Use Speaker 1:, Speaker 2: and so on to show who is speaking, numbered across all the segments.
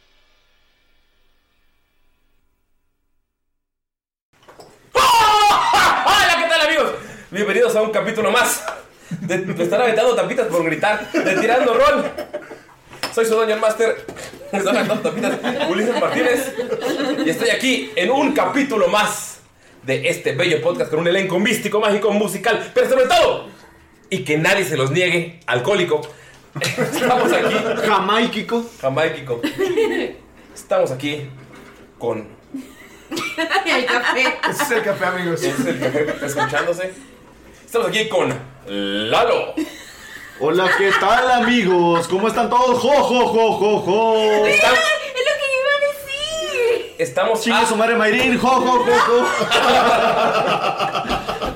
Speaker 1: ¡Hola! ¿Qué tal amigos? Bienvenidos a un capítulo más. De, me están aventando tapitas por gritar. De tirando rol. Soy su Dungeon Master. Me están aventando tapitas Ulises Martínez. Y estoy aquí en un capítulo más de este bello podcast con un elenco místico, mágico, musical, pero sobre todo, y que nadie se los niegue, alcohólico. Estamos aquí. Jamaiquico. Jamaiquico. Estamos aquí con
Speaker 2: el café.
Speaker 1: es el café, amigos. Es el café escuchándose. Estamos aquí con Lalo.
Speaker 3: Hola, ¿qué tal amigos? ¿Cómo están todos? ¡Jo, jo, jo, jo, jo!
Speaker 2: Mira, ¡Es lo que yo iba a decir!
Speaker 1: Estamos
Speaker 3: ¡Chinga su madre Mayrin! ¡Jo, jo, jo, jo!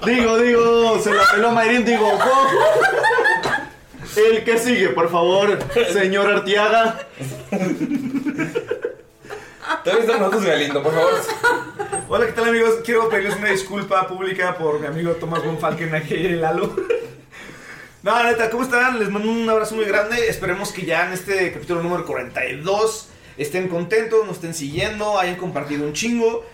Speaker 3: digo, digo, se la peló Mayrin, digo, ¡jo, jo! El que sigue, por favor, señor Artiaga.
Speaker 1: Todavía están nosotros Galindo, por favor.
Speaker 4: Hola, ¿qué tal amigos? Quiero pedirles una disculpa pública por mi amigo Tomás von Falken aquí el Lalo. No, neta, ¿cómo están? Les mando un abrazo muy grande. Esperemos que ya en este capítulo número 42 estén contentos, nos estén siguiendo, hayan compartido un chingo.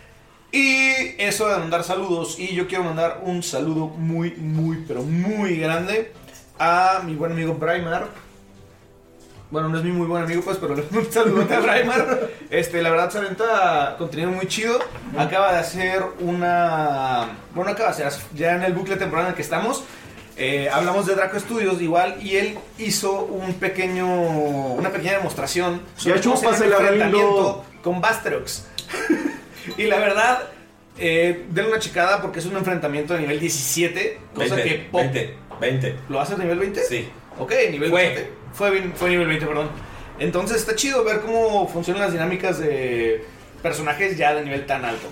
Speaker 4: Y eso de mandar saludos. Y yo quiero mandar un saludo muy, muy, pero muy grande a mi buen amigo Braimar. Bueno, no es mi muy buen amigo, pues, pero le mando un saludo a Braimar. Este, la verdad se aventa contenido muy chido. Acaba de hacer una. Bueno, acaba de hacer. Ya en el bucle temporal en el que estamos. eh, hablamos de Draco Studios igual. Y él hizo un pequeño. Una pequeña demostración.
Speaker 3: Ya
Speaker 4: cómo sería
Speaker 3: chúpasela,
Speaker 4: mi enfrentamiento
Speaker 3: Galindo.
Speaker 4: con Basterox. y la verdad. Eh, denle una checada porque es un enfrentamiento de nivel 17. Cosa
Speaker 1: 20,
Speaker 4: que. po-
Speaker 1: 20, 20.
Speaker 4: ¿Lo haces nivel 20?
Speaker 1: Sí.
Speaker 4: Ok, nivel
Speaker 1: Fue.
Speaker 4: 20. Fue, bien- fue nivel 20, perdón. Entonces está chido ver cómo funcionan las dinámicas de personajes ya de nivel tan alto.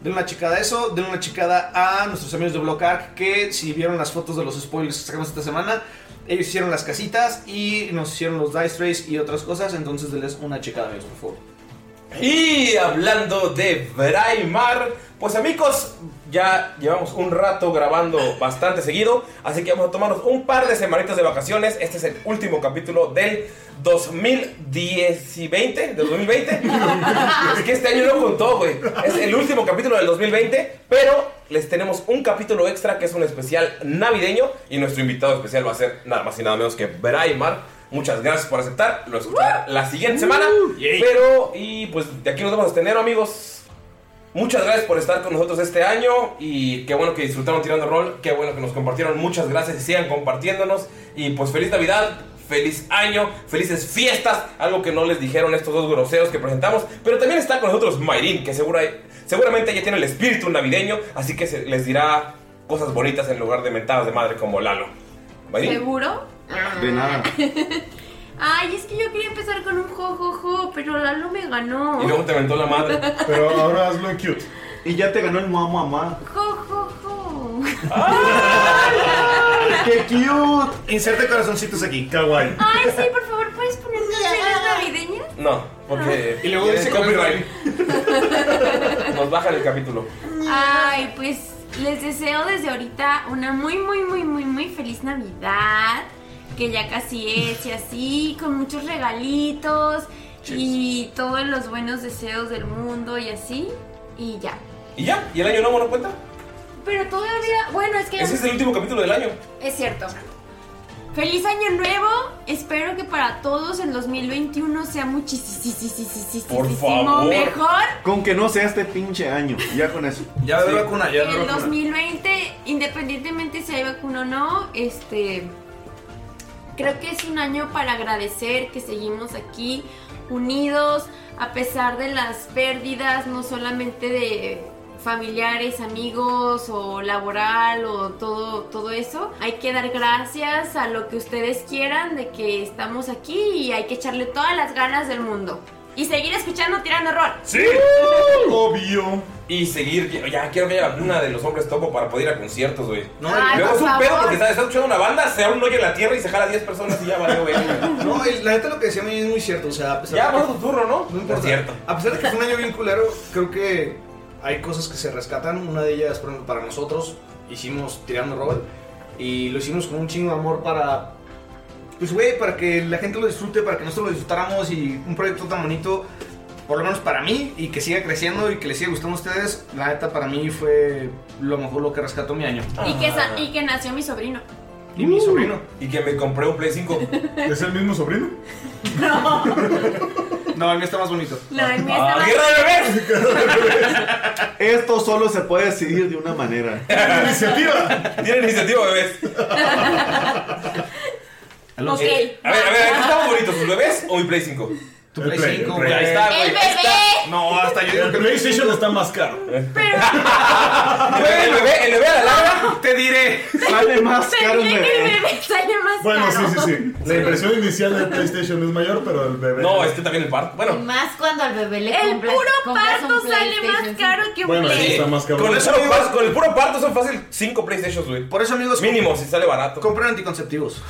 Speaker 4: Denle una checada a eso, denle una checada a nuestros amigos de Block Arc que si vieron las fotos de los spoilers que sacamos esta semana, ellos hicieron las casitas y nos hicieron los dice trays y otras cosas, entonces denles una checada a ellos, por favor.
Speaker 1: Y hablando de Braimar, pues amigos, ya llevamos un rato grabando bastante seguido, así que vamos a tomarnos un par de semanitas de vacaciones. Este es el último capítulo del 2010 y 20, del 2020. es que este año no contó, güey. Es el último capítulo del 2020, pero les tenemos un capítulo extra que es un especial navideño y nuestro invitado especial va a ser nada más y nada menos que Braimar. Muchas gracias por aceptar. Lo escucharán la siguiente semana. Pero, y pues de aquí nos vamos a tener, amigos. Muchas gracias por estar con nosotros este año. Y qué bueno que disfrutaron tirando rol. Qué bueno que nos compartieron. Muchas gracias y sigan compartiéndonos. Y pues feliz Navidad. Feliz año, felices fiestas, algo que no les dijeron estos dos groseros que presentamos, pero también está con nosotros Mayrin, que segura, seguramente ella tiene el espíritu navideño, así que se- les dirá cosas bonitas en lugar de mentadas de madre como Lalo. Mayrin.
Speaker 5: ¿Seguro?
Speaker 6: Ah.
Speaker 3: De nada.
Speaker 5: Ay, es que yo quería empezar con un jojojo, pero Lalo me ganó.
Speaker 1: Y luego te mentó la madre.
Speaker 6: Pero ahora hazlo en cute.
Speaker 3: Y ya te ganó el mamá mamá.
Speaker 5: Jo, jo, jo.
Speaker 3: ¡Qué cute!
Speaker 4: Inserte corazoncitos aquí.
Speaker 6: Kawaii.
Speaker 5: Ay, sí, por favor, ¿puedes poner unas señas navideñas?
Speaker 1: No,
Speaker 5: Ah.
Speaker 1: porque.
Speaker 4: Y luego
Speaker 1: tienen
Speaker 4: dice
Speaker 1: copyright. Nos bajan el capítulo.
Speaker 5: Ay, pues les deseo desde ahorita una muy, muy, muy, muy, muy feliz Navidad. Que ya casi es y así, con muchos regalitos y todos los buenos deseos del mundo y así. Y ya.
Speaker 1: Y ya, ¿y el año nuevo no cuenta?
Speaker 5: Pero todavía, bueno, es que...
Speaker 1: Ese es el último capítulo del año.
Speaker 5: Es cierto. Feliz año nuevo. Espero que para todos el 2021 sea muchísimo
Speaker 1: Por favor.
Speaker 5: mejor.
Speaker 3: Con que no sea este pinche año. Ya con eso.
Speaker 4: Ya de vacuna, ya
Speaker 5: que
Speaker 4: de
Speaker 5: El
Speaker 4: vacuna.
Speaker 5: 2020, independientemente si hay vacuna o no, este creo que es un año para agradecer que seguimos aquí unidos a pesar de las pérdidas, no solamente de familiares, amigos o laboral o todo todo eso. Hay que dar gracias a lo que ustedes quieran de que estamos aquí y hay que echarle todas las ganas del mundo y seguir escuchando tirando rol.
Speaker 6: ¡Sí! Obvio.
Speaker 1: Y seguir. Ya quiero que haya una de los hombres topo para poder ir a conciertos, güey.
Speaker 4: No,
Speaker 5: Ay,
Speaker 1: Luego
Speaker 5: por
Speaker 1: es un
Speaker 5: favor.
Speaker 1: pedo porque estás está escuchando una banda, se da un hoyo en la tierra y se jala 10 personas y ya valió, güey.
Speaker 4: No, el- la neta lo que decía Mini es muy cierto. O sea, a pesar
Speaker 1: Ya,
Speaker 4: de que-
Speaker 1: vamos a tu turno, ¿no?
Speaker 4: No
Speaker 1: Por
Speaker 4: importa.
Speaker 1: cierto.
Speaker 4: A pesar de que fue un año bien culero, creo que hay cosas que se rescatan. Una de ellas, por ejemplo, para nosotros, hicimos Tirando Roll. Y lo hicimos con un chingo de amor para. Pues, güey, para que la gente lo disfrute, para que nosotros lo disfrutáramos. Y un proyecto tan bonito, por lo menos para mí, y que siga creciendo y que les siga gustando a ustedes. La neta, para mí fue lo mejor lo que rescató mi año.
Speaker 5: Y que, sa- y que nació mi sobrino.
Speaker 4: Y
Speaker 1: Uh.
Speaker 4: mi sobrino.
Speaker 1: Y que me compré un Play 5.
Speaker 6: ¿Es el mismo sobrino?
Speaker 4: No, el mío está más bonito.
Speaker 5: La de mí está
Speaker 1: ¡Ah,
Speaker 5: más-
Speaker 1: guerra de bebés!
Speaker 3: Esto solo se puede decidir de una manera.
Speaker 6: ¡Iniciativa!
Speaker 1: Tiene iniciativa, bebés.
Speaker 5: Ok.
Speaker 1: Eh, A ver, a ver, ¿aquí estamos bonitos? ¿Sus bebés o mi Play 5?
Speaker 4: Tu
Speaker 6: El
Speaker 4: Play
Speaker 6: Play,
Speaker 4: 5,
Speaker 6: el Play.
Speaker 4: güey.
Speaker 1: Ahí está, güey.
Speaker 5: ¡El
Speaker 1: ahí está.
Speaker 5: bebé!
Speaker 4: No, hasta yo digo
Speaker 6: El
Speaker 4: que
Speaker 6: PlayStation está más caro.
Speaker 5: Pero
Speaker 1: El bebé, el bebé a la larga.
Speaker 4: Te diré.
Speaker 3: Sale más caro un
Speaker 5: pensé que el
Speaker 3: bebé.
Speaker 5: bebé sale más
Speaker 6: Bueno, sí,
Speaker 5: caro.
Speaker 6: sí, sí. La impresión inicial del PlayStation es mayor, pero el bebé.
Speaker 1: No, es que también el parto. Bueno,
Speaker 7: Más cuando al bebé le
Speaker 5: El
Speaker 7: compras-
Speaker 5: puro
Speaker 7: compras un
Speaker 5: parto sale más
Speaker 7: PlayStation
Speaker 5: caro que un
Speaker 6: Bueno,
Speaker 5: Play.
Speaker 6: sí, está más cabrón.
Speaker 1: Con, eso,
Speaker 4: Amigos-
Speaker 1: pas- con el puro parto son fácil 5 PlayStations, güey.
Speaker 4: Por eso, amigos,
Speaker 1: Mínimo, si sale barato.
Speaker 4: compren anticonceptivos.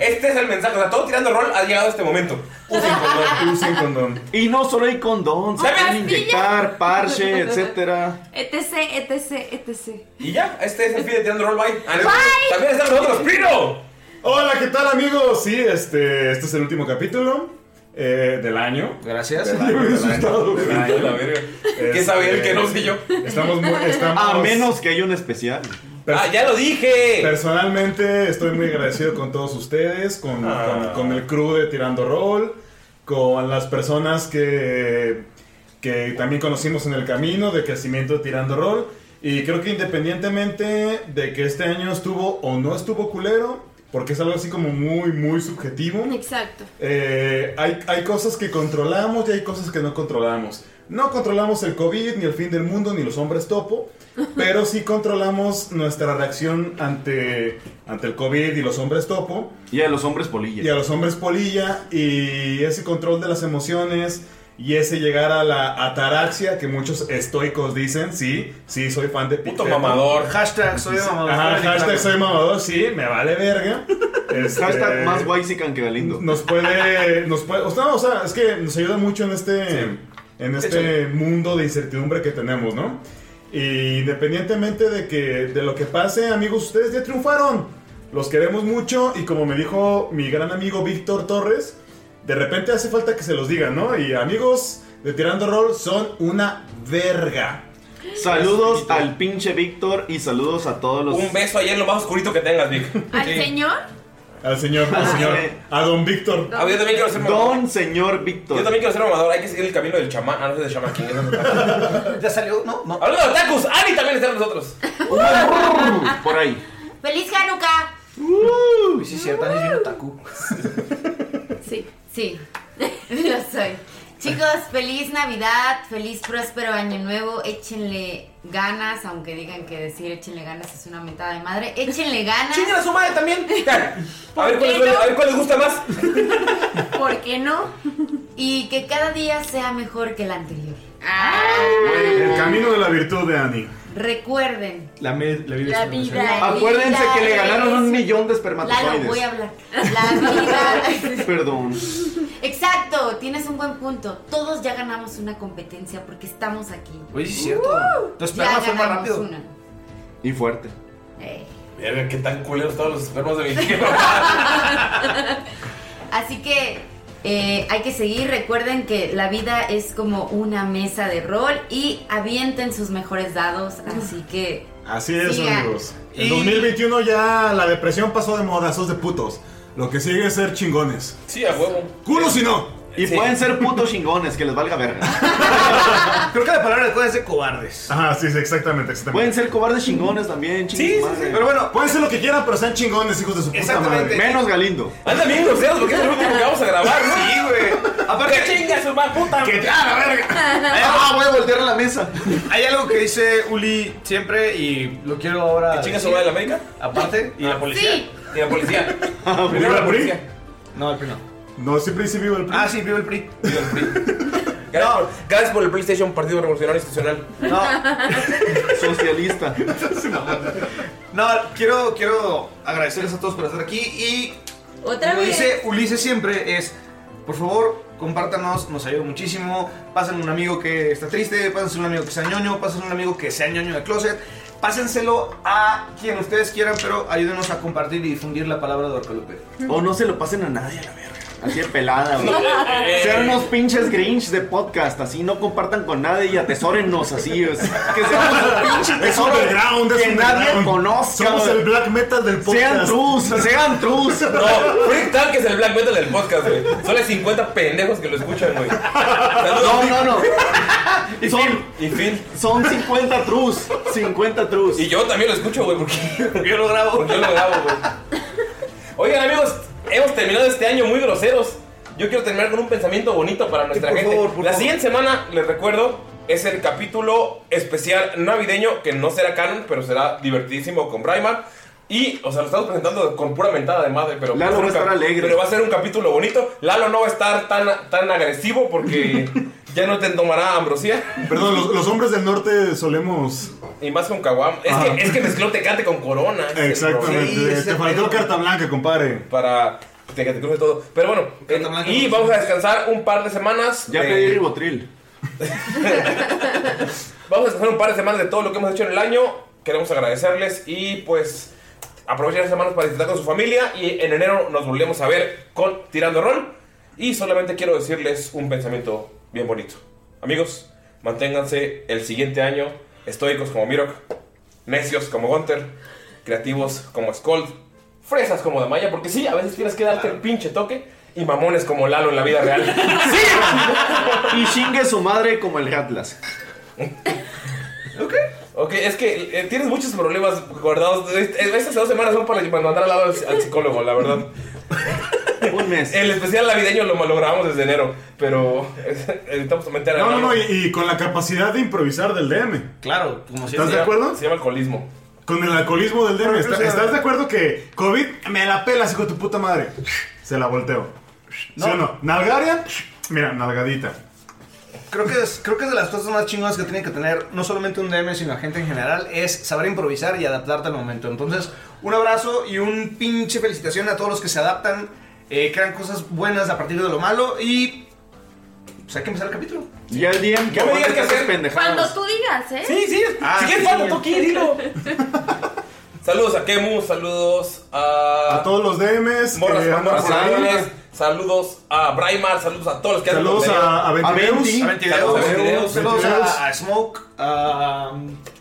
Speaker 1: Este es el mensaje. O sea, todo tirando rol ha llegado a este momento. Usen condón.
Speaker 6: Usen condón.
Speaker 3: Y no solo hay condón, se
Speaker 1: ¿Sabes?
Speaker 3: pueden inyectar, parche, etcétera.
Speaker 5: Etc, etc, etc.
Speaker 1: Y ya, este es el fin de tirando rol. Bye. Ah, no, También están nosotros, Pino.
Speaker 6: Hola, ¿qué tal, amigos? Sí, este, este es el último capítulo eh, del año.
Speaker 4: Gracias.
Speaker 6: Del año, del año, del año.
Speaker 1: Ay, la verga. ¿Qué
Speaker 6: Este,
Speaker 1: sabe él que no sé yo?
Speaker 6: Estamos muy. Estamos,
Speaker 3: A menos que haya un especial.
Speaker 6: Pers-
Speaker 1: Ah, ya lo dije.
Speaker 6: Personalmente estoy muy agradecido con todos ustedes, con, con- con el crew de Tirando Roll, con las personas que, que también conocimos en el camino de crecimiento de Tirando Roll. Y creo que independientemente de que este año estuvo o no estuvo culero, porque es algo así como muy, muy subjetivo.
Speaker 5: Exacto.
Speaker 6: Eh, hay, hay cosas que controlamos y hay cosas que no controlamos. No controlamos el COVID, ni el fin del mundo, ni los hombres topo, pero sí controlamos nuestra reacción ante, ante el COVID y los hombres topo,
Speaker 3: Y a los hombres
Speaker 6: y
Speaker 3: polilla.
Speaker 6: a los hombres polilla, y ese control de las emociones, y ese llegar a la ataraxia que muchos estoicos dicen, sí, sí, soy fan de
Speaker 1: Puto
Speaker 6: Picteto.
Speaker 1: mamador.
Speaker 4: Hashtag soy mamá.
Speaker 6: Ajá, hashtag soy mamador, sí, me vale verga. Este-
Speaker 3: Hashtag más guaysican que Galindo.
Speaker 6: nos puede, nos puede, o sea, no, o sea, es que nos ayuda mucho en este, en en este mundo de incertidumbre que tenemos, ¿no? Y independientemente de que de lo que pase, amigos, ustedes ya triunfaron. Los queremos mucho y como me dijo mi gran amigo Víctor Torres, de repente hace falta que se los digan, ¿no? Y amigos de Tirando Roll son una verga.
Speaker 3: Saludos al pinche Víctor y saludos a todos los.
Speaker 1: Un beso ahí en lo más oscurito que tengas, Vic.
Speaker 2: Al señor,
Speaker 6: Al señor, al señor, a don Víctor.
Speaker 1: A ver, Ah, yo también quiero ser mamador.
Speaker 3: Don señor
Speaker 1: Yo
Speaker 3: Víctor.
Speaker 1: también quiero ser mamador. Hay que seguir el camino del chamán. Ah, no sé de chamán. ¿quién es?
Speaker 4: Ya salió, no, no.
Speaker 1: Hablando de otakus, Ani también está con nosotros.
Speaker 3: Por ahí.
Speaker 2: feliz Hanukkah.
Speaker 3: Uh.
Speaker 4: Uy, sí, es cierto, Ani es bien otaku.
Speaker 8: Sí, sí, lo soy. Chicos, feliz Navidad, feliz próspero año nuevo, échenle ganas, aunque digan que decir échenle ganas es una mentada de madre, échenle ganas,
Speaker 1: ¡Chinga a su madre también! A ver, cuál les duele, a ver cuál les gusta más.
Speaker 2: ¿Por qué no?
Speaker 8: y que cada día sea mejor que el anterior.
Speaker 5: Ah.
Speaker 6: El camino de la virtud de Annie.
Speaker 8: Recuerden,
Speaker 4: La, me- la vida
Speaker 2: La
Speaker 4: es una
Speaker 2: vida.
Speaker 4: canción.
Speaker 8: la
Speaker 3: Acuérdense
Speaker 8: vida
Speaker 3: que le ganaron
Speaker 8: es-
Speaker 3: un millón de
Speaker 8: Lalo, voy
Speaker 3: espermatozoides.
Speaker 8: a hablar. La vida.
Speaker 3: Perdón.
Speaker 8: Exacto, tienes un buen punto. Todos ya ganamos una competencia porque estamos aquí.
Speaker 4: Oye, sí, es cierto. Tu
Speaker 8: Uh, Ya
Speaker 4: esperma fue más
Speaker 8: ganamos
Speaker 4: rápido.
Speaker 8: una.
Speaker 3: Y fuerte.
Speaker 8: Eh,
Speaker 1: Verga, qué tan culeros todos los espermos de mi
Speaker 8: Así que eh, hay que seguir. Recuerden que la vida es como una mesa de rol y avienten sus mejores dados. Así que
Speaker 6: Así es,
Speaker 8: Sigan.
Speaker 6: amigos.
Speaker 4: Y-
Speaker 6: En 2021 ya la depresión pasó de modazos de putos. Lo que sigue es ser chingones.
Speaker 1: Sí, a huevo.
Speaker 6: ¡Culo si no!
Speaker 3: Y pueden ser putos chingones, que les valga verga. Ah,
Speaker 4: Creo que la palabra adecuada es de cobardes.
Speaker 6: Ajá, Ah, sí, sí, exactamente, exactamente.
Speaker 3: Pueden ser cobardes chingones también,
Speaker 1: Sí, sí,
Speaker 3: chingones.
Speaker 1: sí,
Speaker 4: Pero bueno,
Speaker 6: Pueden ser lo que quieran, pero sean chingones, hijos de su puta
Speaker 4: Exactamente.
Speaker 6: madre.
Speaker 3: Menos Galindo.
Speaker 1: Anda bien groseros porque es el último que vamos a grabar, ¿no?
Speaker 4: sí, güey.
Speaker 1: ¡Que
Speaker 4: Aparte,
Speaker 1: chinga su madre, puta!
Speaker 6: ¡Que te haga verga!
Speaker 3: Ah, voy a voltear a la mesa.
Speaker 4: hay algo que dice Uli siempre y lo quiero ahora.
Speaker 1: ¿Que chinga su madre
Speaker 4: decir.
Speaker 1: la América?
Speaker 4: Aparte,
Speaker 1: ¿Y la policía?
Speaker 8: Sí.
Speaker 1: ¿Y la policía?
Speaker 6: ¿Viva
Speaker 1: Primero la
Speaker 6: el PRI?
Speaker 1: policía.
Speaker 4: no, al final.
Speaker 6: No, siempre dice vivo el PRI.
Speaker 4: Ah, sí, vivo el PRI.
Speaker 1: Viva el PRI. Gracias, por, gracias por el PlayStation Partido Revolucionario Institucional.
Speaker 4: No,
Speaker 3: Socialista.
Speaker 4: no, quiero, quiero agradecerles a todos por estar aquí y
Speaker 2: Otra
Speaker 4: Como
Speaker 2: vez.
Speaker 4: dice Ulises siempre es, por favor, compártanos, nos ayuda muchísimo. Pásenle a un amigo que está triste, pásense a un amigo que sea ñoño, pásenle a un amigo que sea ñoño de closet. Pásenselo a quien ustedes quieran, pero ayúdenos a compartir y difundir la palabra de Orcolupe.
Speaker 3: Mm. O no se lo pasen a nadie a la verga. Así de pelada, güey.
Speaker 1: eh, eh.
Speaker 3: Sean unos pinches Grinch de podcast, así no compartan con nadie y atesórennos así, es. Que seamos un pinche
Speaker 6: Es
Speaker 3: tesoro
Speaker 6: underground, es
Speaker 3: que nadie
Speaker 6: underground.
Speaker 3: conozca.
Speaker 6: Somos
Speaker 3: güey.
Speaker 6: el black metal del
Speaker 3: Sean
Speaker 6: podcast.
Speaker 3: trus, sean trus.
Speaker 1: No, Freak Tank es el black metal del podcast, güey. Solo hay 50 pendejos que lo escuchan, güey.
Speaker 3: No,
Speaker 1: Saludos,
Speaker 3: no, no. Son,
Speaker 1: Vic. Y Phil.
Speaker 3: son 50 trus, 50 trus.
Speaker 1: Y yo también lo escucho, güey, porque
Speaker 4: Yo lo grabo.
Speaker 1: porque Pues yo lo grabo, güey. Oigan, amigos, hemos terminado este año muy groseros. Yo quiero terminar con un pensamiento bonito para nuestra
Speaker 3: por
Speaker 1: gente.
Speaker 3: favor, por
Speaker 1: La
Speaker 3: favor.
Speaker 1: siguiente semana, les recuerdo, es el capítulo especial navideño que no será canon, pero será divertidísimo con Brayman. Y, o sea, lo estamos presentando con pura mentada de madre, pero
Speaker 3: Lalo va
Speaker 1: ser
Speaker 3: a
Speaker 1: un cap-
Speaker 3: estar alegre.
Speaker 1: Pero va a ser un capítulo bonito. Lalo no va a estar tan, tan agresivo porque ya no te tomará ambrosía.
Speaker 6: Perdón, los, los hombres del norte solemos.
Speaker 1: Y más con Caguam. Es
Speaker 3: Ah.
Speaker 1: que, es que mezcló tecate con corona. Ese es el problema.
Speaker 6: Exactamente.
Speaker 4: Sí,
Speaker 6: te
Speaker 4: ese
Speaker 6: faltó
Speaker 4: pedo.
Speaker 6: carta blanca, compadre.
Speaker 1: para que te cruce todo. Pero bueno, eh,
Speaker 4: blanca,
Speaker 1: y
Speaker 4: blanca.
Speaker 1: vamos a descansar un par de semanas.
Speaker 3: Ya
Speaker 4: Eh,
Speaker 1: de-
Speaker 3: pedí ribotril.
Speaker 1: vamos a descansar un par de semanas de todo lo que hemos hecho en el año. Queremos agradecerles y pues aprovechen las semanas para disfrutar con su familia. Y en enero nos volvemos a ver con Tirando Rol. Y solamente quiero decirles un pensamiento bien bonito. Amigos, manténganse el siguiente año estoicos como Mirok, necios como Gunter, creativos como Skold, fresas como Damaya, porque sí, a veces tienes que darte el pinche toque, y mamones como Lalo en la vida real.
Speaker 3: Y chingue su madre como el Atlas.
Speaker 1: Ok, es que eh, tienes muchos problemas guardados. Eh, Estas dos semanas son para para mandar al lado al, al psicólogo, la verdad.
Speaker 3: Un mes.
Speaker 1: El especial navideño lo, lo grabamos desde enero, pero necesitamos meter a
Speaker 6: No, no, no,
Speaker 1: Lalo.
Speaker 6: y, y con la capacidad de improvisar del DM.
Speaker 4: Claro, como si
Speaker 6: ¿Estás de acuerdo?
Speaker 1: Se llama alcoholismo.
Speaker 6: Con el alcoholismo del DM. ¿Está- ¿Estás de acuerdo que COVID me la pelas, hijo de tu puta madre? Se la volteo. ¿Sí o no? ¿Nalgaria? Mira, nalgadita.
Speaker 4: Creo que, es, creo que es de las cosas más chingonas que tiene que tener no solamente un DM, sino la gente en general, es saber improvisar y adaptarte al momento. Entonces, un abrazo y un pinche felicitación a todos los que se adaptan, eh, crean cosas buenas a partir de lo malo y pues hay que empezar el capítulo.
Speaker 3: Y al DM,
Speaker 1: No me digas qué hacer.
Speaker 2: Cuando tú digas, ¿eh?
Speaker 1: Sí, sí.
Speaker 4: Ah,
Speaker 1: si quieres,
Speaker 4: sí.
Speaker 1: cuando tú quieres, dilo. Saludos a Kemu, saludos a.
Speaker 6: A todos los eh, DMs
Speaker 1: Morras
Speaker 6: que andan
Speaker 1: Morras
Speaker 6: por ahí.
Speaker 1: Saludos, saludos a Braimar, saludos a todos los que hacen
Speaker 6: Saludos
Speaker 1: contenido.
Speaker 6: a, a
Speaker 3: A
Speaker 6: Ventideus.
Speaker 3: Venti.
Speaker 4: A Ventideos,
Speaker 1: Saludos,
Speaker 4: saludos, saludos
Speaker 6: Ventideos.
Speaker 4: a, a Smoke, a.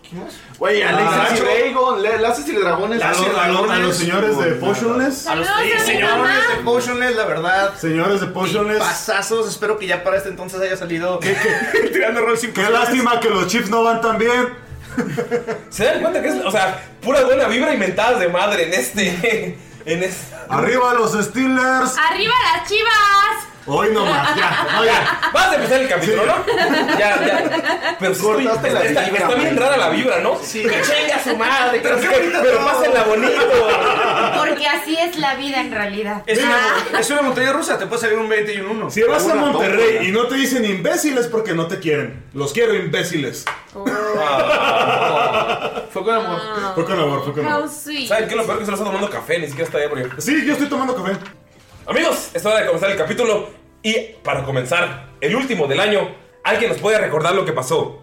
Speaker 4: ¿Quién más?
Speaker 3: Güey, a
Speaker 6: um, Ah,
Speaker 3: Lexus y
Speaker 6: Nacho.
Speaker 3: Dragon, le- Lazas y Dragones.
Speaker 6: A, los- a los- a los señores de Potionless.
Speaker 4: A los
Speaker 2: Saludos a mi
Speaker 4: señores
Speaker 2: mamá.
Speaker 4: de Potionless, la verdad.
Speaker 6: Señores de Potionless.
Speaker 4: Pasazos, espero que ya para este entonces haya salido tirando rol sin
Speaker 6: Qué lástima que los chips no van tan bien.
Speaker 1: ¿Se dan cuenta que es, o sea, pura buena vibra y mentadas de madre en este. En este.
Speaker 6: Arriba los Steelers.
Speaker 2: ¡Arriba las chivas!
Speaker 6: Hoy no más. Ya, no, ya.
Speaker 1: Vas a empezar el capítulo, ¿no? Ya, ya. Pero sí,
Speaker 3: Cortaste
Speaker 1: estoy-
Speaker 3: la
Speaker 1: está,
Speaker 3: vibra,
Speaker 1: está bien
Speaker 3: güey.
Speaker 1: rara la vibra, ¿no? Sí. Que chinga su madre. Pero, qué bonito pero
Speaker 4: todo.
Speaker 1: pásenla bonito.
Speaker 8: Porque así es la vida en realidad.
Speaker 4: Es una, es una montaña rusa, te puede salir un 20 y un 1.
Speaker 6: Si vas a
Speaker 3: Una
Speaker 6: Monterrey
Speaker 3: tómbola.
Speaker 6: y no te dicen imbéciles porque no te quieren. Los quiero imbéciles.
Speaker 4: Fue con amor.
Speaker 6: Fue con amor, fue con
Speaker 2: How
Speaker 6: amor.
Speaker 2: sweet.
Speaker 1: ¿Saben qué? es Lo peor que se lo está tomando café, ni siquiera está ebrio.
Speaker 6: Sí, yo estoy tomando café.
Speaker 1: Amigos, es hora de comenzar el capítulo. Y para comenzar, el último del año, ¿alguien nos puede recordar lo que pasó?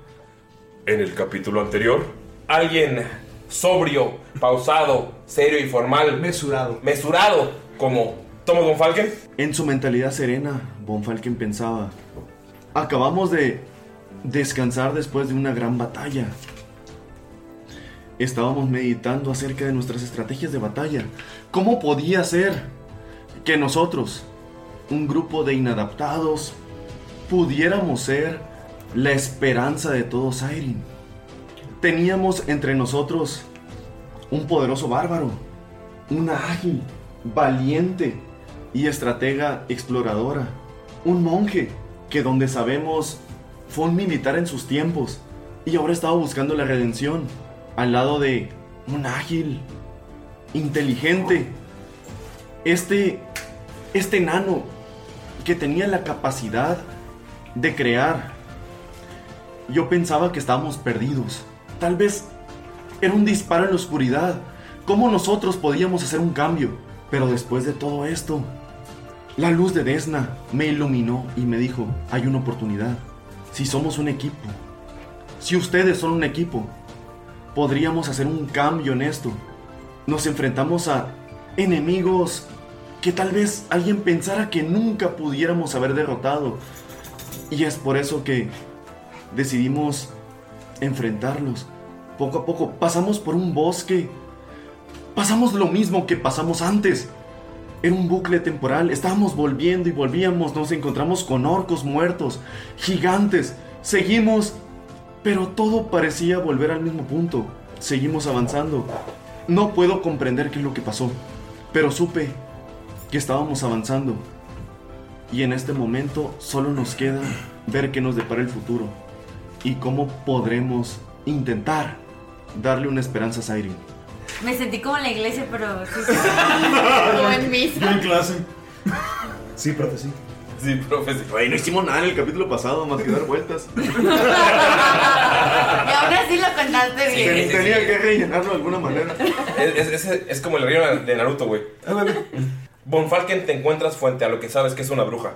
Speaker 1: En el capítulo anterior, alguien sobrio, pausado, serio y formal,
Speaker 4: Mesurado.
Speaker 1: mesurado, como Tomo Von Falken,
Speaker 3: En su mentalidad serena, Von Falken pensaba: Acabamos de descansar después de una gran batalla. Estábamos meditando acerca de nuestras estrategias de batalla. ¿Cómo podía ser que nosotros, un grupo de inadaptados, pudiéramos ser la esperanza de todo Siren? Teníamos entre nosotros un poderoso bárbaro, una ágil, valiente y estratega exploradora, un monje que donde sabemos fue un militar en sus tiempos y ahora estaba buscando la redención al lado de un ágil, inteligente, este este enano que tenía la capacidad de crear. Yo pensaba que estábamos perdidos. Tal vez era un disparo en la oscuridad. ¿Cómo nosotros podíamos hacer un cambio? Pero después de todo esto, la luz de Desna me iluminó y me dijo, hay una oportunidad. Si somos un equipo, si ustedes son un equipo, podríamos hacer un cambio en esto. Nos enfrentamos a enemigos que tal vez alguien pensara que nunca pudiéramos haber derrotado. Y es por eso que decidimos enfrentarlos. Poco a poco pasamos por un bosque. Pasamos lo mismo que pasamos antes. Era un bucle temporal. Estábamos volviendo y volvíamos. Nos encontramos con orcos muertos, gigantes. Seguimos. Pero todo parecía volver al mismo punto. Seguimos avanzando. No puedo comprender qué es lo que pasó. Pero supe que estábamos avanzando. Y en este momento solo nos queda ver qué nos depara el futuro y cómo podremos intentar darle una esperanza a Siren.
Speaker 8: Me sentí como en la iglesia, pero sí, sí. como en
Speaker 6: Yo
Speaker 8: misa.
Speaker 6: en clase. Sí, profe, sí.
Speaker 1: sí, profesor.
Speaker 3: Güey, no hicimos nada en el capítulo pasado más que dar vueltas.
Speaker 8: Y ahora sí lo contaste bien.
Speaker 1: Sí, sí,
Speaker 3: Tenía
Speaker 1: sí.
Speaker 3: que rellenarlo de alguna manera.
Speaker 1: Es, es- es- es como el río de Naruto, güey. Von Falken te encuentras frente a lo que sabes que es una bruja.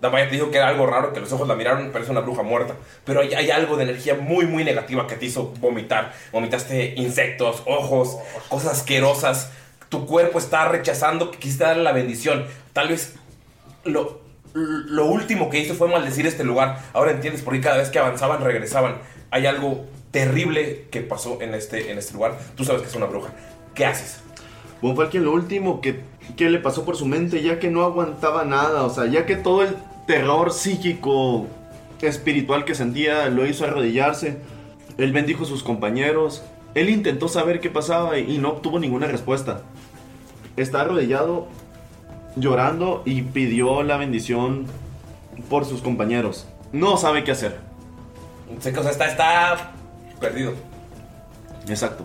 Speaker 1: Damaya te dijo que era algo raro, que los ojos la miraron, pero es una bruja muerta. Pero hay, hay algo de energía muy, muy negativa que te hizo vomitar. Vomitaste insectos, ojos, cosas asquerosas. Tu cuerpo está rechazando que quisiste darle la bendición. Tal vez lo, lo último que hizo fue maldecir este lugar. Ahora entiendes por qué cada vez que avanzaban, regresaban. Hay algo terrible que pasó en este, en este lugar. Tú sabes que es una bruja. ¿Qué haces?
Speaker 3: Von Falken lo último que, que le pasó por su mente, ya que no aguantaba nada, o sea, ya que todo el terror psíquico, espiritual que sentía lo hizo arrodillarse, él bendijo a sus compañeros, él intentó saber qué pasaba y, y no obtuvo ninguna respuesta. Está arrodillado, llorando y pidió la bendición por sus compañeros. No sabe qué hacer.
Speaker 1: Sé que, o sea, está, está perdido.
Speaker 3: Exacto.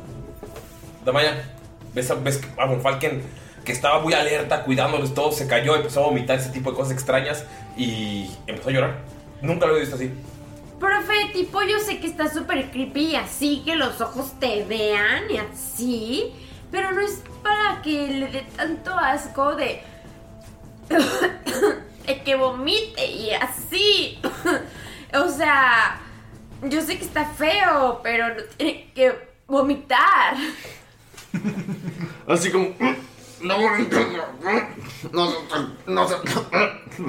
Speaker 1: Damaya, ves, a- ves a Von Falken que estaba muy alerta, cuidándoles todo, se cayó, empezó a vomitar ese tipo de cosas extrañas y empezó a llorar. Nunca lo he visto así.
Speaker 2: Profe, tipo, yo sé que está súper creepy y así que los ojos te vean y así, pero no es para que le dé tanto asco de.
Speaker 5: eh, que vomite y así. o sea, yo sé que está feo, pero no tiene que vomitar.
Speaker 3: Así como. "Mm, No, no, no,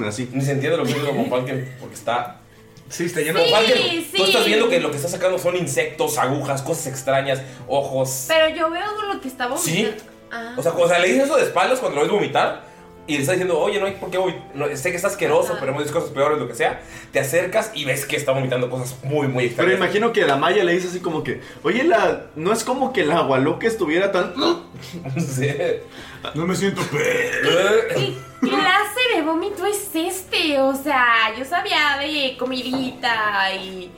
Speaker 3: Así.
Speaker 1: Ni se entiende lo que digo con Falken, porque está.
Speaker 4: Sí, está
Speaker 5: lleno de- Sí, sí.
Speaker 1: Tú estás viendo que lo que está sacando son insectos, agujas, cosas extrañas, ojos.
Speaker 5: Pero yo veo lo que está vomitando. Ah.
Speaker 1: O sea, o sea, le dices eso de espaldas cuando lo ves vomitar y le estás diciendo, oye, no hay por qué vomitar. sé que está asqueroso, pero hemos visto cosas peores, lo que sea. Te acercas y ves que está vomitando cosas muy, muy
Speaker 3: Pero
Speaker 1: extrañas.
Speaker 3: imagino que a la Maya le dice así como que, oye, la, no es como que la Gualoca estuviera tan...
Speaker 9: No me siento
Speaker 5: ¿Qué clase de vómito es este? O sea, yo sabía de comidita y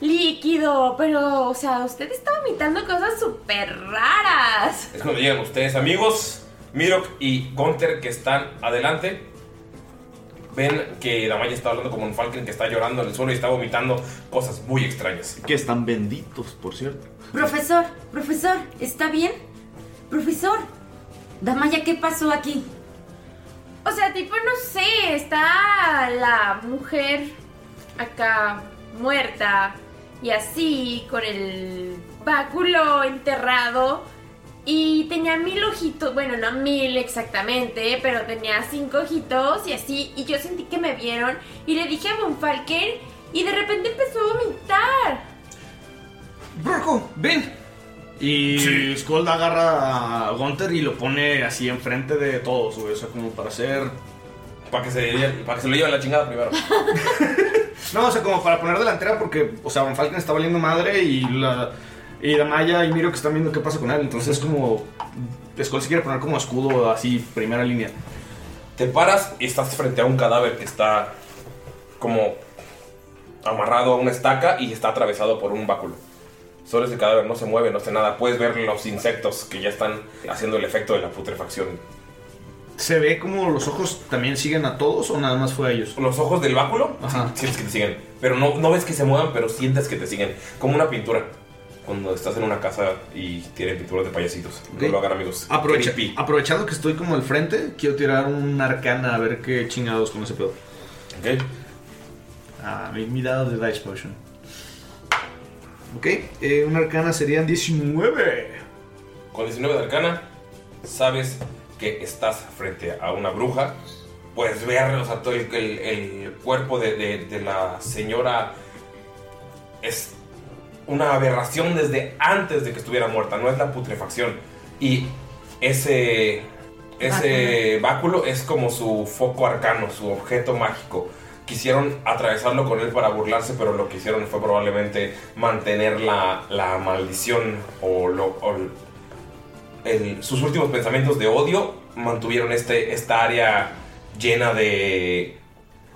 Speaker 5: líquido, pero, o sea, usted está vomitando cosas súper raras.
Speaker 1: Es cuando llegan ustedes, amigos. Mirok y Gunter que están adelante. Ven que Damaya está hablando como un Falken que está llorando en el suelo y está vomitando cosas muy extrañas.
Speaker 3: Que están benditos, por cierto.
Speaker 10: Profesor, profesor, ¿está bien? Profesor, Damaya, ¿qué pasó aquí?
Speaker 5: O sea, tipo, no sé, está la mujer acá muerta y así, con el báculo enterrado. Y tenía mil ojitos, bueno, no mil exactamente, pero tenía cinco ojitos y así. Y yo sentí que me vieron y le dije a Monfalken y de repente empezó a vomitar.
Speaker 4: Broco, ven. Y Skold agarra a Gunther y lo pone así enfrente de todos, güey. O sea, como para hacer.
Speaker 1: Para que se, para que se lo lleven la chingada primero.
Speaker 4: no, o sea, como para poner delantera porque, o sea, Van Falken está valiendo madre y la. Y la Maya y Miro que están viendo qué pasa con él. Entonces, como. Skull se quiere poner como escudo así, primera línea.
Speaker 1: Te paras y estás frente a un cadáver que está como amarrado a una estaca y está atravesado por un báculo. Solo ese cadáver no se mueve, no hace nada. Puedes ver los insectos que ya están haciendo el efecto de la putrefacción.
Speaker 4: ¿Se ve como los ojos también siguen a todos o nada más fue a ellos?
Speaker 1: ¿Los ojos del báculo? Ajá. Sientes que te siguen. Pero no, no ves que se muevan, pero sientes que te siguen. Como una pintura. Cuando estás en una casa y tienen pinturas de payasitos. No lo hagan, amigos.
Speaker 4: Aprovecha-
Speaker 1: Creepy.
Speaker 3: Ah.
Speaker 4: aprovechando que estoy como al frente, quiero tirar un arcana a ver qué chingados con ese pedo.
Speaker 1: Ok.
Speaker 4: Ah, mi, mi dado de Dice Potion. Ok, eh, una arcana serían 19.
Speaker 1: Con 19 de arcana, sabes que estás frente a una bruja. Puedes ver o sea, todo el, el- el cuerpo de, de- de la señora. Es una aberración desde antes de que estuviera muerta, no es la putrefacción. Y ese, ese báculo es como su foco arcano, su objeto mágico. Quisieron atravesarlo con él para burlarse, pero lo que hicieron fue probablemente mantener la, la maldición o, lo, o el- el- sus últimos pensamientos de odio mantuvieron este, esta área llena de,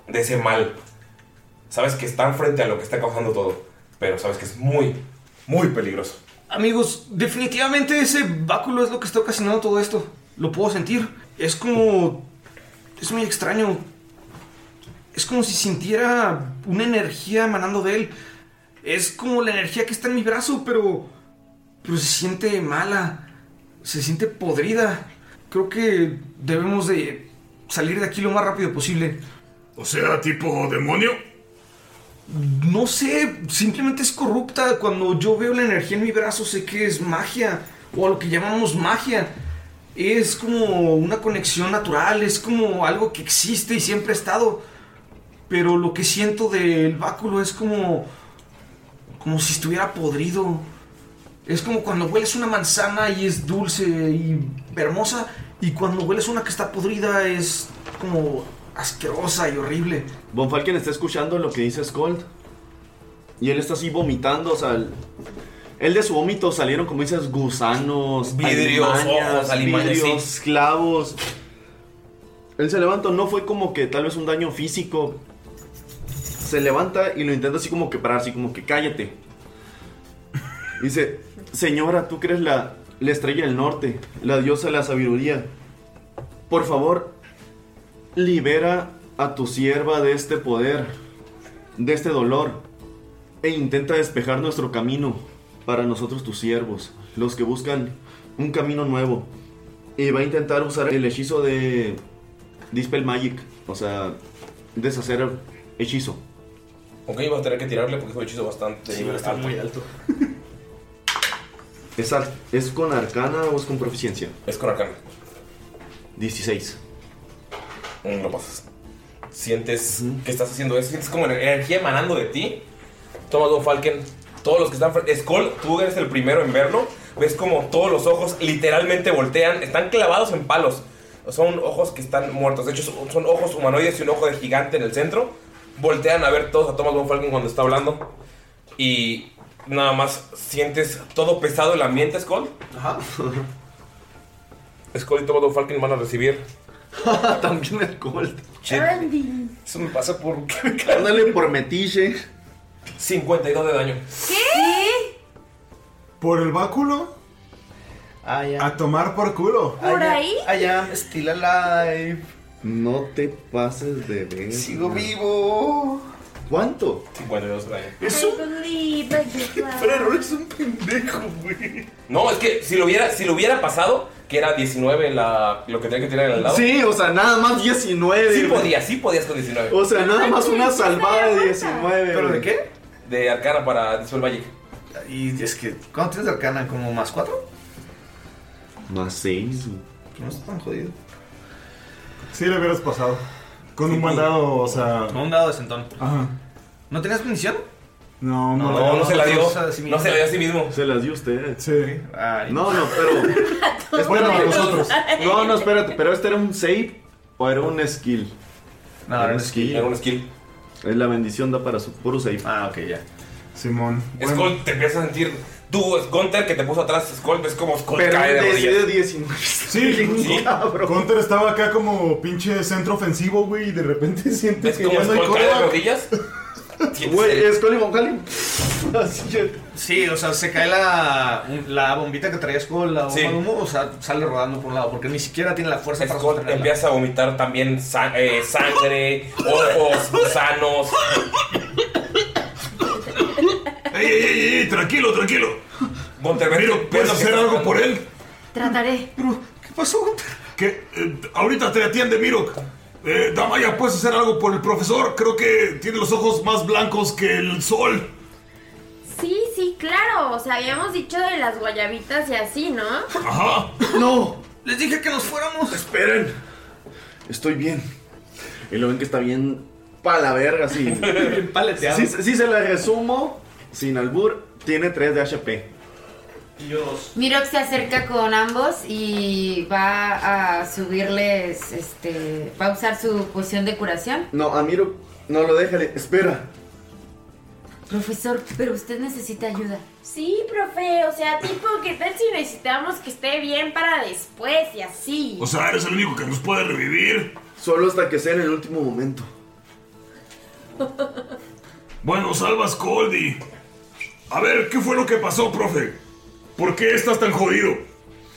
Speaker 1: de ese mal. Sabes que están frente a lo que está causando todo, pero sabes que es muy, muy peligroso.
Speaker 4: Amigos, definitivamente ese báculo es lo que está ocasionando todo esto. Lo puedo sentir. Es como... Es muy extraño. Es como si sintiera una energía emanando de él. Es como la energía que está en mi brazo, pero... Pero se siente mala. Se siente podrida. Creo que debemos de salir de aquí lo más rápido posible.
Speaker 11: O sea, tipo demonio.
Speaker 4: No sé, simplemente es corrupta. Cuando yo veo la energía en mi brazo, sé que es magia, o lo que llamamos magia. Es como una conexión natural, es como algo que existe y siempre ha estado. Pero lo que siento del báculo es como. como si estuviera podrido. Es como cuando hueles una manzana y es dulce y hermosa, y cuando hueles una que está podrida es como asquerosa y horrible.
Speaker 3: Von Falken está escuchando lo que dice Scold. Y él está así vomitando, o sea... el- Él de su vómito salieron, como dices, gusanos,
Speaker 1: Vidrios, ojos, alimañas,
Speaker 3: vidrios,
Speaker 1: sí.
Speaker 3: clavos. Él se levanta, no fue como que tal vez un daño físico. Se levanta y lo intenta así como que parar, así como que cállate. Dice, señora, tú crees la, la estrella del norte, la diosa de la sabiduría. Por favor, libera a tu sierva de este poder, de este dolor, e intenta despejar nuestro camino para nosotros tus siervos, los que buscan un camino nuevo. Y va a intentar usar el hechizo de Dispel Magic, o sea, deshacer el hechizo.
Speaker 1: Ok, vas a tener que tirarle porque es un hechizo bastante
Speaker 3: Sí, va a estar muy
Speaker 1: alto.
Speaker 3: ¿Es, ar- ¿Es con arcana o es con proficiencia?
Speaker 1: Es con arcana.
Speaker 3: 16.
Speaker 1: Mm, Lo pasas. Sientes que estás haciendo eso. Sientes como ener- energía emanando de ti. Tomas Don Falken. Todos los que están frente. Skull, tú eres el primero en verlo. Ves como todos los ojos literalmente voltean. Están clavados en palos. Son ojos que están muertos. De hecho, son- son ojos humanoides y un ojo de gigante en el centro. Voltean a ver todos a Thomas Von Falken cuando está hablando. Y nada más sientes todo pesado el ambiente, Skull. Ajá. Skull y Thomas Von Falken van a recibir. Ah, También el Colt. Eso me pasa por.
Speaker 3: Ándale por metiche.
Speaker 1: 52 de daño.
Speaker 2: ¿Qué?
Speaker 6: ¿Por el báculo?
Speaker 4: Ah,
Speaker 6: A tomar por culo.
Speaker 2: ¿Por ahí?
Speaker 4: I am still alive.
Speaker 3: No te pases de ver.
Speaker 4: Sigo vivo.
Speaker 3: ¿Cuánto?
Speaker 1: 52 de daño.
Speaker 2: I believe I can fly.
Speaker 1: es un pendejo, güey. No, es que si lo hubiera, si lo hubiera pasado, que era 19 la, lo que tenía que tirar en el lado.
Speaker 3: Sí, o sea, nada más 19.
Speaker 1: Sí
Speaker 3: güey.
Speaker 1: podías, sí podías con 19.
Speaker 3: O sea, nada más una salvada de 19.
Speaker 1: ¿Pero de
Speaker 3: güey.
Speaker 1: qué? De Arcana para Disuel Magic.
Speaker 4: Y es que, ¿cuánto tienes de arcana? ¿Como más cuatro?
Speaker 3: Más 6.
Speaker 4: No está tan jodido.
Speaker 6: Sí, le hubieras pasado. Con un buen dado, o sea.
Speaker 4: Con un dado de centón.
Speaker 6: Ajá.
Speaker 4: ¿No tenías munición?
Speaker 6: No,
Speaker 4: No,
Speaker 6: no,
Speaker 4: no, no se la dio.
Speaker 6: a sí
Speaker 4: No se la dio a sí
Speaker 1: mismo.
Speaker 3: Se las dio usted.
Speaker 6: Sí.
Speaker 3: No, no, pero.
Speaker 6: Es bueno para nosotros.
Speaker 3: No, no, espérate, pero este era un save o era un skill.
Speaker 4: No,
Speaker 1: era un skill, era un skill.
Speaker 3: Es la bendición da para su puro save.
Speaker 4: Ah, ok, ya.
Speaker 6: Simón.
Speaker 1: Skull, te empiezas a sentir. Tú, Gunter, que te puso atrás, Skull, ves como Skull cae de rodillas.
Speaker 3: 19.
Speaker 6: Sí, sí. Counter estaba acá como pinche centro ofensivo, güey, y de repente siente
Speaker 1: ¿Ves
Speaker 6: que ya
Speaker 1: como
Speaker 6: no hay
Speaker 1: Skull cae de
Speaker 6: cola.
Speaker 1: rodillas?
Speaker 3: Güey, es Colin Moncali.
Speaker 4: Sí, o sea, se cae la, la bombita que traías con la bomba de humo, o sea, sale rodando por un lado, porque ni siquiera tiene la fuerza para
Speaker 1: Skull,
Speaker 4: sostenerla.
Speaker 1: empiezas a vomitar también sa- eh, sangre, ojos, gusanos.
Speaker 12: ¡Ey, ey, ey, ey! Tranquilo, tranquilo.
Speaker 1: Gunter, ves que-
Speaker 12: Miro, ¿puedes
Speaker 1: ves lo que
Speaker 12: hacer
Speaker 1: está
Speaker 12: algo
Speaker 1: pasando.
Speaker 12: por él?
Speaker 8: Trataré.
Speaker 12: ¿Qué pasó, Que eh, ahorita te atiende, Miro. Eh, Damaya, ¿puedes hacer algo por el profesor? Creo que tiene los ojos más blancos que el sol.
Speaker 2: Sí, sí, claro. O sea, habíamos dicho de las guayabitas y así, ¿no?
Speaker 12: Ajá.
Speaker 3: No,
Speaker 4: Les dije que nos fuéramos.
Speaker 12: Esperen.
Speaker 3: estoy bien. Y lo ven que está bien pa' la verga, sí.
Speaker 4: Paleteado.
Speaker 3: Si, si se la resumo, sin albur, tiene 3 de HP.
Speaker 4: Dios.
Speaker 8: Mirok se acerca con ambos y va a subirles, este, va a usar su poción de curación.
Speaker 3: No, a Miro, no lo déjale. Espera.
Speaker 8: Profesor, pero usted necesita ayuda.
Speaker 2: Sí, profe. O sea, tipo, ¿qué tal si necesitamos que esté bien para después y así?
Speaker 12: O sea, eres el único que nos puede revivir.
Speaker 3: Solo hasta que sea en el último momento.
Speaker 12: Bueno, salvas Coldy. A ver, ¿qué fue lo que pasó, profe? ¿Por qué estás tan jodido?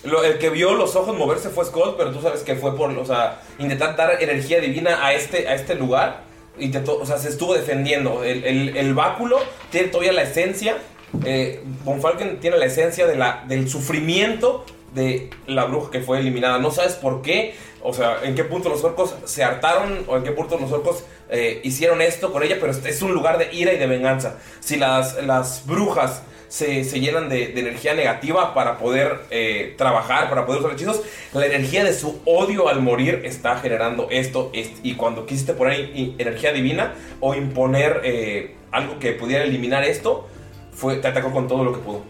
Speaker 1: Lo- el que vio los ojos moverse fue Scott, pero tú sabes que fue por, o sea, intentar dar energía divina a este, a este lugar. Intentó, o sea, se estuvo defendiendo. El, el- el báculo tiene todavía la esencia. Eh, Von Falken tiene la esencia de la, del sufrimiento de la bruja que fue eliminada. No sabes por qué, o sea, en qué punto los orcos se hartaron o en qué punto los orcos eh, hicieron esto con ella, pero es- es un lugar de ira y de venganza. Si las, las brujas se, se llenan de, de energía negativa para poder eh, trabajar, para poder usar hechizos. La energía de su odio al morir está generando esto. est- y cuando quisiste poner i- energía divina o imponer eh, algo que pudiera eliminar esto, fue, te atacó con todo lo que pudo.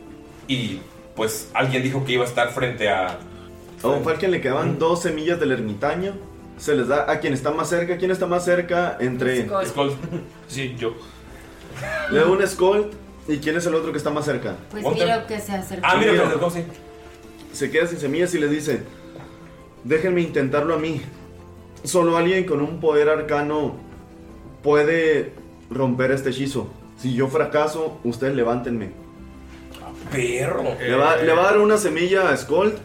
Speaker 1: Y pues alguien dijo que iba a estar frente a...
Speaker 3: A Don Falken le quedaban dos semillas del ermitaño. Se les da a quien está más cerca. ¿Quién está más cerca? Entre.
Speaker 2: Skull.
Speaker 1: Skull.
Speaker 4: Sí, yo.
Speaker 3: Le da un Skull. ¿Y quién es el otro que está más cerca?
Speaker 8: Pues
Speaker 1: Ponte-
Speaker 8: Mirok que se acerca.
Speaker 1: Ah, mira,
Speaker 3: Mira.
Speaker 1: pero- sí.
Speaker 3: Se queda sin semillas y les dice: Déjenme intentarlo a mí. Solo alguien con un poder arcano puede romper este hechizo. Si yo fracaso, ustedes levántenme.
Speaker 1: Perro.
Speaker 3: Le va, le va a dar una semilla a Skold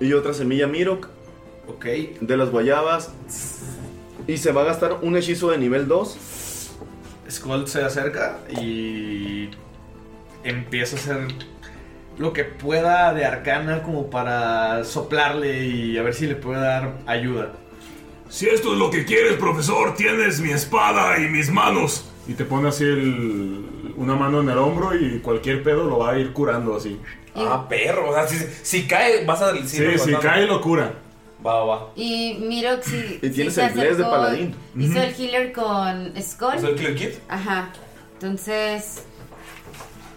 Speaker 3: y otra semilla a Mirok
Speaker 4: Ok.
Speaker 3: de las guayabas. Y se va a gastar un hechizo de nivel 2.
Speaker 4: Skull se acerca y empieza a hacer lo que pueda de arcana como para soplarle y a ver si le puede dar ayuda.
Speaker 12: Si esto es lo que quieres, profesor, tienes mi espada y mis manos.
Speaker 6: Y te pone así el, una mano en el hombro y cualquier pedo lo va a ir curando así.
Speaker 1: Ah, perro. O sea, si, si cae, vas a.
Speaker 6: Sí, si cae, lo cura.
Speaker 1: Va, va, va.
Speaker 8: Y Mirox sí.
Speaker 1: Y tienes
Speaker 8: sí se
Speaker 1: el bless de
Speaker 8: acercó,
Speaker 1: paladín.
Speaker 8: Hizo
Speaker 1: Ujú.
Speaker 8: el healer con Skull.
Speaker 1: ¿Hizo Pues el healer kit?
Speaker 8: Ajá. Entonces.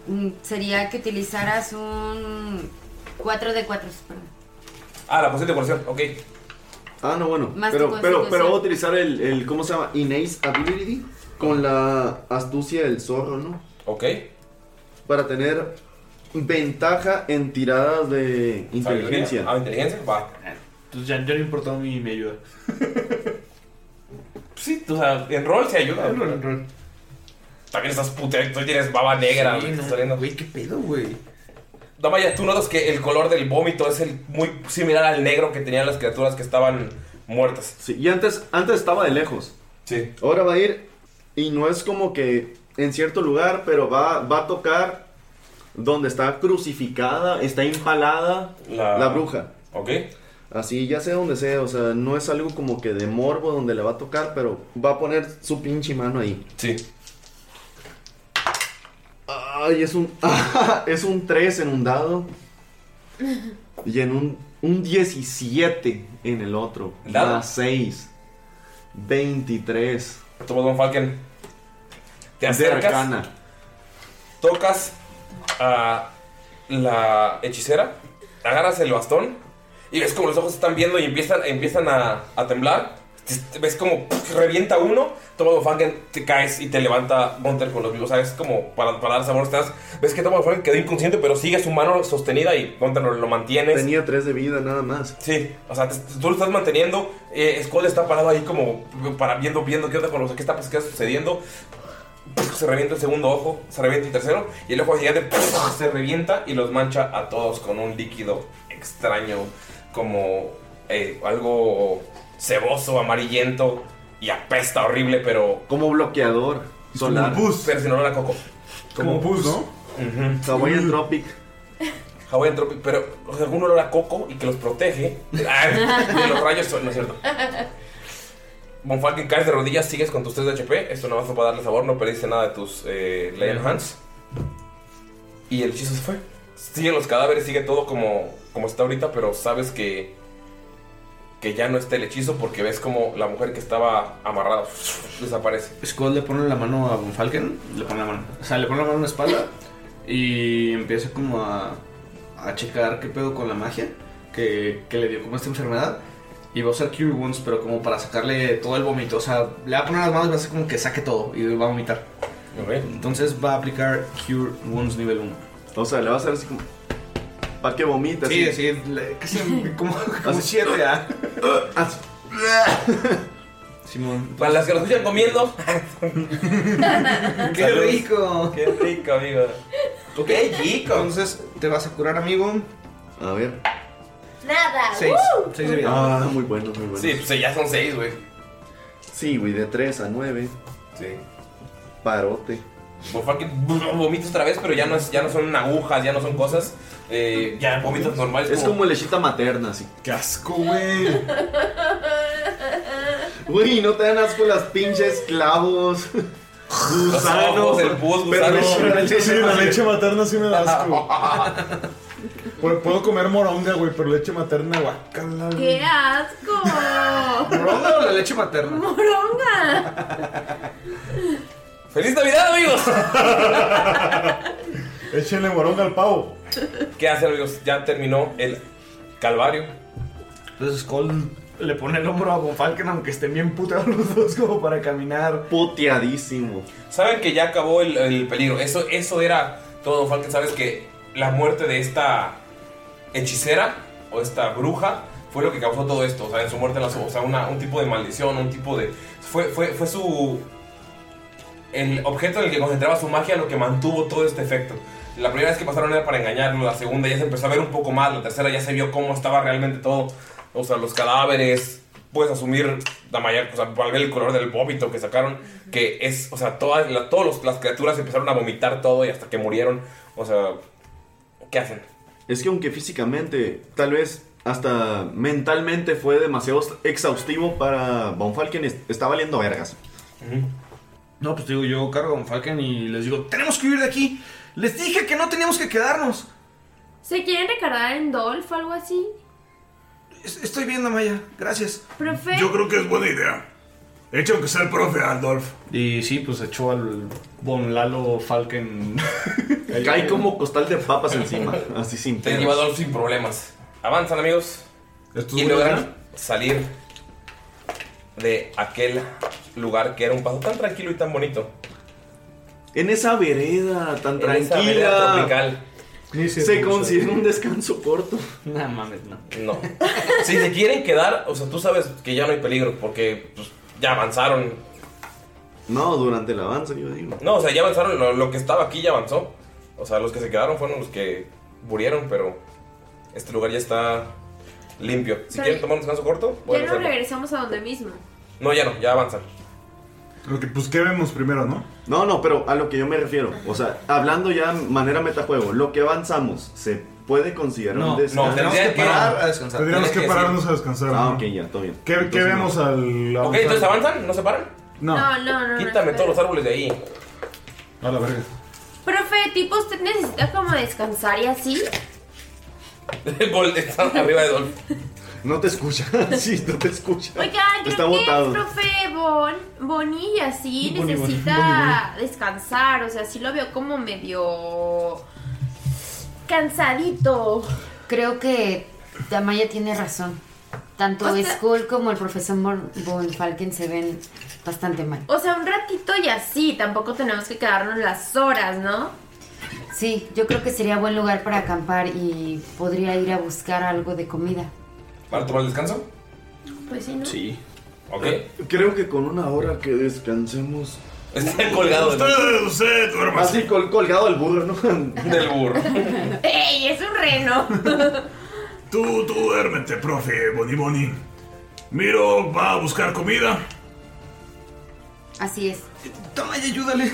Speaker 8: mm, Sería que utilizaras un 4 de 4, perdón.
Speaker 1: Ah, la poción de curación, ok.
Speaker 3: Ah, no, bueno.
Speaker 8: Más
Speaker 3: pero,
Speaker 8: tu
Speaker 3: pero, pero
Speaker 8: constitución.
Speaker 3: voy a utilizar el, el, ¿cómo se llama? Innate Ability con la astucia del zorro, ¿no?
Speaker 1: Ok.
Speaker 3: Para tener ventaja en tiradas de inteligencia.
Speaker 1: Ah, inteligencia, va.
Speaker 13: Entonces ya, ya no importó mi, mi ayuda.
Speaker 1: Sí, o sea, en rol se ayuda.
Speaker 13: En rol,
Speaker 1: También estás puteado, tú tienes baba negra.
Speaker 13: Sí,
Speaker 1: güey,
Speaker 13: no,
Speaker 1: estás saliendo. Güey, qué pedo, güey. Damaya, tú notas que el color del vómito es el muy similar al negro que tenían las criaturas que estaban muertas.
Speaker 3: Sí, y antes, antes estaba de lejos.
Speaker 1: Sí.
Speaker 3: Ahora va a ir y no es como que en cierto lugar, pero va, va a tocar donde está crucificada, está impalada
Speaker 1: La-
Speaker 3: la, bruja.
Speaker 1: Ok.
Speaker 3: Así, ya sea donde sea, o sea, no es algo como que de morbo donde le va a tocar, pero va a poner su pinche mano ahí.
Speaker 1: Sí.
Speaker 3: Ay, es un, es un 3 en un dado y en un, un 17 en el otro.
Speaker 1: ¿Dado?
Speaker 3: Más 6. 23.
Speaker 1: Tomas Don Falken. Te acercas. tocas a la hechicera, agarras el bastón y ves como los ojos están viendo y empiezan, empiezan a, a temblar. Te- Ves como pf, revienta uno, toma Dofangen, te caes y te levanta Gunter con los vivos. O sea, es como para, para dar sabor. Estás, ves que toma Dofangen quedó inconsciente, pero sigue su mano sostenida y Gunter lo, lo mantienes.
Speaker 3: Tenía 3 de vida nada más.
Speaker 1: Sí, o sea, te- tú lo estás manteniendo. Eh, Skull está parado ahí como para viendo, viendo qué onda con los qué está, pues, qué está sucediendo. Pues, Se revienta el segundo ojo, se revienta el tercero y el ojo gigante pues, se revienta y los mancha a todos con un líquido extraño, como eh, algo ceboso, amarillento y apesta horrible, pero
Speaker 3: como bloqueador solar.
Speaker 1: pero sin olor a coco.
Speaker 3: Como pus, ¿no? Hawaiian Tropic.
Speaker 1: Hawaiian Tropic, pero o sea, algún olor a coco y que los protege Ay, de los rayos, sol, no es cierto. Bonfalken caes de rodillas, sigues con tus 3 de HP. Esto no vas para darle sabor, no perdiste nada de tus eh, Lion Hands. Y el hechizo se fue. Siguen los cadáveres, sigue todo como, como está ahorita, pero sabes que, que ya no está el hechizo porque ves como la mujer que estaba amarrada desaparece.
Speaker 13: Skull le pone la mano a Bonfalken, le pone la mano, o sea, le pone la mano en la espalda y empieza como a, a checar qué pedo con la magia que, que le dio como esta enfermedad y va a usar Cure Wounds, pero como para sacarle todo el vómito, o sea, le va a poner las manos y va a hacer como que saque todo y va a vomitar. Entonces va a aplicar Cure Wounds nivel 1.
Speaker 3: O sea, le va a hacer así como... ¿Para que vomita?
Speaker 13: Sí,
Speaker 3: así?
Speaker 13: sí, le- casi como, como 7 a... Simón.
Speaker 1: Para las que lo escuchan comiendo.
Speaker 13: ¡Qué
Speaker 1: Salud.
Speaker 13: rico!
Speaker 1: ¡Qué rico, amigo! ¡Qué rico!
Speaker 13: Entonces te vas a curar, amigo.
Speaker 3: A ver.
Speaker 5: Nada.
Speaker 13: 6.
Speaker 5: ¡Woo!
Speaker 13: 6 de vida.
Speaker 3: Ah, muy bueno, muy bueno.
Speaker 1: Sí, pues ya son 6, güey.
Speaker 3: Sí, güey, de 3 a 9.
Speaker 1: Sí.
Speaker 3: Parote.
Speaker 1: Bonfalken vomitas otra vez, pero ya no, es, ya no son agujas, ya no son cosas. eh, ya vomitas normales.
Speaker 4: Oh.
Speaker 3: Es como lechita materna, así.
Speaker 6: ¡Qué asco, güey!
Speaker 3: Güey, no te dan asco las pinches clavos. Gusanos.
Speaker 1: ojos, el pus,
Speaker 3: Pero
Speaker 1: gusanos.
Speaker 3: leche-
Speaker 6: La leche, sí, la
Speaker 3: materna.
Speaker 6: leche materna sí me da asco. Pu- Puedo comer moronga, güey, pero leche materna, guacala,
Speaker 2: ¡Qué
Speaker 6: güey.
Speaker 2: asco!
Speaker 13: ¿Moronga o la leche materna?
Speaker 2: ¡Moronga!
Speaker 1: ¡Feliz Navidad, amigos!
Speaker 6: Échenle moronga al pavo.
Speaker 1: ¿Qué hacen, amigos? Ya terminó el calvario.
Speaker 13: Entonces Skull le pone el hombro a Bonfalken, aunque estén bien puteados los dos como para caminar.
Speaker 3: Puteadísimo.
Speaker 1: Saben que ya acabó el, el peligro. Eso, eso era todo, Falken. Sabes que la muerte de esta hechicera o esta bruja fue lo que causó todo esto. O sea, en su muerte, las- o sea, una- un tipo de maldición, un tipo de. Fue, fue, fue su. El objeto en el que concentraba su magia lo que mantuvo todo este efecto. La primera vez que pasaron era para engañarlo, la segunda ya se empezó a ver un poco más, la tercera ya se vio cómo estaba realmente todo. O sea, los cadáveres, puedes asumir, la mayor, o sea, al ver el color del vómito que sacaron, que es, o sea, todas la- todos los- las criaturas empezaron a vomitar todo y hasta que murieron. O sea, ¿qué hacen?
Speaker 3: Es que aunque físicamente tal vez hasta mentalmente fue demasiado exhaustivo para Von Falken. es- Está valiendo vergas.
Speaker 4: No, pues te digo, yo cargo a Von Falken y les digo, tenemos que huir de aquí. Les dije que no teníamos que quedarnos.
Speaker 5: ¿Se quieren recargar en Dolph o algo así?
Speaker 4: Es- Estoy viendo, Maya. Gracias.
Speaker 5: Profe.
Speaker 14: Yo creo que es buena idea. Echa aunque sea el profe Adolf.
Speaker 4: Y sí, pues echó al Von Lalo Falken.
Speaker 3: Cae como costal de papas encima. Así sin
Speaker 6: Pues,
Speaker 1: Te lleva Dolph sin problemas. Avanzan, amigos.
Speaker 6: ¿Estos
Speaker 1: Y
Speaker 6: güeyes
Speaker 1: logran salir de aquel lugar que era un paso tan tranquilo y tan bonito.
Speaker 3: En esa vereda tan
Speaker 1: En esa
Speaker 3: tranquila.
Speaker 1: vereda tropical.
Speaker 3: Se considera un descanso corto.
Speaker 4: No mames, no.
Speaker 1: No. si se quieren quedar, o sea, tú sabes que ya no hay peligro porque pues, ya avanzaron.
Speaker 3: No, durante el avance, yo digo.
Speaker 1: No, o sea, ya avanzaron. Lo, lo que estaba aquí ya avanzó. O sea, los que se quedaron fueron los que murieron, pero este lugar ya está limpio. Si
Speaker 5: Pero
Speaker 1: quieren
Speaker 5: ya-
Speaker 1: tomar un descanso corto,
Speaker 5: Ya
Speaker 1: pueden
Speaker 5: no
Speaker 1: hacerlo.
Speaker 5: regresamos a donde mismo.
Speaker 1: No, ya no, ya avanzan.
Speaker 3: pues qué vemos primero, ¿no? No, no, pero a lo que yo me refiero. O sea, hablando ya de manera metajuego, lo que avanzamos se puede considerar
Speaker 6: No,
Speaker 3: un descanso.
Speaker 6: no, tendría que parar a descansar. Tendríamos que pararnos
Speaker 3: a descansar. Ah, ok, ya, todo bien.
Speaker 6: ¿Qué, qué vemos al.?
Speaker 1: Ok, entonces avanzan, no se paran.
Speaker 6: No.
Speaker 5: No, no, no.
Speaker 1: Quítame
Speaker 5: no,
Speaker 1: todos los árboles de ahí.
Speaker 6: A la verga.
Speaker 5: Profe, tipo, usted necesita como descansar y así.
Speaker 1: Gol, están arriba de Dolph.
Speaker 3: No te escucha. sí, no te escucha.
Speaker 5: Oigan, creo
Speaker 3: Está
Speaker 5: que
Speaker 3: botado.
Speaker 5: profe Bon, Bonnie y así
Speaker 3: Boni, Boni,
Speaker 5: necesita
Speaker 3: Boni,
Speaker 5: descansar. O sea, sí lo veo como medio cansadito.
Speaker 8: Creo que Damaya tiene razón. Tanto Skull como el profesor Von Von Falken se ven bastante mal.
Speaker 5: O sea, un ratito y así. Tampoco tenemos que quedarnos las horas, ¿no?
Speaker 8: Sí, yo creo que sería buen lugar para acampar y podría ir a buscar algo de comida.
Speaker 1: ¿Para tomar el descanso?
Speaker 5: Pues sí, ¿no?
Speaker 3: Sí.
Speaker 1: Ok.
Speaker 3: Creo que con una hora que descansemos.
Speaker 1: Está colgado del burro.
Speaker 3: Usted, duerma
Speaker 4: Pues
Speaker 3: Así col- colgado del burro, ¿no?
Speaker 1: Del burro.
Speaker 5: ¡Ey! Es un reno.
Speaker 14: Tú, tú duérmete, profe Boni Boni. Miro va a buscar comida.
Speaker 8: Así es.
Speaker 4: Toma y ayúdale.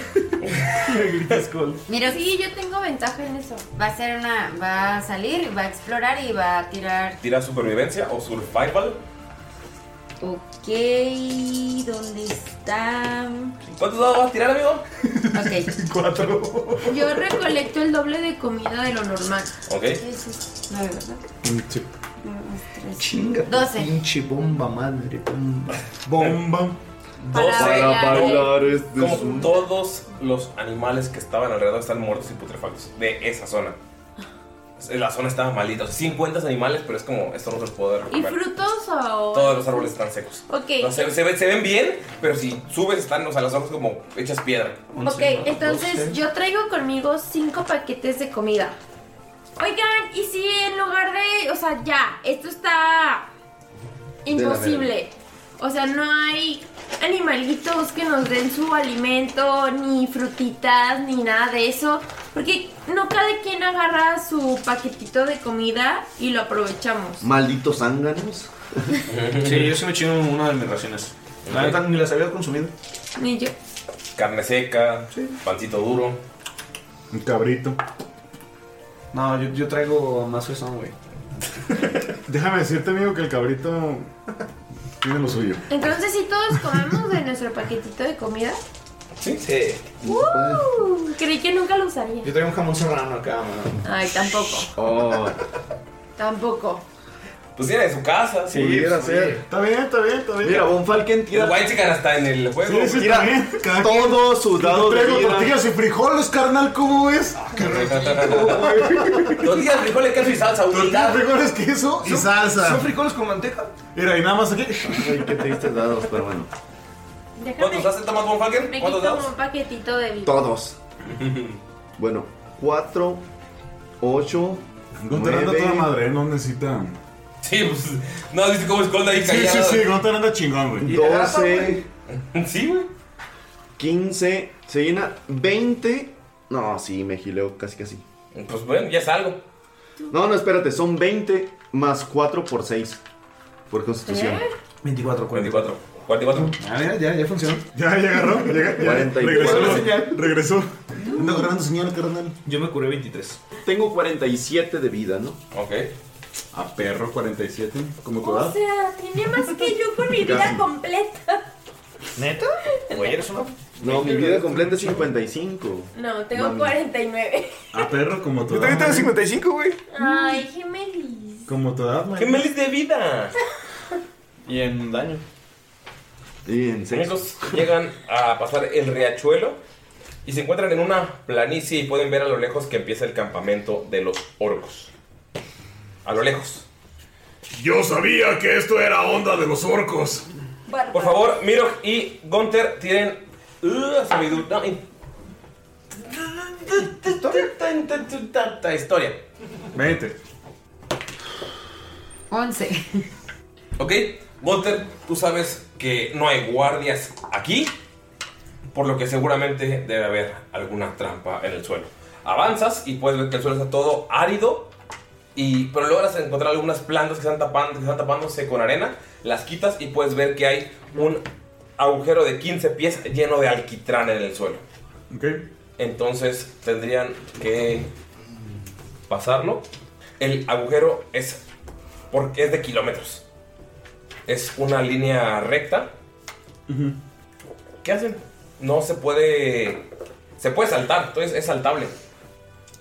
Speaker 4: Le grita Skull.
Speaker 8: Mira,
Speaker 5: sí, yo tengo ventaja en eso.
Speaker 8: Va a ser una, va a salir, va a explorar y va a tirar.
Speaker 1: Tira supervivencia o survival.
Speaker 8: Ok, ¿dónde está?
Speaker 1: ¿Cuántos dados vas a tirar, amigo?
Speaker 8: Ok.
Speaker 1: Cuatro.
Speaker 5: Yo recolecto el doble de comida de lo normal.
Speaker 1: Ok.
Speaker 5: Eso es- No, de verdad.
Speaker 3: Chinga. tu
Speaker 5: Doce.
Speaker 3: Pinche bomba, madre. Bomba. Bomba.
Speaker 1: Doce.
Speaker 3: Para bailar este
Speaker 1: Como
Speaker 3: son-
Speaker 1: todos los animales que estaban alrededor están muertos y putrefactos de esa zona. La zona estaba maldita. O sea, sí encuentras animales, pero es como, esto no se los puedo dar.
Speaker 5: ¿Y frutos o...?
Speaker 1: Todos los árboles están secos.
Speaker 5: Ok.
Speaker 1: O sea, se, se ven, se ven bien, pero si subes están, o sea, las hojas como hechas piedra.
Speaker 5: Ok, entonces yo traigo conmigo cinco paquetes de comida. Oigan, y si en lugar de. O sea, ya, esto está. Imposible. O sea, no hay animalitos que nos den su alimento, ni frutitas, ni nada de eso. Porque no cada quien agarra su paquetito de comida y lo aprovechamos.
Speaker 3: Malditos zánganos.
Speaker 4: Sí, yo sí me chingo una de mis raciones. La neta ni las había consumido.
Speaker 5: Ni yo.
Speaker 1: Carne seca, pancito duro.
Speaker 6: Un cabrito.
Speaker 4: No, yo, yo traigo más eso, güey.
Speaker 6: Déjame decirte, amigo, que el cabrito tiene lo suyo.
Speaker 5: Entonces, si todos comemos de nuestro paquetito de comida.
Speaker 1: Sí, sí.
Speaker 5: ¡Uh! Creí que nunca lo usaría.
Speaker 4: Yo traigo un jamón serrano acá, mano.
Speaker 5: Ay, tampoco. Tampoco.
Speaker 1: Pues tiene de su casa.
Speaker 6: Sí, Pudiera pues, ser.
Speaker 3: Está bien, está bien, está bien. Mira, Von Falken tira.
Speaker 1: El White Chicken hasta en el juego.
Speaker 3: tira todos sus dados de
Speaker 6: Traigo
Speaker 3: vida.
Speaker 6: tortillas y frijoles, carnal, ¿cómo es?
Speaker 1: Tortillas, frijoles, queso y salsa.
Speaker 6: Tortillas, frijoles, queso y salsa.
Speaker 4: ¿Son frijoles con manteca?
Speaker 6: Mira, y nada más aquí.
Speaker 3: Ay, qué tristes dados, pero bueno.
Speaker 5: Déjame-
Speaker 1: ¿Cuántos haces Tomás Von Falken?
Speaker 5: Me
Speaker 1: ¿Cuántos
Speaker 5: quito
Speaker 1: dados?
Speaker 5: como un paquetito de vida.
Speaker 3: Todos. Bueno, 4, 8,
Speaker 6: Gunter anda toda
Speaker 3: 9,
Speaker 6: madre, no necesita.
Speaker 1: Sí, pues. No has visto cómo esconde ahí
Speaker 6: Sí,
Speaker 1: callado.
Speaker 6: sí, sí, Gunter anda chingón, güey.
Speaker 3: 12,
Speaker 1: Sí, güey.
Speaker 3: 15, se llena 20. No, sí, me gileo casi casi.
Speaker 1: Pues bueno, ya es algo.
Speaker 3: No, no, espérate, son 20 más 4 por 6. Por constitución.
Speaker 4: 24,
Speaker 1: 44. 44.
Speaker 4: Ah, mira, ya, ya funcionó.
Speaker 6: Ya, ya agarró. Ya, ya.
Speaker 3: 44.
Speaker 6: Regresó la señal. Regresó. Ando grabando señal, carnal.
Speaker 4: Yo me curé 23.
Speaker 3: Tengo 47 de vida, ¿no?
Speaker 1: Ok.
Speaker 6: A perro 47, como tu
Speaker 5: O
Speaker 6: edad.
Speaker 5: sea, tiene más que yo con mi vida
Speaker 6: Casi.
Speaker 5: completa.
Speaker 6: ¿Neta?
Speaker 13: Güey, eres una.
Speaker 3: No, mi vida completa es 55.
Speaker 5: No, tengo
Speaker 3: Mami.
Speaker 5: 49.
Speaker 6: A perro como tu
Speaker 3: Yo
Speaker 6: edad.
Speaker 3: también tengo
Speaker 13: 55, güey.
Speaker 5: Ay, gemelis.
Speaker 6: Como tu edad,
Speaker 1: ¡Qué melis de vida!
Speaker 13: Y en daño.
Speaker 3: Y en
Speaker 1: Amigos, llegan a pasar el riachuelo y se encuentran en una planicie y pueden ver a lo lejos que empieza el campamento de los orcos. A lo lejos.
Speaker 12: Yo sabía que esto era onda de los orcos.
Speaker 1: Por favor, Mirok y Gunther tienen uh, sabidu- no, in- tanta historia.
Speaker 6: 20.
Speaker 8: 11.
Speaker 1: Ok, Gunther, tú sabes que no hay guardias aquí, por lo que seguramente debe haber alguna trampa en el suelo. Avanzas y puedes ver que el suelo está todo árido, y, pero logras encontrar algunas plantas que están, tapando, que están tapándose con arena, las quitas y puedes ver que hay un agujero de 15 pies lleno de alquitrán en el suelo.
Speaker 6: Ok.
Speaker 1: Entonces tendrían que pasarlo. El agujero es porque es de kilómetros. Es una línea recta. ¿Qué hacen? No se puede. Se puede saltar, entonces es saltable.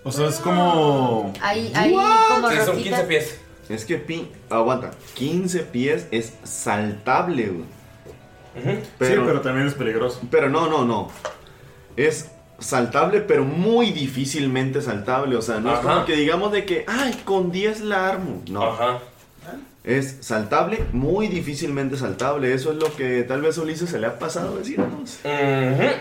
Speaker 6: O sea, es como.
Speaker 8: Ahí, ahí, como
Speaker 1: Sí, son
Speaker 8: roquitas.
Speaker 1: 15 pies.
Speaker 3: Es que pi... Aguanta. 15 pies es saltable, güey.
Speaker 6: Sí, pero también es peligroso.
Speaker 3: Pero no, no, no. Es saltable, pero muy difícilmente saltable. O sea, no es
Speaker 1: Ajá.
Speaker 3: como que digamos de que, ay, con 10 la armo. No.
Speaker 1: Ajá.
Speaker 3: Es saltable, muy difícilmente saltable. Eso es lo que tal vez a Ulises se le ha pasado decirnos.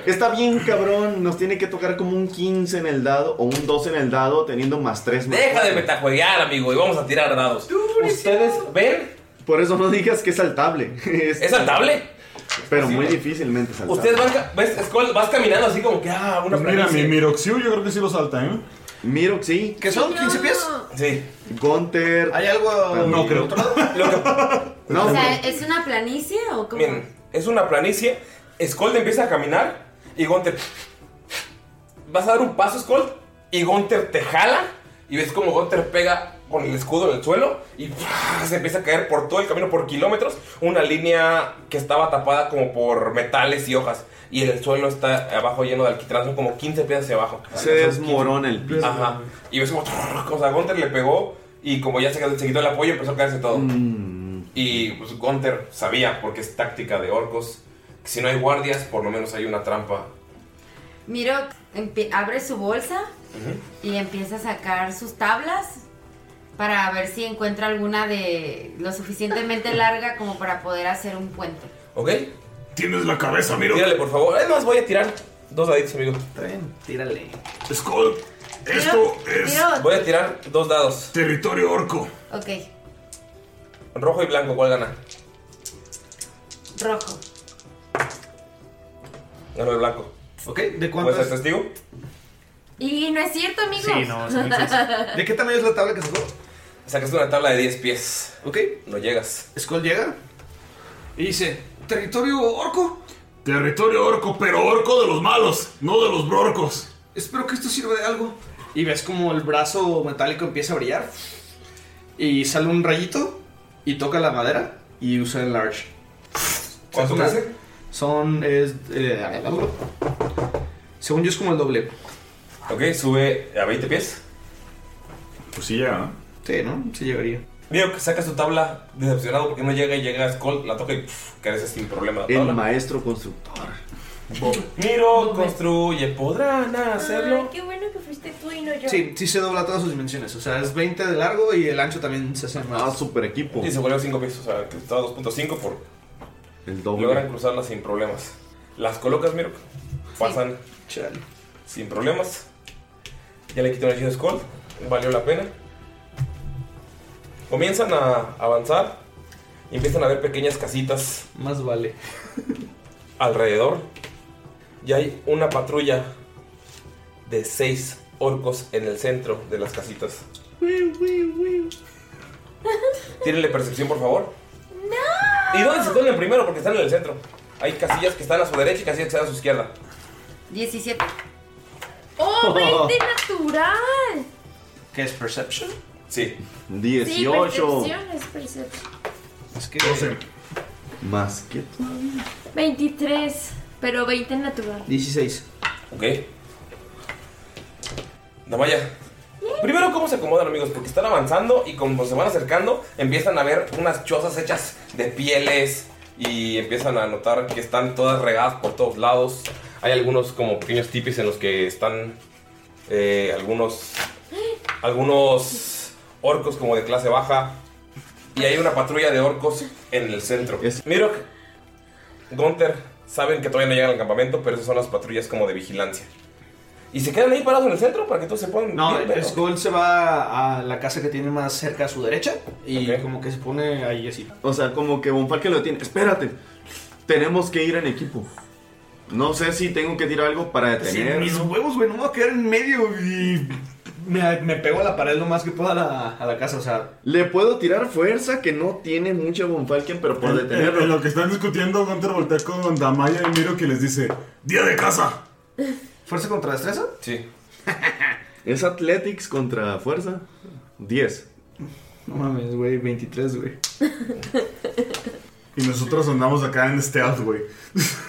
Speaker 3: Está bien, cabrón. Nos tiene que tocar como un 15 en el dado o un 12 en el dado, teniendo más 3.
Speaker 1: Deja de metajueguear, amigo, y vamos a tirar dados. Ustedes ven.
Speaker 3: Por eso no digas que es saltable. Es,
Speaker 1: ¿Es saltable?
Speaker 3: Pero muy difícilmente saltable.
Speaker 1: Ustedes van, ca- ves, Skull, vas caminando así como que, ah, una
Speaker 6: Pues mira, mi
Speaker 1: planicie.
Speaker 6: Miroxiu yo creo que sí lo salta, ¿eh?
Speaker 3: Miro, sí.
Speaker 13: ¿Qué son? ¿15 pies?
Speaker 1: Sí.
Speaker 3: Gunter.
Speaker 13: ¿Hay algo.?
Speaker 6: No creo.
Speaker 3: No,
Speaker 8: O sea, ¿es una planicie o cómo?
Speaker 1: Miren, es una planicie. Scold empieza a caminar y Gunther. Vas a dar un paso, Scold, y Gunther te jala. Y ves como Gunther pega con el escudo en el suelo y ¡fua! se empieza a caer por todo el camino, por kilómetros. Una línea que estaba tapada como por metales y hojas. Y el suelo está abajo lleno de alquitrán, son como 15 pies hacia abajo.
Speaker 3: Se desmorona el piso.
Speaker 1: Ajá. Y ves como. ¡trrr! O sea, Gunther le pegó y como ya se, quedó- se quitó el apoyo, empezó a caerse todo.
Speaker 3: Mm.
Speaker 1: Y pues Gunther sabía, porque es táctica de orcos, que si no hay guardias, por lo menos hay una trampa.
Speaker 8: Miro, empie- abre su bolsa y empieza a sacar sus tablas para ver si encuentra alguna de lo suficientemente larga como para poder hacer un puente.
Speaker 1: ¿Ok?
Speaker 12: Tienes la cabeza, miro.
Speaker 1: Tírale, por favor. Además, voy a tirar dos daditos, amigo.
Speaker 13: Tírale.
Speaker 12: Skull, esto es
Speaker 8: Miro,
Speaker 1: Voy a tirar dos dados.
Speaker 12: territorio orco.
Speaker 8: ok,
Speaker 1: Rojo y blanco, ¿cuál gana?
Speaker 8: rojo.
Speaker 1: Gano el blanco.
Speaker 13: Ok, ¿de
Speaker 1: ¿Puedes ser
Speaker 13: cuántas?
Speaker 1: testigo?
Speaker 2: Y no es cierto, amigos.
Speaker 4: Sí, no, es muy sencillo.
Speaker 13: ¿De qué tamaño es la tabla que sacó?
Speaker 1: Sacaste una tabla de 10 pies.
Speaker 13: Ok,
Speaker 1: No llegas.
Speaker 13: Skull llega y dice: ¿Territorio orco?
Speaker 12: Territorio orco, pero orco de los malos, no de los brorcos.
Speaker 13: Espero que esto sirva de algo. Y ves como el brazo metálico empieza a brillar. Y sale un rayito y toca la madera y usa el large.
Speaker 1: ¿Cuánto te
Speaker 13: Una-
Speaker 1: hace?
Speaker 13: Son. Es, eh, según yo es como el doble.
Speaker 1: Ok, sube a 20 pies.
Speaker 6: Pues sí llega, ¿no?
Speaker 13: Sí, ¿no? Se llegaría.
Speaker 1: Miro que sacas tu tabla decepcionado porque no llega y llega a Skull, la toca y pff, careces sin problema. la
Speaker 3: El
Speaker 1: tabla.
Speaker 3: maestro constructor.
Speaker 1: Miro construye, podrán
Speaker 5: Ay,
Speaker 1: hacerlo.
Speaker 5: qué bueno que fuiste tú y no yo.
Speaker 13: Sí, sí se dobla todas sus dimensiones. O sea, es 20 de largo y el ancho también se hace
Speaker 3: Ah,
Speaker 13: más.
Speaker 3: super equipo.
Speaker 1: Y se volvió 5 pies, o sea, que está 2.5 por.
Speaker 3: El doble.
Speaker 1: Logran cruzarlas sin problemas. Las colocas, Miro. Pasan
Speaker 13: Chale.
Speaker 1: sin problemas. Ya le quito el de Skull. Valió la pena. Comienzan a avanzar. Y empiezan a ver pequeñas casitas
Speaker 13: Más vale.
Speaker 1: alrededor. Y hay una patrulla de 6 orcos en el centro de las casitas. Tírenle percepción, por favor. ¿Y dónde se esconden primero? Porque están en el centro. Hay casillas que están a su derecha y casillas que están a su izquierda.
Speaker 8: 17.
Speaker 5: ¡Oh, 20 natural!
Speaker 13: ¿Qué es Perception?
Speaker 1: Sí.
Speaker 3: 18.
Speaker 5: Sí, percepción es percepción.
Speaker 3: Es que 12. Más que tú.
Speaker 5: 23, pero 20 natural.
Speaker 3: 16.
Speaker 1: Ok. Damaya. Primero, ¿cómo se acomodan, amigos? Porque están avanzando y como se van acercando, empiezan a ver unas chozas hechas de pieles y empiezan a notar que están todas regadas por todos lados. Hay algunos como pequeños tipis en los que están eh, algunos algunos orcos como de clase baja y hay una patrulla de orcos en el centro. Mirok, Gunther, saben que todavía no llegan al campamento, pero esas son las patrullas como de vigilancia. ¿Y se quedan ahí parados en el centro para que todos se puedan
Speaker 4: No,
Speaker 1: ir, pero-
Speaker 4: Skull se va a la casa que tiene más cerca a su derecha y como que se pone ahí así.
Speaker 3: O sea, como que Bonfalque lo tiene. Espérate. Tenemos que ir en equipo. No sé si tengo que tirar algo para
Speaker 4: Sí,
Speaker 3: detener.
Speaker 4: mis huevos, güey, no me voy a quedar en medio y me, me pego a la pared lo más que pueda a la, a la casa, o sea.
Speaker 3: Le puedo tirar fuerza que no tiene mucho Bonfalken, pero por
Speaker 6: En,
Speaker 3: detenerlo.
Speaker 6: en Eh, lo que están discutiendo, Gunter voltea con Damaya y Miro que les dice: ¡Día de casa!
Speaker 4: ¿Fuerza contra destreza?
Speaker 1: Sí.
Speaker 3: ¿Es Athletics contra fuerza? 10.
Speaker 4: No mames, güey, 23, güey.
Speaker 6: Y nosotros andamos acá en stealth, güey.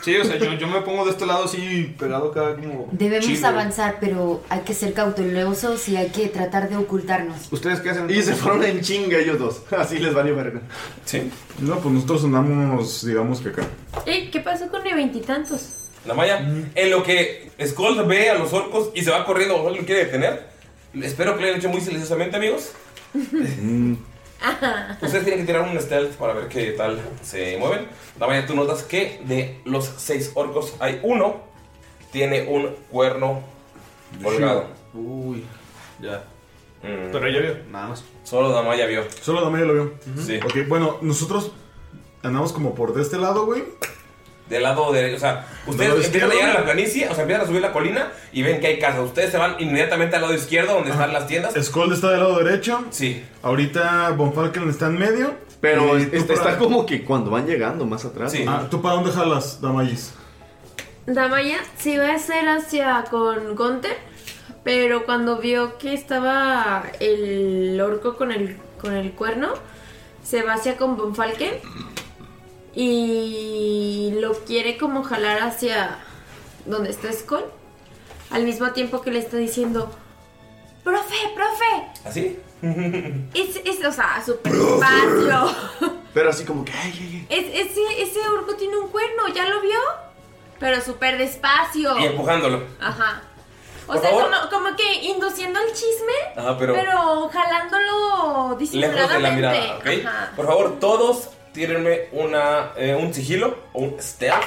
Speaker 4: Sí, o sea, yo, yo me pongo de este lado así pegado acá como.
Speaker 8: Debemos
Speaker 4: chill, güey.
Speaker 8: avanzar, pero hay que ser cautelosos y hay que tratar de ocultarnos.
Speaker 4: ¿Ustedes qué hacen?
Speaker 3: Y se fueron en chinga ellos dos. Así les valió verga.
Speaker 1: Sí.
Speaker 6: No, pues nosotros andamos, digamos que acá.
Speaker 5: Ey, ¿qué pasó con el veintitantos?
Speaker 1: La malla.
Speaker 6: Mm.
Speaker 1: En lo que Skull ve a los orcos y se va corriendo, Skull lo quiere detener. Espero que lo hayan hecho muy silenciosamente, amigos.
Speaker 6: Mm.
Speaker 1: Ustedes tienen que tirar un stealth para ver qué tal se mueven. La malla, tú notas que de los seis orcos hay uno tiene un cuerno colgado.
Speaker 4: Uy, ya.
Speaker 1: Pero
Speaker 4: ella vio. Nada más.
Speaker 1: Solo Damaya vio.
Speaker 6: Solo Damaya lo vio.
Speaker 1: Sí.
Speaker 6: Ok, bueno, nosotros andamos como por de este lado, güey.
Speaker 1: Del lado derecho, o sea,
Speaker 6: Del lado
Speaker 1: ustedes empiezan a llegar a la
Speaker 6: izquierdo.
Speaker 1: planicie, o sea, empiezan a subir la colina y ven que hay casas. Ustedes se van inmediatamente al lado izquierdo donde
Speaker 6: Ah.
Speaker 1: están las tiendas.
Speaker 6: Skull está del lado derecho.
Speaker 1: Sí.
Speaker 6: Ahorita Bonfalken está en medio.
Speaker 3: Pero
Speaker 6: Y
Speaker 3: es-
Speaker 6: tú
Speaker 3: está,
Speaker 6: para-
Speaker 3: está como que cuando van llegando más atrás.
Speaker 6: Sí. Ah, ¿Tú para dónde jalas, Damayis?
Speaker 5: Damaya se iba a hacer hacia con Gunther, pero cuando vio que estaba el orco con el, con el cuerno, se va hacia con Bonfalken y lo quiere como jalar hacia donde está Skull, al mismo tiempo que le está diciendo, profe, profe,
Speaker 1: ¿Así?
Speaker 5: es, es o sea, súper despacio.
Speaker 3: Pero así como que, ay, ay,
Speaker 5: Es- ese, ese orco tiene un cuerno, ¿ya lo vio? Pero súper despacio.
Speaker 1: Y empujándolo.
Speaker 5: Ajá. O
Speaker 1: Por
Speaker 5: sea,
Speaker 1: favor.
Speaker 5: como, como que induciendo el chisme,
Speaker 1: Ajá, pero-
Speaker 5: pero... jalándolo
Speaker 1: Lejos de la
Speaker 5: disimuladamente.
Speaker 1: mirada, ¿ok?
Speaker 5: Ajá.
Speaker 1: Por favor, todos tírenme una, eh, un sigilo o un stealth.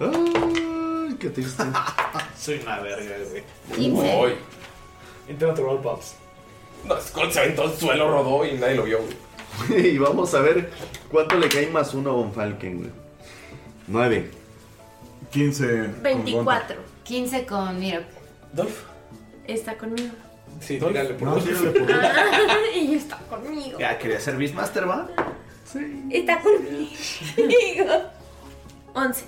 Speaker 3: ay. Qué triste.
Speaker 4: Soy una verga, güey.
Speaker 1: Quince. Uy.
Speaker 4: Internatural Pops.
Speaker 1: No, Skull se aventó al suelo, rodó y nadie lo vio. güey.
Speaker 3: y vamos a ver cuánto le cae más uno a Bonfalken, güey. 9.
Speaker 6: 15.
Speaker 5: 24.
Speaker 8: 15 con Miro.
Speaker 1: Dolph.
Speaker 5: Está conmigo.
Speaker 4: Sí, tírale por
Speaker 6: No, tírale por
Speaker 5: y está conmigo.
Speaker 4: Ya, quería ser Beastmaster, ¿va?
Speaker 5: Está conmigo. 11.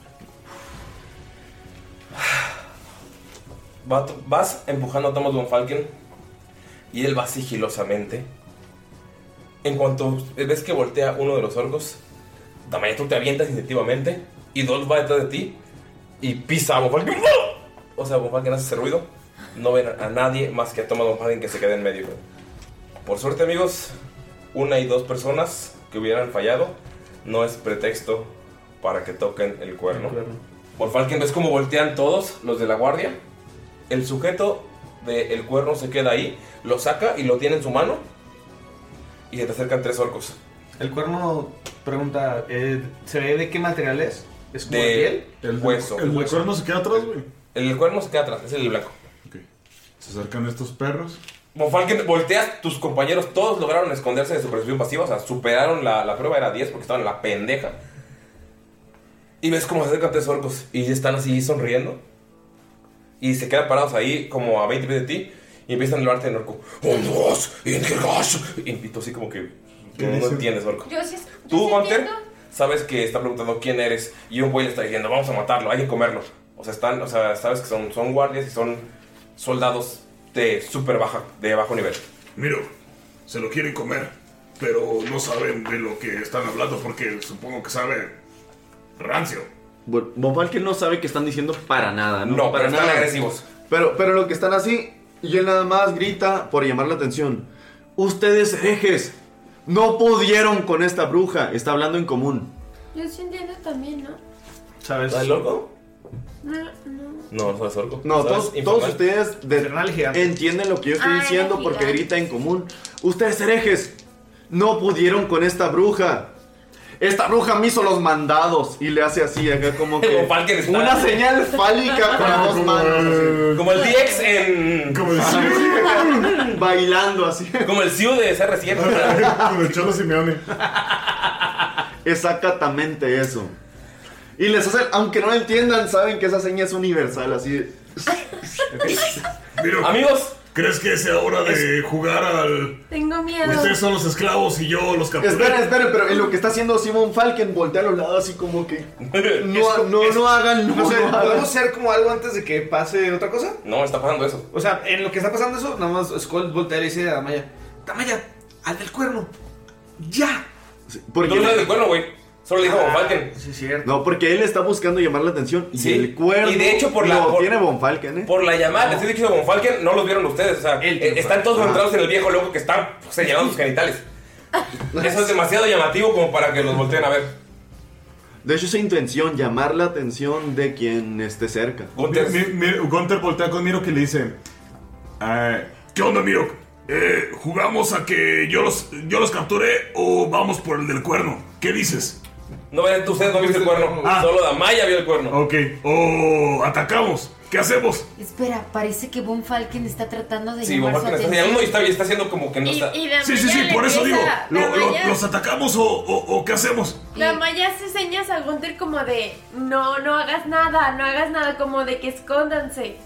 Speaker 1: Va- vas empujando a Thomas von Falken y él va sigilosamente. En cuanto ves que voltea uno de los orcos, Damaya, tú te avientas instintivamente y Dolph va detrás de ti y pisa a von Falken. ¡No! O sea, von Falken hace ese ruido. No ven a nadie más que a Thomas von Falken que se queda en medio. Por suerte, amigos, una y dos personas que hubieran fallado no es pretexto para que toquen el cuerno. Por Falken ves cómo voltean todos los de la guardia. El sujeto del cuerno se queda ahí, lo saca y lo tiene en su mano. Y se te acercan tres orcos.
Speaker 4: El cuerno pregunta, eh, ¿se ve de qué material es? ¿Es como de
Speaker 1: De
Speaker 4: piel?
Speaker 1: el hueso.
Speaker 6: ¿El cuerno se queda atrás, güey?
Speaker 1: El cuerno se queda atrás, es el blanco.
Speaker 6: Se acercan estos perros.
Speaker 1: Monfalken, volteas, tus compañeros todos lograron esconderse de su percepción pasiva, o sea, superaron la, la prueba, era 10 porque estaban en la pendeja. Y ves cómo se acercan tres orcos y están así sonriendo. Y se quedan parados ahí como a 20 pies de ti y empiezan a hablarte en orco. ¡Un, dos, en qué gas! Y tú así como que
Speaker 6: ¿Qué
Speaker 1: no, no
Speaker 6: dicen?
Speaker 1: entiendes, orco.
Speaker 5: Yo sí, es- yo
Speaker 1: Tú,
Speaker 5: sí
Speaker 1: Gunter,
Speaker 5: entiendo.
Speaker 1: sabes que está preguntando quién eres y un güey le está diciendo, vamos a matarlo, hay que comerlo. O sea, están, o sea, sabes que son, son guardias y son soldados de súper baja, de bajo nivel.
Speaker 12: Miro, se lo quieren comer, pero no saben de lo que están hablando porque supongo que sabe rancio.
Speaker 3: Bueno, Von Falken no sabe que están diciendo para nada, ¿no?
Speaker 1: No,
Speaker 3: para
Speaker 1: pero están agresivos.
Speaker 3: Pero, pero lo que están así, y él nada más grita por llamar la atención. Ustedes herejes, no pudieron con esta bruja. Está hablando en común.
Speaker 5: Yo sí entiendo también, ¿no?
Speaker 3: ¿Sabes?
Speaker 1: ¿Estás loco?
Speaker 5: No, no.
Speaker 1: No, no es orco.
Speaker 3: No,
Speaker 1: ¿Sabes?
Speaker 3: todos,
Speaker 1: Informal.
Speaker 3: todos ustedes de- entienden lo que yo estoy
Speaker 5: Ah,
Speaker 3: diciendo
Speaker 5: era
Speaker 3: porque
Speaker 5: gigante.
Speaker 3: grita en común. Ustedes herejes, no pudieron con esta bruja. Esta bruja me hizo los mandados y le hace así, acá como que una señal fálica con las dos manos.
Speaker 1: Como el DX en. Como el
Speaker 3: Bailando así.
Speaker 1: Como el Siu de CR7.
Speaker 3: Como el Cholo Simeone. Exactamente eso. Y les hace, aunque no lo entiendan, saben que esa seña es universal, así. de-
Speaker 1: Amigos,
Speaker 12: ¿crees que sea hora de jugar al...
Speaker 5: Tengo miedo.
Speaker 6: Pues
Speaker 12: Ustedes son los esclavos y yo los capturé?
Speaker 3: Esperen, esperen, pero en lo que está haciendo Simon Falken, voltea a los lados así como que. No,
Speaker 13: Es-
Speaker 3: no,
Speaker 13: es-
Speaker 3: no hagan, no,
Speaker 13: No sé,
Speaker 3: no hagan.
Speaker 13: ¿podemos hacer como algo antes de que pase otra cosa?
Speaker 1: No, está pasando eso.
Speaker 13: O sea, en lo que está pasando eso, nada más Skull voltea y le dice a Damaya: Damaya, al del cuerno, ya.
Speaker 3: Porque
Speaker 1: No, no es del cuerno, güey. Solo le
Speaker 3: Ah.
Speaker 1: dijo Von Falken.
Speaker 13: Sí, cierto.
Speaker 3: No, porque él está buscando llamar la atención y
Speaker 1: Sí,
Speaker 3: el cuerno.
Speaker 1: y de hecho por la-
Speaker 3: lo
Speaker 1: por-
Speaker 3: tiene Von Falken, ¿eh?
Speaker 1: Por la llamada, les he dicho de Von Falken, no los vieron ustedes. O sea, eh, están todos
Speaker 3: Ajá.
Speaker 1: centrados en el viejo loco que está señalando sus genitales. Eso es demasiado llamativo como para que los volteen a ver.
Speaker 3: De hecho, esa intención, llamar la atención de quien esté cerca.
Speaker 6: Gunter, mi- mi- Gunter voltea con Miro que le dice: "Ah,
Speaker 12: ¿Qué onda, Mirok? Eh, ¿Jugamos a que yo los, yo los capturé o vamos por el del cuerno? ¿Qué dices?
Speaker 1: No, ustedes no viste el cuerno. Solo Damaya vio el cuerno.
Speaker 12: Ok. ¿O atacamos? ¿Qué hacemos?
Speaker 8: Espera, parece que Von Falken está tratando de
Speaker 1: Sí, Von
Speaker 8: llamar su
Speaker 1: Falken está
Speaker 8: atención.
Speaker 1: señalando y está, y está haciendo como que no
Speaker 5: Y-
Speaker 1: está.
Speaker 5: y Damaya Sí, sí, sí, le por eso empieza- digo, lo- lo- Damaya- los
Speaker 12: atacamos o, qué hacemos?
Speaker 5: La Maya hace señas a Gunther como de no, no hagas nada, no hagas nada, como de que escóndanse.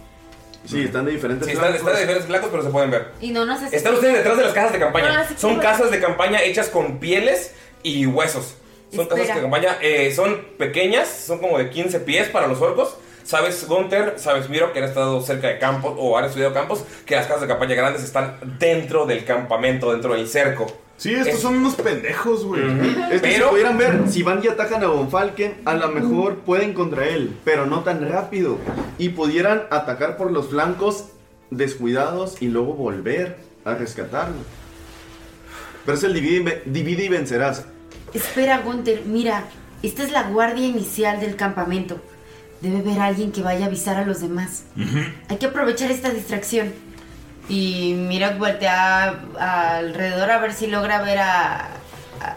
Speaker 3: Sí, están de diferentes
Speaker 1: Sí, están,
Speaker 3: flancos.
Speaker 1: están de diferentes blancos, pero se pueden ver.
Speaker 8: Y no nos hace-
Speaker 1: Están ustedes detrás de las cajas de
Speaker 8: No,
Speaker 1: campaña.
Speaker 8: así que
Speaker 1: Son
Speaker 8: no.
Speaker 1: casas de campaña hechas con pieles y huesos. Son casas
Speaker 8: Espera.
Speaker 1: de campaña, eh, son pequeñas, son como de 15 pies para los orcos. Sabes, Gunter, sabes, Miro, que han estado cerca de campos o han estudiado campos, que las casas de campaña grandes están dentro del campamento, dentro del cerco.
Speaker 6: Sí, estos
Speaker 1: Es-
Speaker 6: son unos pendejos, güey.
Speaker 3: Es que
Speaker 1: Pero-
Speaker 3: si pudieran ver, si van y atacan a Von Falken, a lo mejor pueden contra él, pero no tan rápido. Y pudieran atacar por los flancos descuidados y luego volver a rescatarlo. Pero es el divide y, ve- divide y vencerás.
Speaker 8: Espera, Gunther, mira, esta es la guardia inicial del campamento. Debe haber alguien que vaya a avisar a los demás. Hay que aprovechar esta distracción. Y Mirak voltea alrededor a ver si logra ver a, a-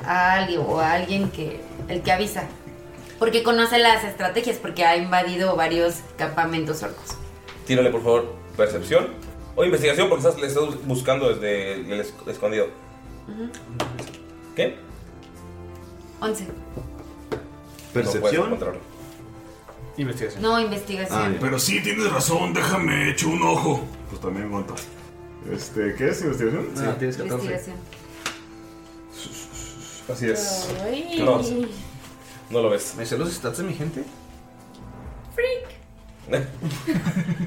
Speaker 8: a alguien o a alguien que el que avisa. Porque conoce las estrategias, porque ha invadido varios campamentos orcos.
Speaker 1: Tírale, por favor, percepción o investigación, porque estás, le estás buscando desde el esc- escondido.
Speaker 8: Ujú.
Speaker 1: ¿Qué?
Speaker 8: Once.
Speaker 1: ¿Percepción?
Speaker 12: Investigación.
Speaker 8: No,
Speaker 3: Ah,
Speaker 8: investigación.
Speaker 12: pero sí, tienes razón, déjame echo un ojo. Pues también aguanta.
Speaker 6: Este, ¿Qué es investigación?
Speaker 12: Ah, tienes
Speaker 8: investigación.
Speaker 6: Así es.
Speaker 5: Ay.
Speaker 1: No, no lo ves.
Speaker 13: ¿Me sé los stats de mi gente?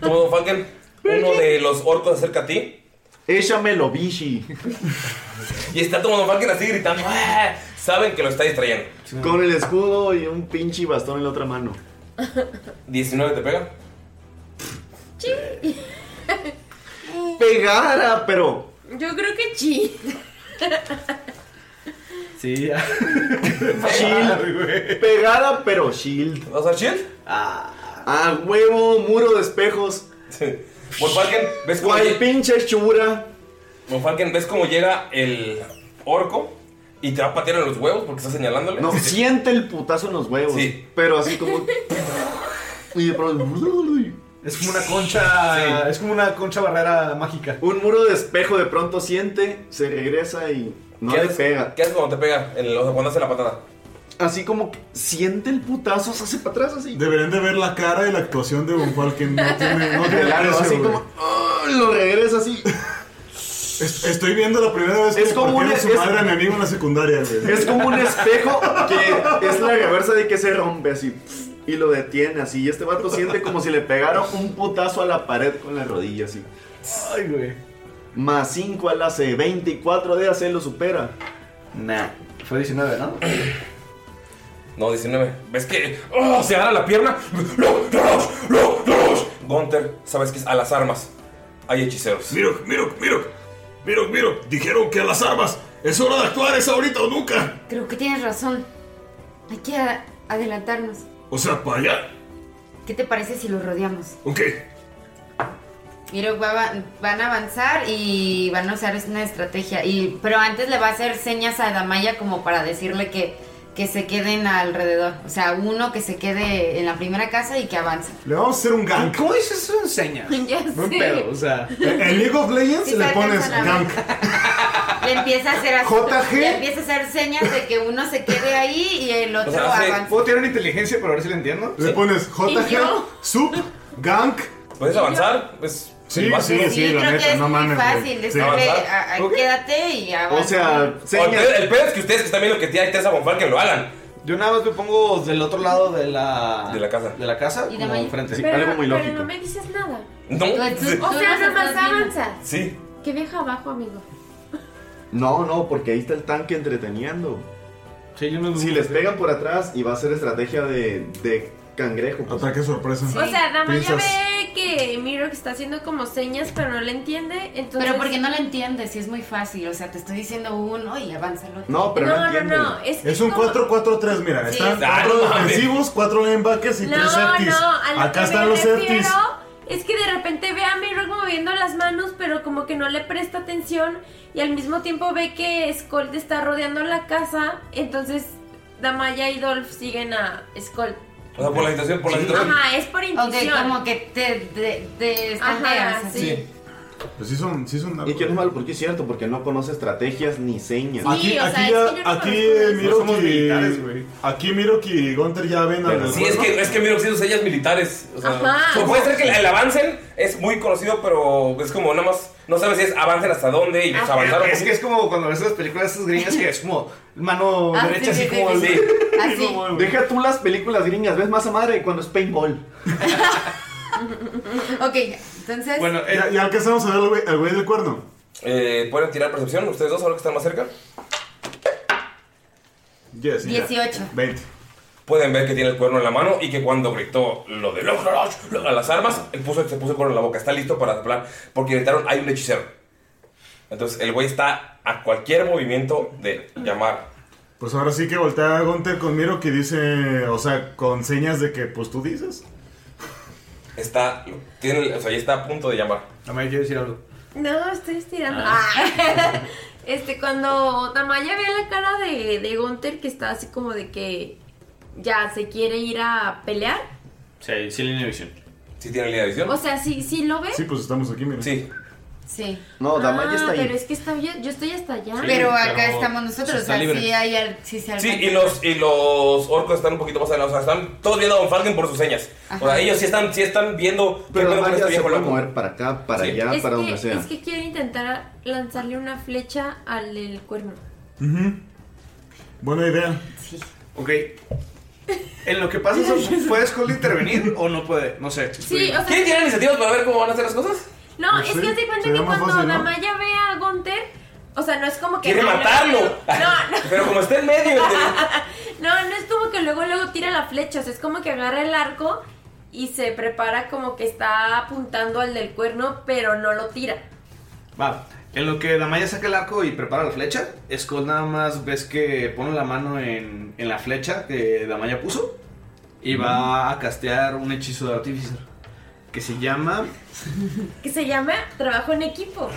Speaker 1: Como Don Falken, uno de los orcos acerca a ti.
Speaker 3: Échamelo, Bishi.
Speaker 1: Y está como Don Falken así gritando. ¡ah! Saben que lo está distrayendo.
Speaker 3: Con el escudo y un pinche bastón en la otra mano.
Speaker 1: 19 te pega.
Speaker 3: Pegara, pero.
Speaker 5: Yo creo que chi.
Speaker 3: Sí, Shield. Pegada, pero shield.
Speaker 1: ¿Vas a shield?
Speaker 3: Ah, a huevo, muro de espejos.
Speaker 1: Von Falken, ¿ves cómo,
Speaker 3: Guay, pinche chura.
Speaker 1: Von Falken, ¿ves cómo llega el orco y te va a patear en los huevos porque está señalándole?
Speaker 3: No, siente el putazo en los huevos. Pero así como. y de pronto.
Speaker 13: Es como una concha. Es como una concha barrera mágica.
Speaker 3: Un muro de espejo de pronto siente, se regresa y no
Speaker 1: ¿Qué
Speaker 3: le
Speaker 1: haces-
Speaker 3: pega.
Speaker 1: ¿Qué haces cuando te pega? En el- o sea, cuando hace la patada.
Speaker 3: Así como que siente el putazo, se hace para atrás así.
Speaker 6: Deberían de ver la cara y la actuación de Von Falken. No tiene, no tiene
Speaker 3: De largo, así
Speaker 6: precio, güey.
Speaker 3: como. "Ah", lo regresa así.
Speaker 6: Es- estoy viendo la primera vez que
Speaker 3: Es como
Speaker 6: partieron
Speaker 3: un-
Speaker 6: su
Speaker 3: es-
Speaker 6: madre a mi amigo en la secundaria, güey.
Speaker 3: Es como un espejo que es la reversa de que se rompe así. Y lo detiene así. Y este vato siente como si le pegara un putazo a la pared con la rodilla así.
Speaker 13: Ay, güey.
Speaker 3: Más 5 al AC, 24 de AC lo supera.
Speaker 13: Nah, fue 19, ¿no?
Speaker 1: No, 19. ¿Ves que oh, se agarra la pierna? ¡No, Drosh! ¡No, Drosh! Gunther, sabes que es a las armas. Hay hechiceros.
Speaker 12: Mirok, Mirok, Mirok, Mirok, Mirok, dijeron que a las armas. Es hora de actuar, es ahorita o nunca.
Speaker 8: Creo que tienes razón. Hay que a- adelantarnos.
Speaker 12: O sea, para allá.
Speaker 8: ¿Qué te parece si los rodeamos?
Speaker 12: Ok,
Speaker 8: Miro, va- va- van a avanzar y van a usar una estrategia. Y, pero antes le va a hacer señas a Damaya como para decirle que, que se queden alrededor. O sea, uno que se quede en la primera casa y que avance.
Speaker 6: Le vamos a hacer un gank.
Speaker 4: ¿Cómo dices eso en señas?
Speaker 8: Ya
Speaker 6: No hay
Speaker 8: sé.
Speaker 6: pedo, o sea. En en League of Legends
Speaker 8: Sí,
Speaker 6: le
Speaker 8: se
Speaker 6: pones
Speaker 8: alcanzan a ver.
Speaker 6: gank.
Speaker 8: Le empieza a hacer así.
Speaker 6: JG.
Speaker 8: Le empieza a hacer señas de que uno se quede ahí y el otro avance.
Speaker 4: ¿Puedo tirar inteligencia para ver si lo entiendo?
Speaker 6: Le pones
Speaker 8: ¿Y yo?
Speaker 6: JG, sub, gank.
Speaker 1: ¿Puedes avanzar? pues, Es
Speaker 6: sí,
Speaker 1: básico.
Speaker 6: sí, sí,
Speaker 8: Yo
Speaker 6: la
Speaker 8: creo que
Speaker 6: neta,
Speaker 8: es
Speaker 6: no
Speaker 8: muy
Speaker 6: mames.
Speaker 8: fácil
Speaker 6: güey.
Speaker 8: decirle,
Speaker 15: Eh, ah,
Speaker 8: a- a- quédate y avance.
Speaker 1: O ustedes- el peor es que ustedes que están viendo que tiene ahí Tessa Bonfal que lo hagan.
Speaker 4: Yo nada más me pongo del otro lado de la. De la
Speaker 1: casa.
Speaker 4: Ah, De la casa,
Speaker 5: Y de
Speaker 4: como
Speaker 5: Maya.
Speaker 4: enfrente.
Speaker 5: pero, pero no me dices nada.
Speaker 1: No.
Speaker 5: O sea,
Speaker 8: nos
Speaker 5: nomás
Speaker 8: estás viendo.
Speaker 5: avanzas.
Speaker 1: Sí.
Speaker 5: Que deja abajo, amigo.
Speaker 3: No, no, porque ahí está el tanque entreteniendo. si les pegan por atrás y va a ser estrategia de, de cangrejo. pues. Ataque
Speaker 12: sorpresa.
Speaker 5: O sea, Damaya ve que Miro que está haciendo como señas, pero no le entiende. Entonces...
Speaker 8: Pero porque no lo entiendes, si es muy fácil. O sea, te estoy diciendo uno y avanza el otro.
Speaker 6: No, pero no
Speaker 5: no, no,
Speaker 6: entiende.
Speaker 5: no, Es,
Speaker 6: Es, un
Speaker 5: como-
Speaker 6: 4-4-3, mira.
Speaker 5: Sí,
Speaker 6: están
Speaker 5: es-
Speaker 1: Ah,
Speaker 6: cuatro
Speaker 5: Ay, no mames.
Speaker 6: defensivos, cuatro linebackers y
Speaker 5: No,
Speaker 6: tres safeties.
Speaker 5: no, a lo
Speaker 6: Acá
Speaker 5: que
Speaker 6: están
Speaker 5: me
Speaker 6: los safeties.
Speaker 5: refiero Es que de repente ve a Miro moviendo las manos, pero como que no le presta atención. Y al mismo tiempo ve que Skull está rodeando la casa. Entonces Damaya y Dolph siguen a Skull.
Speaker 1: O sea, por la situación, por la situación.
Speaker 5: Ajá, es por intuición.
Speaker 8: como que te, te, te
Speaker 5: Ajá,
Speaker 8: estanteas,
Speaker 5: sí.
Speaker 6: Pues sí son, sí son
Speaker 3: Y que es malo porque es cierto, porque no conoce estrategias ni señas.
Speaker 6: aquí, aquí, ya- aquí, eh, Miro que- aquí Miro que y Gunter ya ven al del
Speaker 1: Sí, es
Speaker 6: juego.
Speaker 1: que, es que mira, son sellas militares. O sea,
Speaker 6: Ajá.
Speaker 1: o puede ser que el avancen, es muy conocido, pero es como nada más, no sabes si es avancen hasta dónde y pues avanzaron.
Speaker 4: Es que es como cuando ves las películas esas gringas que es como mano
Speaker 3: Ah,
Speaker 4: derecha
Speaker 3: sí,
Speaker 4: así
Speaker 3: sí,
Speaker 4: como.
Speaker 3: sí,
Speaker 4: el-
Speaker 8: Así.
Speaker 3: Deja tú las películas gringas, ves más a madre cuando es paintball.
Speaker 8: ok, entonces.
Speaker 6: ¿ya, ya alcanzamos a ver al güey- al güey del cuerno.
Speaker 1: Eh, ¿Pueden tirar percepción ustedes dos ahora que están más cerca?
Speaker 6: Yes,
Speaker 8: mira. 18.
Speaker 6: 20.
Speaker 1: Pueden ver que tiene el cuerno en la mano y que cuando gritó lo de los a las armas, él puso, se puso el cuerno en la boca. Está listo para plan porque gritaron hay un hechicero. Entonces el güey está a cualquier movimiento de llamar.
Speaker 6: Pues ahora sí que voltea a Gunter con Miro que dice, o sea, con señas de que pues tú dices.
Speaker 1: Está, tiene, o sea, ya está a punto de llamar.
Speaker 4: Damaya quiere decir algo.
Speaker 5: No, estoy estirando.
Speaker 1: Ah.
Speaker 5: Ah. este, cuando Tamaya ve la cara de, de Gunther que está así como de que ya se quiere ir a pelear.
Speaker 4: Sí, sí, línea de visión.
Speaker 1: ¿Sí tiene línea de
Speaker 5: O sea, sí, sí lo ve.
Speaker 6: pues estamos aquí, mira.
Speaker 1: Sí.
Speaker 8: Sí.
Speaker 3: No,
Speaker 5: Ah,
Speaker 3: Damaya está
Speaker 5: Pero
Speaker 3: ahí.
Speaker 5: es que está bien, yo estoy hasta allá.
Speaker 8: pero acá estamos
Speaker 1: sí
Speaker 8: nosotros,
Speaker 1: está
Speaker 8: o sea,
Speaker 1: libre.
Speaker 8: sí hay al- sí se
Speaker 1: Sí,
Speaker 8: alcanza.
Speaker 1: y los, y los orcos están un poquito más adelante. O sea, están todos viendo a Don Falken por sus señas. O sea,
Speaker 8: Ajá.
Speaker 1: ellos sí están, sí están viendo qué
Speaker 3: Pero
Speaker 1: pedo con
Speaker 3: Damaya
Speaker 1: este
Speaker 3: se
Speaker 1: viejo
Speaker 3: puede
Speaker 1: loco.
Speaker 3: mover para acá, para
Speaker 1: Sí.
Speaker 3: allá,
Speaker 5: es
Speaker 3: para
Speaker 5: que,
Speaker 3: donde sea.
Speaker 5: Es que quiere intentar lanzarle una flecha al del cuerno.
Speaker 6: Ujú. Buena idea.
Speaker 4: Ok. En lo que pasa, eso, ¿puede Skull intervenir o no puede? No sé.
Speaker 5: Sí, o sea-
Speaker 1: ¿Quieren tirar iniciativas para ver cómo van a hacer las cosas?
Speaker 5: No,
Speaker 4: Pues
Speaker 5: es
Speaker 4: sí,
Speaker 5: que se cuenta
Speaker 4: sería
Speaker 5: que
Speaker 4: más
Speaker 5: cuando
Speaker 4: fácil, ¿no?
Speaker 5: Damaya ve a Gunther, o sea, no es como que. "Ay,
Speaker 1: Quiere
Speaker 5: no,
Speaker 1: matarlo.
Speaker 5: No, no.
Speaker 1: Pero como está en medio. de-
Speaker 5: No, no es como que luego luego tira la flecha, o sea, es como que agarra el arco y se prepara como que está apuntando al del cuerno, pero no lo tira.
Speaker 4: Va. En lo que Damaya saca el arco y prepara la flecha, Skull nada más ves que pone la mano en, en la flecha que Damaya puso y va a castear un hechizo de Artificer que se llama.
Speaker 5: Que se llama trabajo en equipo.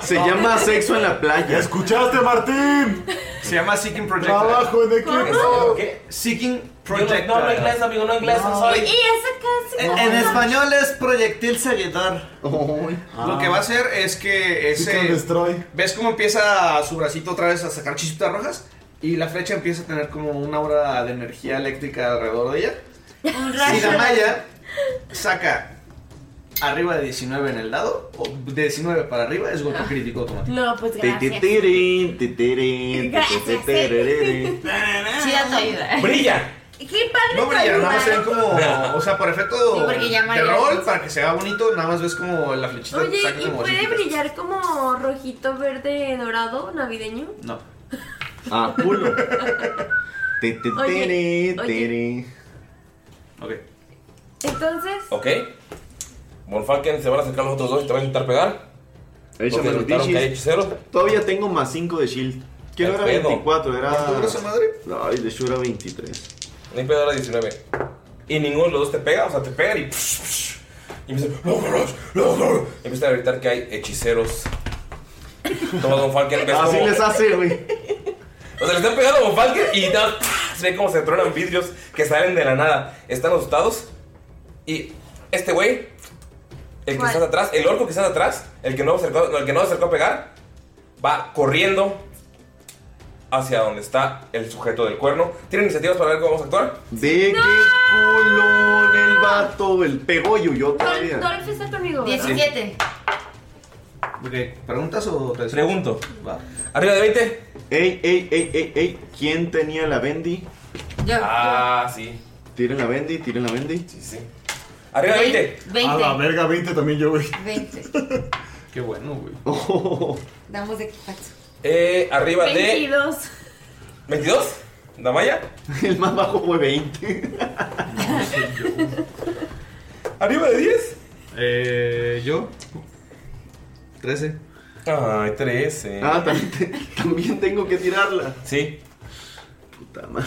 Speaker 3: Se llama sexo en la playa.
Speaker 6: ¿Escuchaste, Martín?
Speaker 4: Se llama Seeking Projectile.
Speaker 6: Trabajo en equipo.
Speaker 4: Seeking
Speaker 1: Projectile. No, no inglés, amigo, no inglés, I'm sorry.
Speaker 5: casi.
Speaker 4: En, en español es proyectil seguidor. Lo que va a hacer es que ese. ¿Ves cómo empieza su bracito otra vez a sacar chispitas rojas? Y la flecha empieza a tener como una aura de energía eléctrica alrededor de ella.
Speaker 8: Un
Speaker 4: Y
Speaker 8: rayo.
Speaker 4: la malla saca arriba de 19 en el dado, o de 19 para arriba, es golpe crítico automático.
Speaker 5: No, pues
Speaker 3: Tititirín, titirín,
Speaker 4: Gracias,
Speaker 3: tititirín.
Speaker 8: Chida tu ayuda.
Speaker 1: Brilla.
Speaker 5: ¡Qué padre!
Speaker 4: No pues, brillan, nada más se ven
Speaker 5: Paloma!
Speaker 4: como. O sea, por efecto
Speaker 5: Sí, porque ya pues. María
Speaker 4: de rol,
Speaker 5: Jesús-
Speaker 4: para que se vea bonito, nada más ves como la flechita
Speaker 5: Oye,
Speaker 4: saca
Speaker 5: ¿y
Speaker 4: como
Speaker 5: puede
Speaker 4: bolitas.
Speaker 5: brillar como rojito, verde, dorado, navideño?
Speaker 4: No.
Speaker 3: Ah, culo. Te, te,
Speaker 5: Oye,
Speaker 3: tere,
Speaker 5: oye.
Speaker 3: tere.
Speaker 1: Ok.
Speaker 5: Entonces,
Speaker 4: Oh,
Speaker 1: Ok. Bonfalken se van a acercar los otros dos y te van a intentar pegar.
Speaker 3: Échame
Speaker 1: Porque
Speaker 3: los
Speaker 1: notaron que hay
Speaker 3: bichis.
Speaker 1: hechicero.
Speaker 3: Todavía tengo más 5 de shield. Que no
Speaker 1: Al
Speaker 3: era
Speaker 1: pedo.
Speaker 3: 24, era.
Speaker 1: ¿Cuánto dura esa
Speaker 4: madre?
Speaker 3: Ay, de hecho era 23.
Speaker 1: No hay pedo, era 19. Y ninguno de los dos te pega, o sea, te pegan y. psh, psh, y empiezan. "Logros, logros", y empiezan a gritar que hay hechiceros. Toma Don Falken, ves
Speaker 3: Así
Speaker 1: cómo-
Speaker 3: les hace, güey.
Speaker 1: O sea, le están pegando a Von Falken y da- se ve como se tronan vidrios que salen de la nada. Están asustados. Y este güey, el que
Speaker 5: ¿Cuál?
Speaker 1: está atrás, el orco que está atrás, el que no se acercó, el que no se acercó a pegar, va corriendo hacia donde está el sujeto del cuerno. ¿Tienen iniciativas para ver cómo vamos a actuar?
Speaker 3: De qué culón el vato, el pegó y huyó todavía.
Speaker 5: Dolph está conmigo.
Speaker 8: 17.
Speaker 4: Ok, ¿preguntas o te
Speaker 1: Pregunto.
Speaker 4: Va.
Speaker 1: Arriba de 20.
Speaker 3: Ey, ey, ey, ey, ey. ¿Quién tenía la bendy?
Speaker 8: Yo.
Speaker 1: Ah, sí.
Speaker 3: Tiren la bendy, tiren la bendy. Sí,
Speaker 1: sí. Arriba de 20.
Speaker 8: Veinte.
Speaker 6: A la verga, 20 también yo, güey.
Speaker 8: 20.
Speaker 1: Qué bueno, güey.
Speaker 3: Oh,
Speaker 8: Damos de equipazo.
Speaker 1: Eh, arriba de
Speaker 5: 22.
Speaker 1: 22. Damaya.
Speaker 3: El más bajo fue 20.
Speaker 1: Arriba de 10.
Speaker 4: Eh, yo. 13.
Speaker 1: Ay, 13.
Speaker 3: Ah, también, te- también tengo que tirarla.
Speaker 1: Sí.
Speaker 3: Puta madre.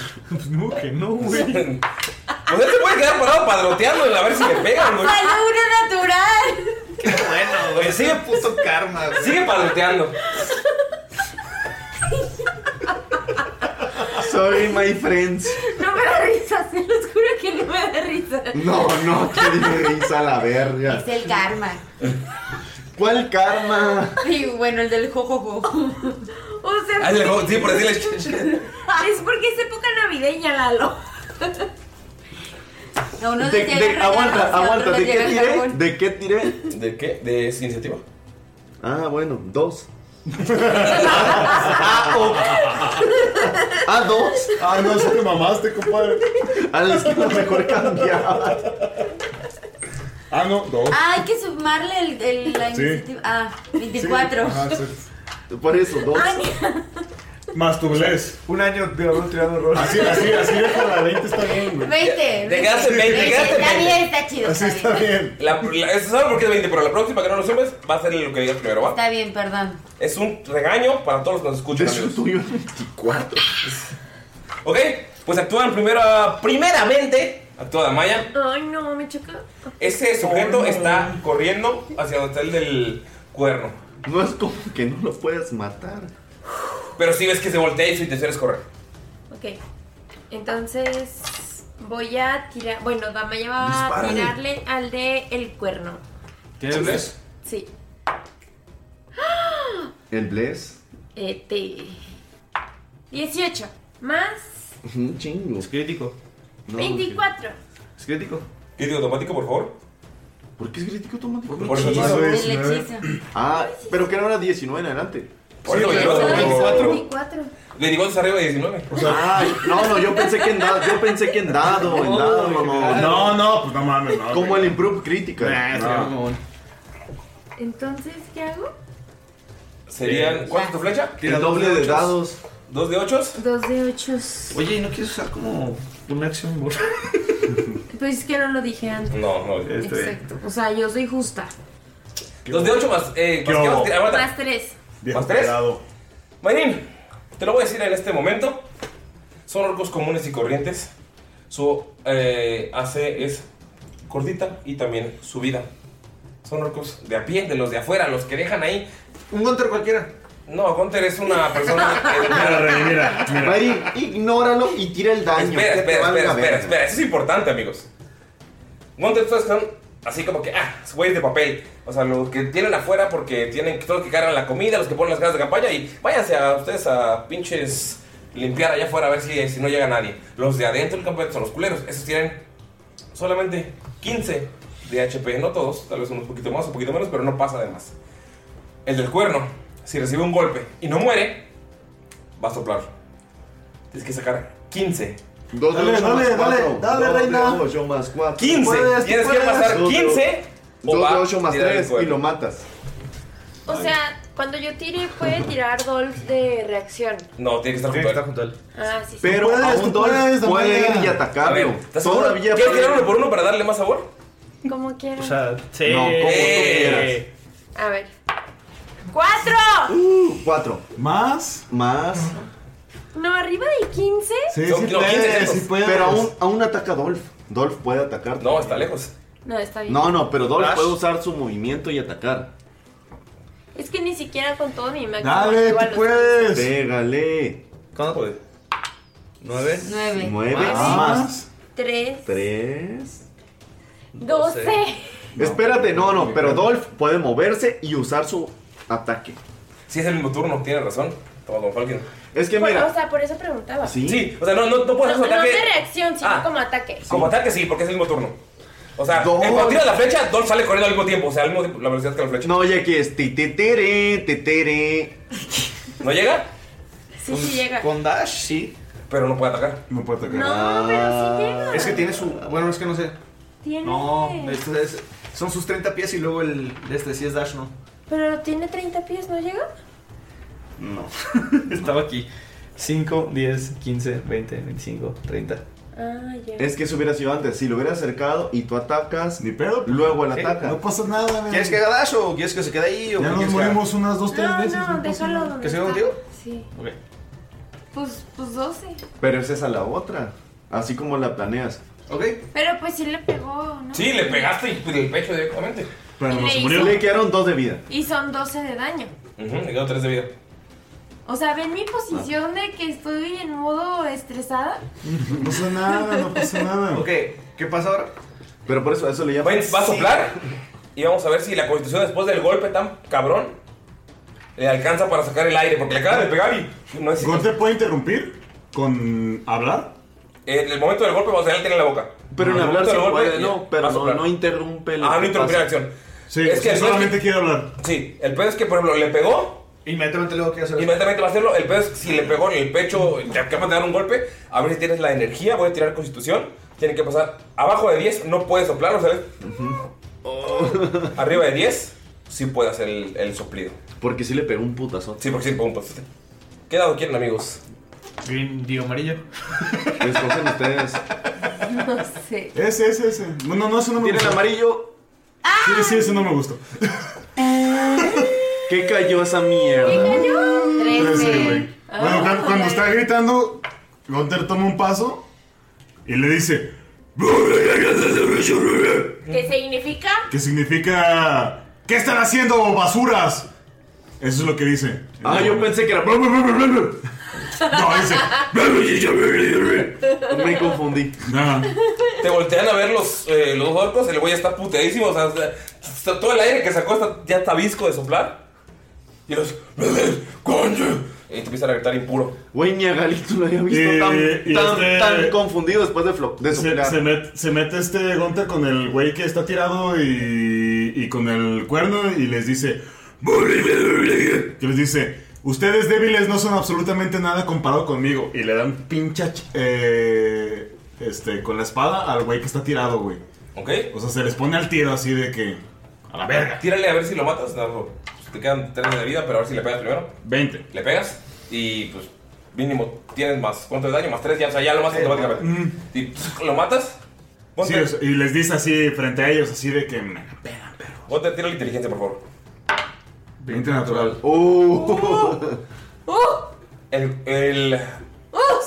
Speaker 4: No, que no,
Speaker 1: güey. Pues él se puede quedar parado padroteando a ver si le pegan, güey.
Speaker 8: ¡Salud natural!
Speaker 4: Bueno, güey.
Speaker 1: Sigue
Speaker 4: puto karma, güey.
Speaker 1: Sigue padroteando.
Speaker 3: Sorry, my friends.
Speaker 5: No me da risa, se los juro que no me da risa.
Speaker 3: No, no, que dio risa la verga.
Speaker 8: Es el karma.
Speaker 3: ¿Cuál karma?
Speaker 8: Y bueno, el del jojojo.
Speaker 5: O
Speaker 3: Ah,
Speaker 5: sea,
Speaker 1: Hazle go- Ah, sí, por decirle.
Speaker 5: es porque es época navideña, Lalo.
Speaker 8: No, uno
Speaker 3: De-
Speaker 8: les llega
Speaker 3: de-
Speaker 8: el regalo,
Speaker 3: aguanta,
Speaker 8: a
Speaker 3: aguanta.
Speaker 8: otros
Speaker 3: ¿De
Speaker 8: les
Speaker 3: qué
Speaker 8: llega el
Speaker 3: tiré?
Speaker 8: jabón.
Speaker 3: ¿De qué tiré?
Speaker 1: ¿De qué? ¿De esa iniciativa?
Speaker 3: Ah, bueno, dos. ah, ok. ah, dos.
Speaker 6: Ah, no, se te mamaste, compadre.
Speaker 3: Ah, es que lo mejor cambiaba.
Speaker 6: Ah, no, dos.
Speaker 8: Ah, hay que sumarle el, el- la
Speaker 6: Sí.
Speaker 8: iniciativa. Ah,
Speaker 6: Sí,
Speaker 8: 24.
Speaker 6: ajá, sí.
Speaker 3: Por eso, dos.
Speaker 6: Más tu bless.
Speaker 4: Un año de haber tirado rol.
Speaker 6: Así, así, así deja la 20 está bien, güey.
Speaker 8: 20.
Speaker 1: Te quedaste 20, te quedaste
Speaker 8: Está
Speaker 1: 20.
Speaker 8: bien, está chido.
Speaker 6: Así
Speaker 8: Está
Speaker 6: está
Speaker 8: bien.
Speaker 6: bien.
Speaker 1: La, la- es- ¿Sabes por qué es 20? Pero la próxima que no lo subes va a ser lo que digas primero, ¿va?
Speaker 8: Está bien, perdón.
Speaker 1: Es un regaño para todos los que nos escuchan.
Speaker 3: Eso
Speaker 1: amigos.
Speaker 3: tuyo 24.
Speaker 1: Ok, pues actúan primero, primeramente, actúa Damaya.
Speaker 5: Ay, no, me choca. Ah,
Speaker 1: Ese sujeto está corriendo hacia donde está el del cuerno.
Speaker 3: No es como que no lo puedas matar.
Speaker 1: Pero si ves que se voltea y su intención es correr.
Speaker 5: Ok. Entonces voy a tirar. Bueno, Dama ya va a
Speaker 3: Dispárale.
Speaker 5: tirarle al de el cuerno.
Speaker 4: ¿Tienes bless?
Speaker 5: Sí.
Speaker 3: El Bless.
Speaker 5: Este. 18. Más
Speaker 3: Un chingo.
Speaker 4: Es crítico.
Speaker 3: No,
Speaker 5: 24.
Speaker 4: Es crítico.
Speaker 1: Crítico automático, por favor.
Speaker 3: ¿Por qué es crítico automático?
Speaker 1: Por eso
Speaker 6: Más
Speaker 3: Pues,
Speaker 6: de
Speaker 8: El
Speaker 6: 19.
Speaker 8: hechizo.
Speaker 3: Ah, pero que no era 19 en adelante. pues,
Speaker 1: Por eso lo
Speaker 6: claro.
Speaker 1: llevas a
Speaker 5: Ay, son
Speaker 1: 24.
Speaker 5: 24.
Speaker 1: Derivados arriba de 19.
Speaker 3: Ay, no, no, yo pensé que en dado, yo pensé que en dado, en dado, mamón.
Speaker 6: No, no, pues no mames, no.
Speaker 3: Como el improve crítica.
Speaker 5: Entonces, ¿qué hago?
Speaker 1: Serían. ¿Cuánto es tu flecha?
Speaker 3: El doble de dados.
Speaker 1: ¿Dos de ochos?
Speaker 5: 2 de 8.
Speaker 4: Oye, ¿y no quieres usar como una acción bonus?
Speaker 5: Pues es que no lo dije antes.
Speaker 1: No, no.
Speaker 4: Está bien.
Speaker 5: Exacto. O sea, yo soy justa.
Speaker 1: Dos de ocho más. Eh,
Speaker 6: Yo.
Speaker 1: más que vas a tirar-
Speaker 5: Más
Speaker 1: aguanta.
Speaker 5: 3.
Speaker 6: Viejo
Speaker 1: ¿Más tres?
Speaker 6: pelado.
Speaker 1: Mayrin, te lo voy a decir en este momento. Son orcos comunes y corrientes. Su eh, AC es cortita y también su vida. Son orcos de a pie, de los de afuera, los que dejan ahí.
Speaker 4: Un counter cualquiera.
Speaker 1: No, Gunter es una persona. que-
Speaker 4: Ah,
Speaker 6: Mira, Rey, mira, mira.
Speaker 3: Mayrin, ignóralo y tira el daño.
Speaker 1: Espera,
Speaker 3: que te
Speaker 1: espera,
Speaker 3: valga
Speaker 1: espera, espera,
Speaker 3: verga.
Speaker 1: espera. Eso es importante, amigos. Montes todos están así como que, ah, güeyes de papel. O sea, los que tienen afuera porque tienen todos los que cargan la comida, los que ponen las ganas de campaña y váyanse a ustedes a pinches limpiar allá afuera a ver si, si no llega nadie. Los de adentro del campamento son los culeros. Esos tienen solamente 15 de HP. No todos, tal vez unos poquito más, un poquito menos, pero no pasa de más. El del cuerno, si recibe un golpe y no muere, va a soplar. Tienes que sacar 15
Speaker 3: Dos de
Speaker 13: Dale,
Speaker 3: ocho
Speaker 13: dale,
Speaker 3: más
Speaker 13: dale,
Speaker 3: cuatro.
Speaker 13: dale,
Speaker 3: Dos de
Speaker 13: reina.
Speaker 3: ocho más cuatro.
Speaker 1: 15.
Speaker 3: Puedes,
Speaker 1: Tienes
Speaker 3: tú
Speaker 1: que
Speaker 3: puedes.
Speaker 1: pasar
Speaker 3: Dos de-
Speaker 1: 15 o
Speaker 3: Dos de
Speaker 1: va
Speaker 3: ocho
Speaker 1: a
Speaker 3: más
Speaker 1: tirar el
Speaker 3: tres y
Speaker 1: cuerpo.
Speaker 3: lo matas.
Speaker 5: O sea, cuando yo tire puede tirar Dolph de reacción.
Speaker 1: No, tiene que estar junto a él.
Speaker 5: Ah, sí. sí.
Speaker 3: Pero aún Dolph puede ir y
Speaker 1: A
Speaker 3: atacarlo.
Speaker 1: ver, ¿estás seguro?
Speaker 3: Todavía
Speaker 1: ¿Quieres tirar
Speaker 3: puede.
Speaker 1: uno por uno para darle más sabor?
Speaker 5: Como quieras.
Speaker 1: sea,
Speaker 3: sí. No, como tú quieras.
Speaker 5: A ver. ¡Cuatro!
Speaker 3: Uh, cuatro. ¿Más? Más.
Speaker 5: No, arriba de 15.
Speaker 3: Pero aún, aún ataca Dolph. Dolph puede atacar. No,
Speaker 1: está lejos.
Speaker 5: No, está bien.
Speaker 3: No, no, pero Dolph
Speaker 5: Flash.
Speaker 3: puede usar su movimiento y atacar.
Speaker 5: Es que ni siquiera con todo mi máximo.
Speaker 3: Dale,
Speaker 5: activo a
Speaker 3: tú
Speaker 5: los-
Speaker 3: puedes. Pégale.
Speaker 1: ¿Cuánto puede?
Speaker 3: ¿Nueve?
Speaker 5: Nueve.
Speaker 3: Nueve.
Speaker 5: Más.
Speaker 3: Más.
Speaker 5: Tres,
Speaker 3: Tres.
Speaker 5: doce.
Speaker 3: Espérate, no, no, pero Dolph puede moverse y usar su ataque.
Speaker 1: Si es el mismo turno, tienes razón. Toma, Don Falcon.
Speaker 3: Es que
Speaker 5: Bueno,
Speaker 1: mira.
Speaker 5: o sea, por eso preguntaba.
Speaker 1: Sí. o sea, no, no, no puedes
Speaker 5: No,
Speaker 1: hacer su
Speaker 5: no
Speaker 1: ataque.
Speaker 5: de reacción, sino
Speaker 1: Ah.
Speaker 5: como ataque.
Speaker 1: Como ataque sí, porque es el mismo turno. O sea, en cuando tira la flecha, Dolph sale corriendo al mismo tiempo. O sea, al mismo tiempo, la velocidad que la flecha.
Speaker 3: No, oye, aquí es ti, ti, tiri, ti, tiri.
Speaker 1: ¿No llega?
Speaker 5: Sí, sí llega.
Speaker 1: dash, sí. Pero no puede atacar.
Speaker 6: No puede atacar.
Speaker 5: No, pero sí llega.
Speaker 4: Es que tiene su. Bueno, es que no sé.
Speaker 5: Tiene.
Speaker 4: No, esto es- son sus 30 pies y luego el de este, si es Dash, no.
Speaker 5: Pero tiene 30 pies, ¿no llega?
Speaker 4: No. Estaba aquí. 5, 10, 15, 20, 25, 30.
Speaker 5: Ah, ya.
Speaker 3: Es que eso hubiera sido antes. Si lo hubiera acercado y tú atacas, Ni pedo. pues. luego él
Speaker 4: Sí,
Speaker 3: ataca.
Speaker 4: no
Speaker 3: pasa nada,
Speaker 4: ¿Quieres que haga Dash o quieres que se quede ahí?
Speaker 3: Ya
Speaker 4: O qué
Speaker 3: nos
Speaker 4: quieres que haga?
Speaker 3: morimos unas dos,
Speaker 5: No, no, déjalo donde
Speaker 4: ¿Que siga
Speaker 5: está.
Speaker 4: contigo?
Speaker 5: Sí.
Speaker 4: Ok.
Speaker 2: Pues, pues 12.
Speaker 3: Pero es esa la otra. Así como la planeas.
Speaker 4: Ok.
Speaker 2: Pero pues sí le pegó, ¿no?
Speaker 1: Sí, le pegaste y en el pecho directamente.
Speaker 3: Pero
Speaker 2: Y no le se murió. hizo-
Speaker 3: Le quedaron dos de vida.
Speaker 2: Y son 12 de daño.
Speaker 1: Ujú, le quedó tres de vida.
Speaker 2: O sea, ¿ven mi posición
Speaker 4: Ah.
Speaker 2: de que estoy en modo estresada?
Speaker 3: No pasa nada, no pasa nada.
Speaker 4: Ok, ¿qué pasa ahora?
Speaker 3: Pero por eso, a eso le
Speaker 1: Va,
Speaker 3: llaman.
Speaker 1: va a soplar y vamos a ver si la constitución después del golpe tan cabrón le alcanza para sacar el aire, porque le acaba de pegar y no es...
Speaker 6: ¿Gonte puede interrumpir con hablar?
Speaker 1: En el momento del golpe vamos a ver, él tiene la boca.
Speaker 6: Pero en
Speaker 1: el
Speaker 6: hablar
Speaker 1: momento del
Speaker 6: sí
Speaker 1: golpe,
Speaker 6: puede, no,
Speaker 1: va
Speaker 6: pero
Speaker 1: a
Speaker 6: no-
Speaker 1: soplar.
Speaker 6: no interrumpe lo
Speaker 1: Ah, no
Speaker 6: que
Speaker 1: interrumpe la
Speaker 6: pasa.
Speaker 1: acción.
Speaker 6: Sí, o sea,
Speaker 1: el pedo
Speaker 6: solamente quiere hablar.
Speaker 1: Sí, el pedo es que, por ejemplo, le pegó...
Speaker 4: Inmediatamente luego quiere hacer
Speaker 1: Inmediatamente va a hacerlo. El pedo es que si le pegó en el pecho, te acabas de dar un golpe, a ver si tienes la energía, voy a tirar constitución. Tiene que pasar abajo de 10, no puede soplar, o sea, arriba de 10, sí puede hacer el, el soplido.
Speaker 3: Porque sí le pegó un putazote.
Speaker 1: Sí, porque sí le pegó un putazote. ¿Qué dado quieren, amigos?
Speaker 4: Green, digo amarillo.
Speaker 3: Escogen ustedes.
Speaker 5: No sé.
Speaker 6: Ese, ese, ese. No, no, no, ese no me
Speaker 3: Tiene el
Speaker 6: gustó.
Speaker 3: amarillo.
Speaker 6: Sí, sí, ese no me gustó.
Speaker 3: ¿Qué cayó esa mierda?
Speaker 6: Trece, güey.
Speaker 5: Ah,
Speaker 6: Bueno, cuando, cuando
Speaker 5: ok.
Speaker 6: está gritando, Gunter toma un paso y le dice:
Speaker 5: ¿Qué significa?
Speaker 6: Que significa? ¿Qué están haciendo, basuras? Eso es lo que dice.
Speaker 3: Ah, yo pensé que era.
Speaker 6: No, dice.
Speaker 3: Me confundí.
Speaker 1: Te voltean a ver los, eh, los orcos, el güey está puteadísimo, o sea, está- todo el aire que sacó está- ya está visco de soplar. Y los... "Coño". Y te empiezan a gritar impuro.
Speaker 3: Güey, ni a Galito lo había visto
Speaker 6: Y-
Speaker 3: tan,
Speaker 6: y
Speaker 3: tan,
Speaker 6: este-
Speaker 3: tan confundido después de, flo- de
Speaker 6: Se,
Speaker 3: soplar.
Speaker 6: se met- se mete este Gunter con el güey que está tirado y, y con el cuerno y les dice... Que les dice, ustedes débiles no son absolutamente nada comparado conmigo. Y le dan pincha ch- eh, este, con la espada al güey que está tirado, güey.
Speaker 1: ¿Ok?
Speaker 6: O sea, se les pone al tiro así de que... A la verga.
Speaker 1: Tírale a ver si lo matas. no, pues, te quedan 3 de vida, pero a ver si le pegas primero.
Speaker 6: 20.
Speaker 1: Le pegas y pues mínimo tienes más. ¿Cuánto de daño? Más 3, ya, o sea, ya lo matas automáticamente.
Speaker 6: Mm.
Speaker 1: Y pss, lo matas.
Speaker 6: Sí, o sea, y les dice así frente a ellos, así de que... "Me la pela".
Speaker 1: Ponte tira la inteligencia, por favor.
Speaker 6: 20 natural.
Speaker 1: El. el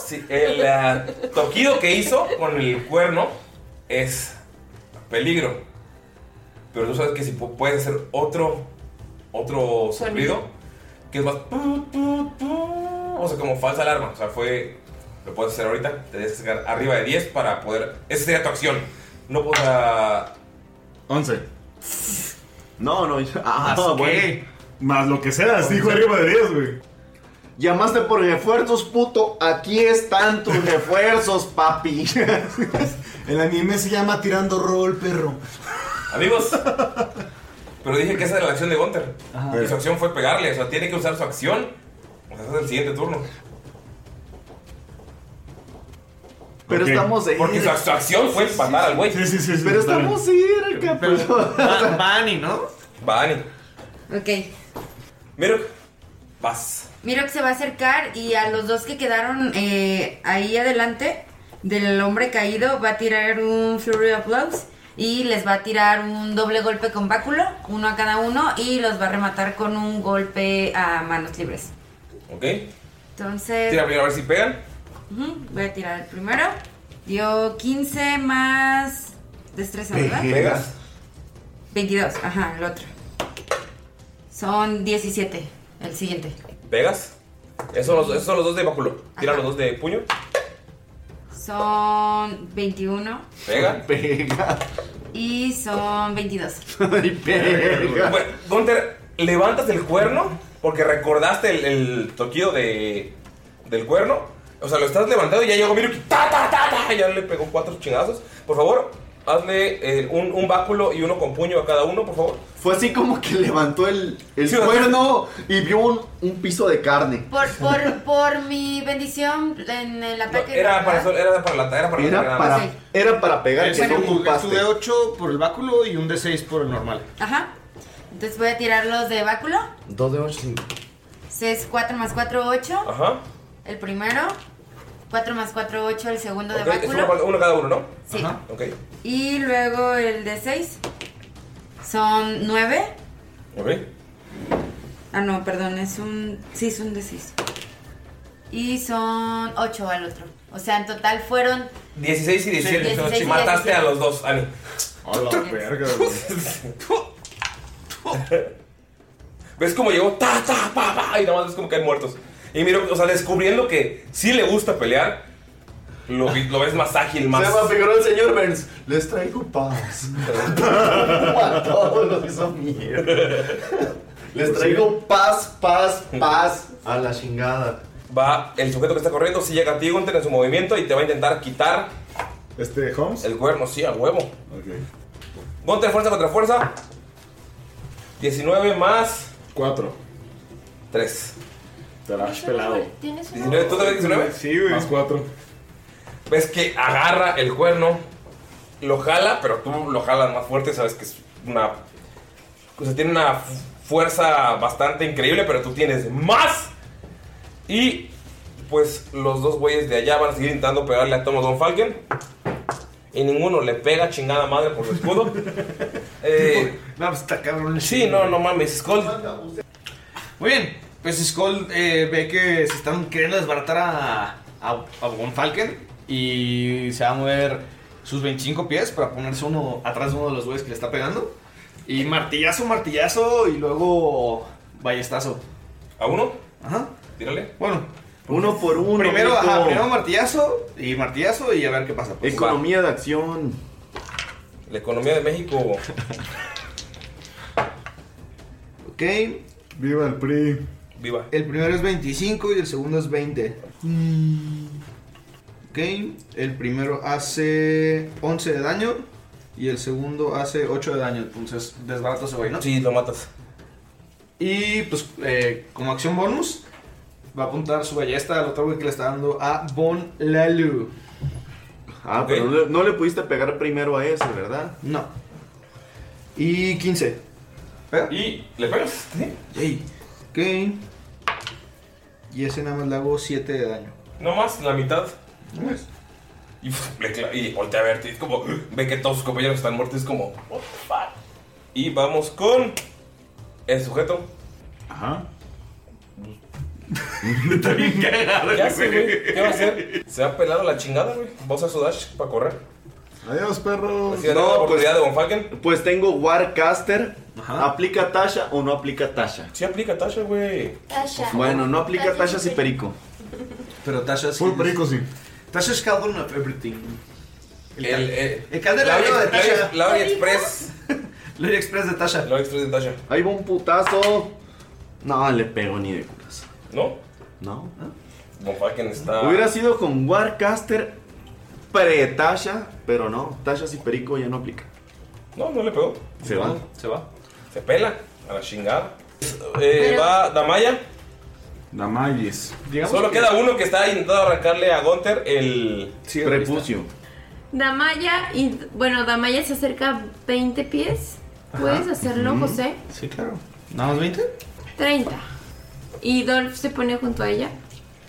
Speaker 1: sí, el ah, toquido que hizo con el cuerno es peligro. Pero tú sabes que si pu- puedes hacer otro. Otro
Speaker 16: Sonido.
Speaker 1: soplido. Que es más. O sea, como falsa alarma. O sea, fue. Lo puedes hacer ahorita. Te debes sacar arriba de 10 para poder. Esa sería tu acción. No puedo.
Speaker 6: 11.
Speaker 3: No, no. Ah,
Speaker 6: Más
Speaker 3: bueno.
Speaker 6: Más lo que sea, dijo arriba de 10, güey.
Speaker 3: Llamaste por refuerzos, puto. Aquí están tus refuerzos, papi.
Speaker 6: El anime se llama Tirando Rol, perro.
Speaker 1: Amigos. Pero dije que esa era la acción de Gunter.
Speaker 6: Ajá.
Speaker 1: Y su acción fue pegarle. O sea, tiene que usar su acción. O sea, ese es el siguiente turno.
Speaker 3: Pero
Speaker 1: Ok.
Speaker 3: estamos ahí.
Speaker 1: Porque su, su acción fue matar al güey. Sí,
Speaker 6: sí, sí.
Speaker 3: Pero estamos ahí en el campo.
Speaker 1: Bani, ¿no? Bani.
Speaker 8: Ok.
Speaker 1: Mira, vas.
Speaker 8: Mirok se va a acercar y a los dos que quedaron eh, ahí adelante del hombre caído va a tirar un Fury of Blows y les va a tirar un doble golpe con báculo, uno a cada uno, y los va a rematar con un golpe a manos libres.
Speaker 1: Ok.
Speaker 8: Entonces...
Speaker 1: Tira primero a ver si pegan.
Speaker 8: Ujú, voy a tirar el primero. Dio 15 más destreza, ¿verdad?
Speaker 1: Pegas.
Speaker 8: 22, ajá, el otro. Son 17, el siguiente.
Speaker 1: Pegas. Esos son los, esos son los dos de báculo. Tira los dos de puño.
Speaker 8: Son 21
Speaker 1: Pega. Pega.
Speaker 8: y son 22.
Speaker 1: Bueno, Gunter, levantas el cuerno porque recordaste el, el toquido de, del cuerno. O sea, lo estás levantando y ya llegó Miru y ta, ta, ta, ta, y ya le pegó cuatro chingazos. Por favor, hazle eh, un, un báculo y uno con puño a cada uno, por favor.
Speaker 3: Fue así como que levantó el, el cuerno y vio un, un piso de carne.
Speaker 8: Por, por, por mi bendición en el ataque.
Speaker 1: Era para, sol- era para la era para la-
Speaker 3: Era
Speaker 1: nada
Speaker 3: para,
Speaker 1: más.
Speaker 3: era para pegar, que
Speaker 4: Es
Speaker 3: no
Speaker 4: un- es
Speaker 3: ocupaste.
Speaker 4: un de 8 por el báculo y un de 6 por el normal.
Speaker 8: Ajá. Entonces voy a tirar los de báculo.
Speaker 4: 2 de 8.
Speaker 8: 6, 4 más 4, 8.
Speaker 1: Ajá.
Speaker 8: El primero. 4 más 4, 8. El segundo
Speaker 1: Ok,
Speaker 8: de
Speaker 1: es uno,
Speaker 8: báculo.
Speaker 1: uno cada uno, ¿no?
Speaker 8: Sí.
Speaker 1: Ajá. Ok.
Speaker 8: Y luego el de 6. Son 9.
Speaker 1: Ok.
Speaker 8: Ah, no, perdón. Es un. Sí, es un de 6. Y son 8 al otro. O sea, en total fueron
Speaker 1: 16 y 17.
Speaker 8: 16 y
Speaker 1: Mataste
Speaker 8: 17.
Speaker 1: a los dos, Ani.
Speaker 6: Hola, verga,
Speaker 1: ¿Ves cómo llegó? Ta, ta, pa, pa, y nada más ves como caen muertos. Y mira, o sea, descubriendo que sí le gusta pelear, lo, vi- lo ves más ágil, más.
Speaker 3: Se me figuró el señor Burns. Les traigo paz. A todos los hizo mierda. Les traigo paz, paz, paz. A la chingada.
Speaker 1: Va el sujeto que está corriendo, si llega a ti, Gunter, en su movimiento y te va a intentar quitar.
Speaker 6: ¿Este Holmes?
Speaker 1: El cuerno, sí, a huevo.
Speaker 6: Ok.
Speaker 1: Gunter, fuerza contra fuerza. 19 más.
Speaker 6: 4.
Speaker 1: 3.
Speaker 6: Te la has pelado.
Speaker 5: ¿Tienes una-
Speaker 1: 19, ¿Tú también 19?
Speaker 6: Sí, güey. Más 4.
Speaker 1: Ves que agarra el cuerno, lo jala, pero tú lo jalas más fuerte, sabes que es una... O sea, tiene una fu- fuerza bastante increíble, pero tú tienes más. Y pues los dos güeyes de allá van a seguir intentando pegarle a Thomas Don Falken. Y ninguno le pega chingada madre por su escudo. eh, no, está cabrón. Sí, no, no mames, Skull.
Speaker 4: Muy bien, pues Skull eh, ve que se están queriendo desbaratar a, a, a Von Falken y se va a mover sus 25 pies para ponerse uno atrás de uno de los güeyes que le está pegando. Y martillazo, martillazo y luego ballestazo.
Speaker 1: ¿A uno?
Speaker 4: Ajá.
Speaker 1: Tírale.
Speaker 4: Bueno.
Speaker 3: Uno por uno.
Speaker 4: Primero,
Speaker 3: mijo.
Speaker 4: ajá, primero martillazo y martillazo y a ver qué pasa. pues.
Speaker 3: Economía de acción.
Speaker 1: La economía de México.
Speaker 4: Ok.
Speaker 6: Viva el PRI.
Speaker 1: Viva.
Speaker 4: El primero es 25 y el segundo es 20. Ok. El primero hace 11 de daño y el segundo hace 8 de daño. Entonces desbarato ese güey, ¿no?
Speaker 1: Sí, lo matas.
Speaker 4: Y pues eh, como acción bonus va a apuntar su ballesta al otro güey que le está dando a Bon Lalu.
Speaker 3: Ah, pero no, le- no le pudiste pegar primero a ese, ¿verdad?
Speaker 4: No. Y 15.
Speaker 1: ¿Y le pegas?
Speaker 4: Yay. Ok. Y ese nada más le hago 7 de daño.
Speaker 1: No más, la mitad. Y, pf, le cla- y voltea a verte. y es como, ve que todos sus compañeros están muertos. Es como, what the fuck. Y vamos con el sujeto.
Speaker 6: Ajá.
Speaker 1: Está bien
Speaker 6: cagado,
Speaker 1: ¿Qué hace,
Speaker 6: güey.
Speaker 1: güey? ¿Qué va a hacer? Se ha pelado la chingada, güey. Va a usar su dash para correr.
Speaker 6: Adiós, perro.
Speaker 1: Pues sí, la oportunidad de Von Falken.
Speaker 3: Pues tengo Warcaster. ¿Aplica Tasha o no aplica Tasha? Pues
Speaker 1: Sí aplica Tasha, güey.
Speaker 5: Tasha.
Speaker 3: Bueno, no aplica
Speaker 5: Tasha
Speaker 3: Tasha si Perico.
Speaker 4: Pero Tasha sí.
Speaker 3: Full Perico sí.
Speaker 4: Tasha es Calvin of Everything.
Speaker 1: El, el,
Speaker 4: el caldero
Speaker 1: Lauri-
Speaker 4: de Tasha.
Speaker 1: Lauri- Lauri Express.
Speaker 4: Lori Express de Tasha.
Speaker 1: Lori Express de Tasha.
Speaker 3: Ahí va un putazo. No, le pego ni de curas.
Speaker 1: ¿No?
Speaker 3: No.
Speaker 1: Von Falken está.
Speaker 3: Hubiera sido con Warcaster pre-Tasha, pero no. Tasha si Perico ya no aplica.
Speaker 1: No, no le pegó.
Speaker 3: Se va.
Speaker 1: Se va. Se pela a la chingada. Eh,
Speaker 3: Pero-
Speaker 1: Va Damaya.
Speaker 6: Damayes.
Speaker 1: Solo queda uno que está intentando arrancarle a Gunter el
Speaker 6: prepucio.
Speaker 5: Damaya, y bueno, Damaya se acerca 20 pies. ¿Puedes
Speaker 4: Ajá.
Speaker 5: hacerlo,
Speaker 4: Ujú.
Speaker 5: José?
Speaker 4: Sí, claro. ¿Nada más 20?
Speaker 5: 30. Y Dolph se pone junto a ella.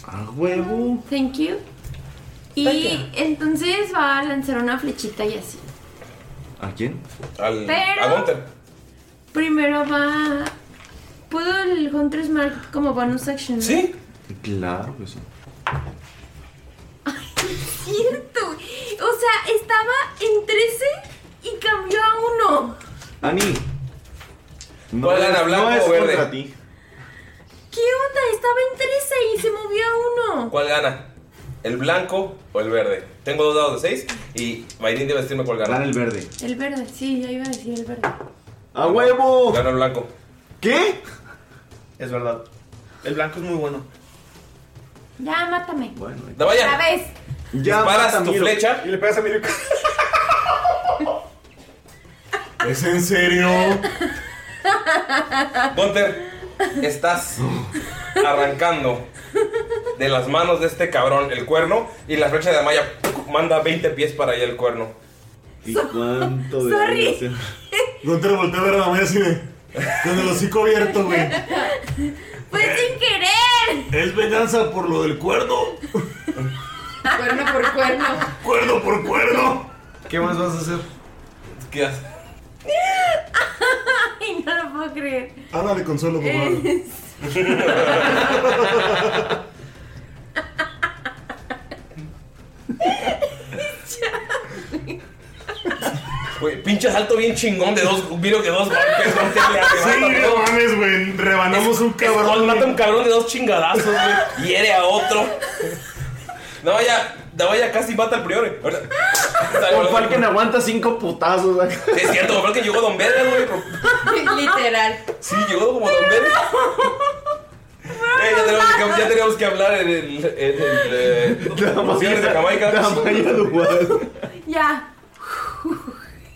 Speaker 4: A huevo.
Speaker 5: Thank you. Y entonces va a lanzar una flechita y así.
Speaker 3: ¿A quién?
Speaker 1: Al,
Speaker 5: Pero-
Speaker 1: a Gunter.
Speaker 5: Primero va. ¿Puedo el Hunter's Mark como bonus action? Sí.
Speaker 3: Claro que sí.
Speaker 5: Cierto. O sea, estaba en 13 y cambió a 1.
Speaker 3: Ani. No,
Speaker 1: ¿Cuál gana,
Speaker 3: es-
Speaker 1: blanco
Speaker 3: no es
Speaker 1: o verde?
Speaker 3: contra ti.
Speaker 5: ¿Qué onda? Estaba en 13 y se movió a 1.
Speaker 1: ¿Cuál gana? ¿El blanco o el verde? Tengo dos dados de seis y Mayrin debe decirme cuál gana.
Speaker 3: Gana el verde.
Speaker 5: El verde, sí, ya iba a decir el verde.
Speaker 3: ¡A huevo!
Speaker 1: Gana el blanco.
Speaker 3: ¿Qué?
Speaker 4: Es verdad. El blanco es muy bueno.
Speaker 5: Ya, mátame.
Speaker 3: Bueno,
Speaker 1: Damaya.
Speaker 5: Otra vez.
Speaker 3: Ya
Speaker 1: Disparas
Speaker 3: mata a
Speaker 1: tu
Speaker 3: Miro.
Speaker 1: flecha.
Speaker 4: Y le pegas a mi
Speaker 6: ¿Es en serio?
Speaker 1: Gunter, estás arrancando de las manos de este cabrón el cuerno y la flecha de Damaya ¡puc! manda 20 pies para allá el cuerno.
Speaker 3: ¿Y cuánto
Speaker 5: de Sorry.
Speaker 6: Gunter volteó a ver a Damaya así de. Con el hocico abierto, güey.
Speaker 5: ¡Fue sin querer!
Speaker 12: ¿Es venganza por lo del cuerno?
Speaker 8: Cuerno por cuerno.
Speaker 12: ¡Cuerno por cuerno!
Speaker 4: ¿Qué más vas a hacer?
Speaker 1: ¿Qué haces?
Speaker 5: Ay, no lo puedo creer.
Speaker 6: Habla de consuelo, por favor.
Speaker 5: Es-
Speaker 1: Güey, pinche salto bien chingón de dos. Miro que dos golpes. Gunter le hace,
Speaker 6: Sí,
Speaker 1: mata a
Speaker 6: no
Speaker 1: dos.
Speaker 6: mames, güey. Rebanamos un
Speaker 1: Gol,
Speaker 6: cabrón.
Speaker 1: mata a un cabrón de dos chingadazos, güey. Hiere a otro. Damaya, Damaya casi mata al priore. Ahorita-
Speaker 3: Con Falken aguanta cinco putazos.
Speaker 1: Sí, Es cierto, con Falken llegó Don Vergas, güey.
Speaker 8: Literal.
Speaker 1: Sí, llegó como Don Vergas. Eh, ya, teníamos que, ya teníamos que hablar en el. En el eh, promociones de Jamaica.
Speaker 3: Damaya Duval.
Speaker 5: ya.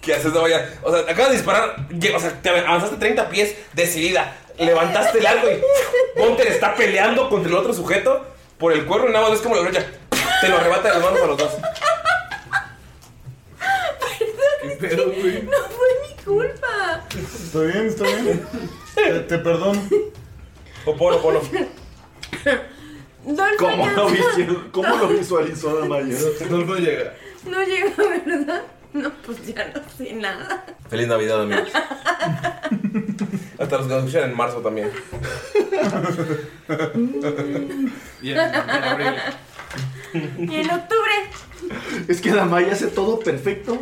Speaker 1: ¿Qué haces, Damaya? O sea, acabas de disparar. lle- O sea, te avanzaste 30 pies decidida. Levantaste el arco y. Ponter está peleando contra el otro sujeto por el cuerno y nada más ves como la brecha. Te lo arrebata de las manos a los dos.
Speaker 6: Pero, güey.
Speaker 5: No fue mi culpa.
Speaker 6: Está bien, está bien. Te, te perdono.
Speaker 1: O polo, polo.
Speaker 5: Dolph
Speaker 3: ¿Cómo
Speaker 5: alcanza-
Speaker 3: lo, visi- cómo lo visualizó Damaya?
Speaker 4: Dolfo llega.
Speaker 5: No llegó, ¿verdad? No, pues ya no sé nada.
Speaker 1: Feliz Navidad, amigos. Hasta los que nos escuchan en marzo también.
Speaker 5: Y en octubre.
Speaker 3: Es que Damaya hace todo perfecto,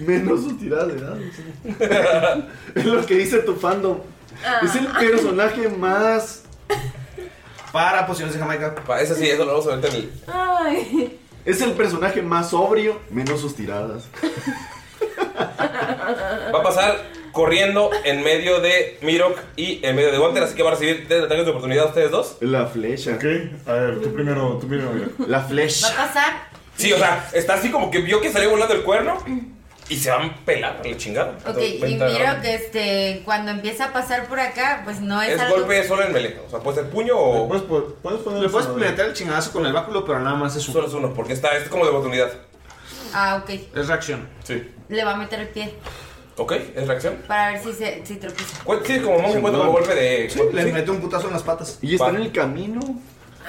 Speaker 3: menos su tirada de dados. ¿eh? es lo que dice tu fandom. Es el personaje más.
Speaker 4: Para posiciones de Jamaica.
Speaker 1: Pa- Eso sí, eso lo vamos a ver en el.
Speaker 5: Ay.
Speaker 3: Es el personaje más sobrio, menos sus tiradas.
Speaker 1: Va a pasar corriendo en medio de Mirok y en medio de Gunter, así que va a recibir tres ataques de oportunidad ustedes dos.
Speaker 3: La flecha.
Speaker 6: Ok, a ver, tú primero, tú primero, mira.
Speaker 3: La
Speaker 8: Va
Speaker 3: flecha.
Speaker 8: a pasar.
Speaker 1: Sí, o sea, está así como que vio que salió volando el cuerno y se van a pelar a la chingada.
Speaker 8: Ok, y
Speaker 1: Venta-
Speaker 8: miro que este, cuando empieza a pasar por acá, pues no es,
Speaker 1: Es
Speaker 8: algo...
Speaker 1: golpe solo en melee, o sea, puede ser puño o
Speaker 6: Puedes, po- puedes poner.
Speaker 4: Le puedes
Speaker 6: eso,
Speaker 4: pleitear el chingadazo con el báculo, pero nada más es un.
Speaker 1: solo es uno, porque está, es como de oportunidad.
Speaker 8: Ah, ok.
Speaker 4: Es reacción.
Speaker 1: Sí.
Speaker 8: Le va a meter el pie
Speaker 1: Ok, es reacción.
Speaker 8: para ver si se si tropieza.
Speaker 1: Cu- Sí, como monje, cuenta como golpe de.
Speaker 4: Le
Speaker 1: sí.
Speaker 4: mete un putazo en las patas.
Speaker 3: Y está
Speaker 1: Va.
Speaker 3: en el camino.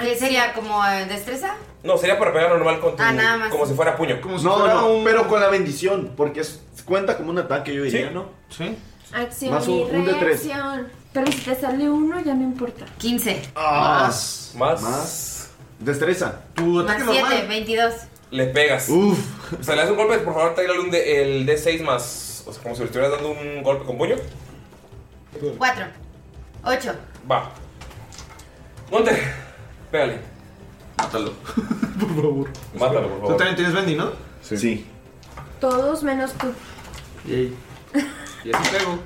Speaker 8: ¿Qué sería como eh, destreza?
Speaker 1: No, sería para pegar normal con tu.
Speaker 8: Ah, nada más.
Speaker 1: Como si fuera puño.
Speaker 4: Como si
Speaker 3: No,
Speaker 4: fuera
Speaker 3: no,
Speaker 4: un-
Speaker 3: pero con la bendición, porque es- cuenta como un ataque, yo diría,
Speaker 1: Sí.
Speaker 3: ¿no?
Speaker 4: Sí.
Speaker 5: Acción
Speaker 3: Más un-
Speaker 5: y
Speaker 3: un de tres.
Speaker 5: reacción. Pero si te sale uno, ya no importa.
Speaker 8: 15.
Speaker 3: Ah,
Speaker 4: Ah.
Speaker 3: Más.
Speaker 1: Más.
Speaker 3: Más. Destreza.
Speaker 4: Tu
Speaker 8: Más
Speaker 4: ataque
Speaker 8: 7,
Speaker 4: normal.
Speaker 8: 22.
Speaker 1: Le pegas.
Speaker 3: Uf.
Speaker 1: O sea, le das un golpe, por favor, tráigale un D- el D6 más. O sea, como si le estuvieras dando un golpe con puño.
Speaker 8: 4. 8.
Speaker 1: Va. Monte, pégale. Mátalo. por favor. Mátalo,
Speaker 4: Tú
Speaker 1: por favor.
Speaker 4: también tienes Bendy, ¿no?
Speaker 3: Sí.
Speaker 5: Todos menos tú.
Speaker 4: Yay. Y así pego.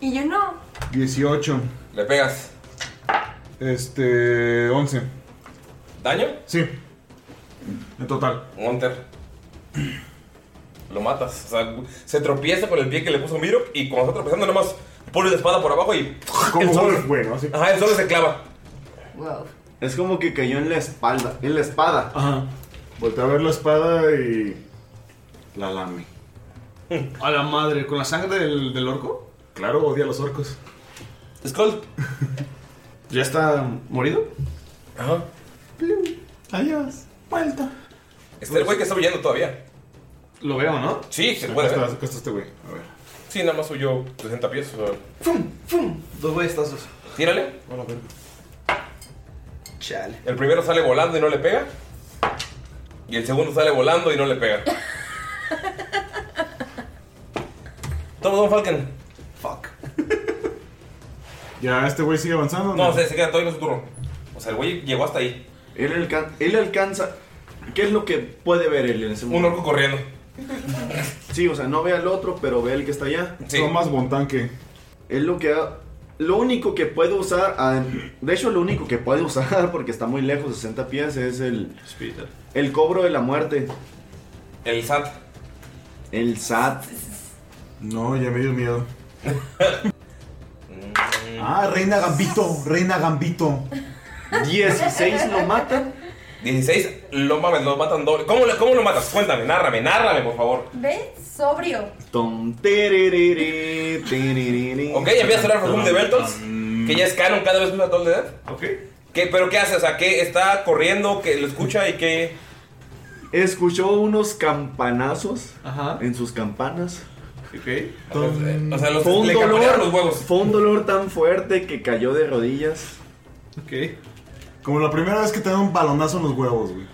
Speaker 5: Y yo no.
Speaker 6: 18.
Speaker 1: Le pegas.
Speaker 6: Este. 11.
Speaker 1: ¿Daño?
Speaker 6: Sí. En total.
Speaker 1: Monter. Lo matas. O sea, se tropieza con el pie que le puso Miro y cuando está tropezando, nomás pone la espada por abajo y.
Speaker 6: Como
Speaker 1: el sol-
Speaker 6: Wolf, güey, ¿no? Así.
Speaker 1: Ajá, el solo se clava.
Speaker 8: Wow.
Speaker 3: Es como que cayó en la espalda. En la espada.
Speaker 6: Ajá. Voltea a ver la espada y. La lame.
Speaker 4: A la madre, ¿con la sangre del, del orco?
Speaker 6: Claro, odia a los orcos.
Speaker 1: Skull.
Speaker 4: ¿Ya está morido?
Speaker 1: Ajá.
Speaker 4: Adiós. Vuelta.
Speaker 1: Este el güey que está brillando todavía.
Speaker 4: Lo veo, ¿no?
Speaker 1: Sí, se puede
Speaker 6: Acá
Speaker 1: ver.
Speaker 6: está, acá está este güey. A ver.
Speaker 1: Sí, nada más huyó 60 pies. o sea,
Speaker 4: ¡Fum! ¡Fum! Dos ballestazos.
Speaker 1: Tírale.
Speaker 6: Hola, verga.
Speaker 4: Chale.
Speaker 1: El primero sale volando y no le pega. Y el segundo sale volando y no le pega. Toma, Don Falcon.
Speaker 4: Fuck.
Speaker 6: Ya, este güey sigue avanzando.
Speaker 1: No, se, se queda todavía en su turno. O sea, el güey llegó hasta ahí.
Speaker 3: Él, alca- él alcanza. ¿Qué es lo que puede ver él en ese
Speaker 1: Un
Speaker 3: momento?
Speaker 1: orco corriendo.
Speaker 3: Sí, o sea, no ve al otro, pero ve al que está allá.
Speaker 1: Sí.
Speaker 6: Tomás Bontanque.
Speaker 3: Es lo que ha- Lo único que puede usar. ah, De hecho, lo único que puede usar, porque está muy lejos, 60 pies, es el. El cobro de la muerte.
Speaker 1: El SAT.
Speaker 3: El SAT.
Speaker 6: No, ya me dio miedo. ah, Reina Gambito, Reina Gambito.
Speaker 3: 16 lo matan.
Speaker 1: 16, lo mames, lo matan doble. ¿Cómo, lo- ¿Cómo lo matas? Cuéntame, nárrame, nárrame, por favor.
Speaker 16: ¿Ve? Sobrio.
Speaker 3: Tom, tererere, tererere.
Speaker 1: Ok, empieza a sonar Perfume de Bertolds, que ya es canon cada vez que usa Toll de Death.
Speaker 4: Ok.
Speaker 1: ¿Qué, ¿Pero qué hace? O sea, ¿qué está corriendo? que lo escucha y qué?
Speaker 3: Escuchó unos campanazos
Speaker 4: Ajá.
Speaker 3: en sus campanas.
Speaker 4: Ok.
Speaker 1: O sea, los,
Speaker 3: Fue un
Speaker 1: le
Speaker 3: dolor,
Speaker 1: campanearon los huevos.
Speaker 3: fue un dolor tan fuerte que cayó de rodillas.
Speaker 4: Ok.
Speaker 6: Como la primera vez que te dan un balonazo en los huevos, güey.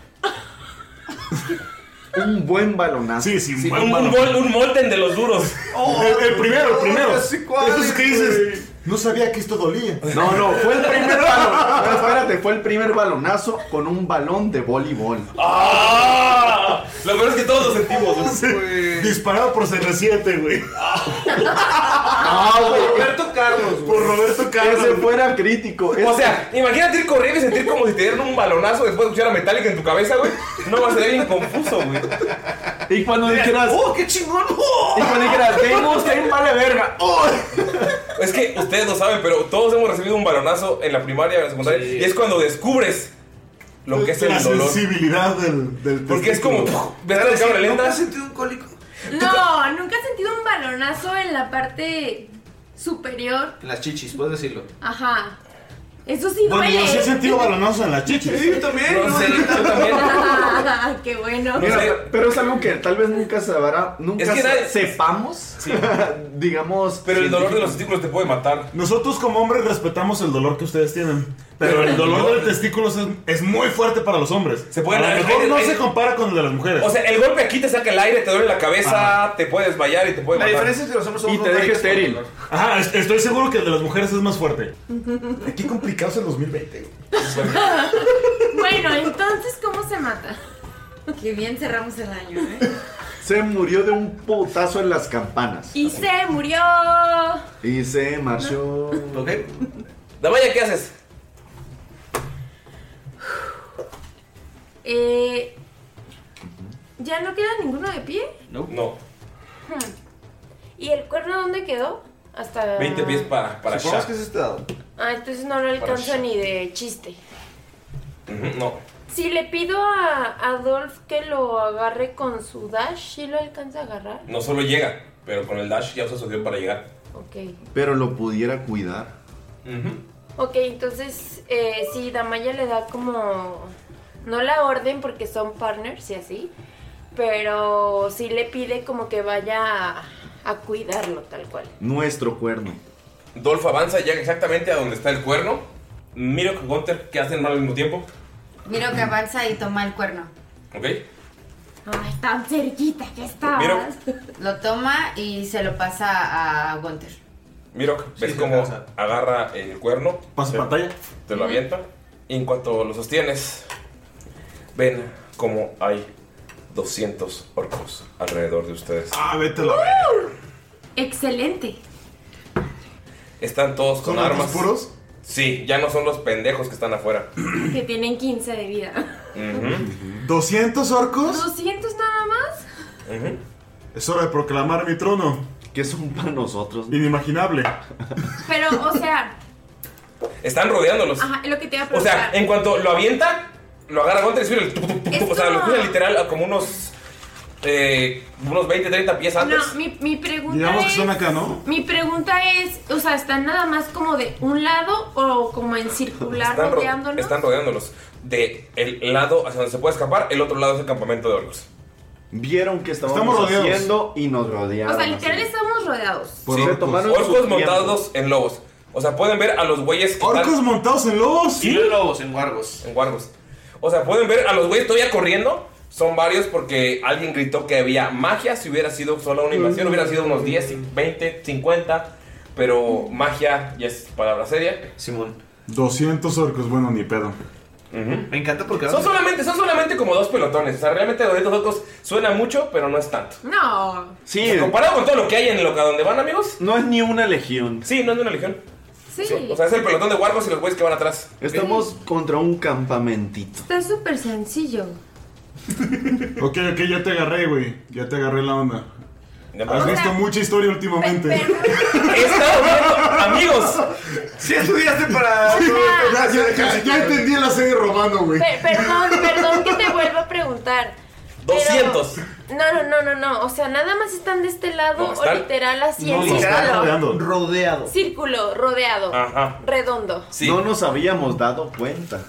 Speaker 3: Un buen balonazo.
Speaker 6: Sí, sí, un
Speaker 1: Sí,
Speaker 6: buen
Speaker 1: un, un,
Speaker 6: balón.
Speaker 1: mol- un molten de los duros.
Speaker 6: el, el primero, el primero.
Speaker 4: ya sé cuál,
Speaker 6: Entonces, ¿qué dices? No sabía que esto dolía.
Speaker 3: No, no, fue el primer balón. no, espérate, fue el primer balonazo con un balón de voleibol.
Speaker 1: ¡Ah! Lo peor es que todos lo sentimos. güey.
Speaker 6: Disparado por CR7, güey.
Speaker 3: Ah, güey.
Speaker 4: Roberto Carlos,
Speaker 6: Por Roberto
Speaker 3: Ese
Speaker 6: Carlos.
Speaker 3: fuera crítico.
Speaker 1: O
Speaker 3: ese-
Speaker 1: sea, imagínate ir corriendo y sentir como si te dieran un balonazo después de escuchar a Metallica en tu cabeza, güey. No va a ser bien confuso, güey.
Speaker 3: y cuando dijeras,
Speaker 4: ¡Oh, qué chingón!
Speaker 3: y cuando dijeras, Dave Mustaine vale verga. ¡Oh!
Speaker 1: Es que ustedes no saben, pero todos hemos recibido un balonazo en la primaria, en la secundaria. Y es cuando descubres lo que es
Speaker 6: la
Speaker 1: el dolor.
Speaker 6: sensibilidad del, del
Speaker 1: Porque es como,
Speaker 6: testículo.
Speaker 1: ves la cámara lenta.
Speaker 4: sentido un cólico?
Speaker 5: No, nunca he sentido un balonazo en la parte superior.
Speaker 4: En las chichis, puedes decirlo.
Speaker 5: Ajá. Eso sí
Speaker 6: Bueno, yo
Speaker 5: duele.
Speaker 6: sí he sentido balonazos en las chichis.
Speaker 4: Yo también.
Speaker 1: No sé, yo también.
Speaker 5: Ah, qué bueno.
Speaker 1: No sé.
Speaker 3: Pero es algo que tal vez nunca sabrá, nunca
Speaker 1: Es que
Speaker 3: sa-
Speaker 1: nadie-
Speaker 3: sepamos, digamos.
Speaker 1: Pero el dolor de los
Speaker 3: científicamente.
Speaker 1: testículos te puede matar.
Speaker 6: Nosotros como hombres respetamos el dolor que ustedes tienen. Pero el dolor de testículos es, es muy fuerte para los hombres.
Speaker 1: Se pueden-
Speaker 6: a lo mejor
Speaker 1: hay-
Speaker 6: no
Speaker 1: hay-
Speaker 6: se compara con el de las mujeres.
Speaker 1: O sea, el golpe aquí te saca el aire, te duele la cabeza, te puede desmayar y te puede
Speaker 4: La
Speaker 1: matar.
Speaker 4: diferencia es que los hombres somos
Speaker 3: Y te deja estéril.
Speaker 6: Ajá, es- estoy seguro que el de las mujeres es más fuerte. Qué complicado es el 2020. güey.
Speaker 5: Bueno, entonces, ¿cómo se mata?
Speaker 8: Qué bien cerramos el año, ¿eh?
Speaker 3: Se murió de un potazo en las campanas.
Speaker 5: Y se murió.
Speaker 3: Y se marchó.
Speaker 4: Ok.
Speaker 1: Damaya, ¿qué haces?
Speaker 5: Eh, ¿Ya no queda ninguno de pie?
Speaker 1: No,
Speaker 5: ¿Y el cuerno dónde quedó? Hasta...
Speaker 1: 20 pies para, para Shaq.
Speaker 4: Supongamos que es este dado.
Speaker 5: Ah, entonces no lo alcanzo ni de chiste.
Speaker 1: Ujú, No.
Speaker 5: Si le pido a Adolf que lo agarre con su dash, ¿sí lo alcanza a agarrar?
Speaker 1: No solo llega, pero con el dash ya usa su acción para llegar.
Speaker 5: Ok.
Speaker 3: Pero lo pudiera cuidar.
Speaker 5: Ok, entonces, eh, sí, Damaya le da como... No la orden porque son partners y así, pero sí le pide como que vaya a, a cuidarlo tal cual.
Speaker 3: Nuestro cuerno.
Speaker 1: Dolph avanza y llega exactamente a donde está el cuerno. Miro con Gunter que hacen mal al mismo tiempo.
Speaker 8: Miro que avanza y toma el cuerno.
Speaker 1: ¿Ok?
Speaker 5: Ay, tan cerquita que estabas.
Speaker 1: Miro,
Speaker 8: Lo toma y se lo pasa a Gunther.
Speaker 1: Miro, ves
Speaker 4: se
Speaker 1: cómo
Speaker 4: alcanza.
Speaker 1: agarra el cuerno.
Speaker 6: Pasa
Speaker 1: te,
Speaker 6: pantalla.
Speaker 1: Te lo avienta. Y en cuanto lo sostienes, ven cómo hay 200 orcos alrededor de ustedes.
Speaker 6: Ah, vete a la verga.
Speaker 5: Excelente.
Speaker 1: Están todos con
Speaker 6: ¿Son armas
Speaker 1: armas.
Speaker 6: puros?
Speaker 1: Sí, ya no son los pendejos que están afuera.
Speaker 5: Que tienen 15 de vida.
Speaker 1: Ujú,
Speaker 6: 200 orcos.
Speaker 5: ¿200 nada más?
Speaker 1: ujú.
Speaker 6: Es hora de proclamar mi trono.
Speaker 3: Que son para nosotros.
Speaker 6: Inimaginable.
Speaker 5: Pero, o sea,
Speaker 1: están rodeándolos.
Speaker 17: Ajá, es lo que te iba a
Speaker 1: O
Speaker 17: preguntar.
Speaker 1: sea, en cuanto lo avienta, lo agarra Gunter y sube el. tup, tup, tup, tup. o sea, lo escucha literal a como unos. eh, unos 20, 30 pies antes.
Speaker 17: No, mi, mi pregunta
Speaker 1: Digamos que
Speaker 17: es...
Speaker 1: son acá, ¿no?
Speaker 17: Mi pregunta es, o sea, ¿están nada más como de un lado o como en circular
Speaker 1: Están, ro-
Speaker 17: rodeándonos?
Speaker 1: están rodeándolos. De el lado hacia donde se puede escapar, el otro lado es el campamento de orcos.
Speaker 3: Vieron que estábamos
Speaker 1: Estamos rodeados.
Speaker 3: haciendo y nos rodearon.
Speaker 17: O sea, literal estamos rodeados.
Speaker 1: Sí,
Speaker 3: Se tomaron su
Speaker 1: orcos
Speaker 3: tiempo.
Speaker 1: montados en lobos. O sea, pueden ver a los güeyes que
Speaker 6: ¿Orcos
Speaker 1: están-
Speaker 6: montados en lobos?
Speaker 1: Sí, lobos, en guargos. En guargos. O sea, pueden ver a los güeyes todavía corriendo. Son varios porque alguien gritó que había magia. Si hubiera sido solo una invasión, hubiera sido unos 10, 20, 50. Pero magia ya es palabra seria.
Speaker 18: Simón.
Speaker 6: 200 orcos, bueno, ni pedo.
Speaker 18: Me encanta porque...
Speaker 1: Son solamente, son solamente como dos pelotones. O sea, realmente 200 orcos suena mucho, pero no es tanto.
Speaker 17: No.
Speaker 1: O sea, comparado con todo lo que hay en lo que a donde van, amigos.
Speaker 3: No es ni una legión.
Speaker 1: Sí, no es ni una legión.
Speaker 5: Sí.
Speaker 1: O sea, es el pelotón de guargos y los güeyes que van atrás.
Speaker 3: Estamos contra un campamentito.
Speaker 5: Está súper sencillo.
Speaker 6: Ok, ok, ya te agarré, güey. Ya te agarré la onda. Has
Speaker 5: me-
Speaker 6: visto mucha historia últimamente.
Speaker 1: amigos.
Speaker 6: Si estudiaste para. ya, ya- ya- ya entendí la serie robando, güey.
Speaker 5: Per- perdón, perdón que te vuelva a preguntar. pero-
Speaker 6: 200.
Speaker 5: No, no, no, no, no. O sea, nada más están de este lado
Speaker 1: No,
Speaker 5: o
Speaker 1: están-
Speaker 5: literal así en
Speaker 3: están
Speaker 5: círculo.
Speaker 3: rodeando.
Speaker 18: Rodeado.
Speaker 5: Círculo, rodeado,
Speaker 3: Ajá.
Speaker 5: redondo.
Speaker 3: No nos habíamos dado cuenta.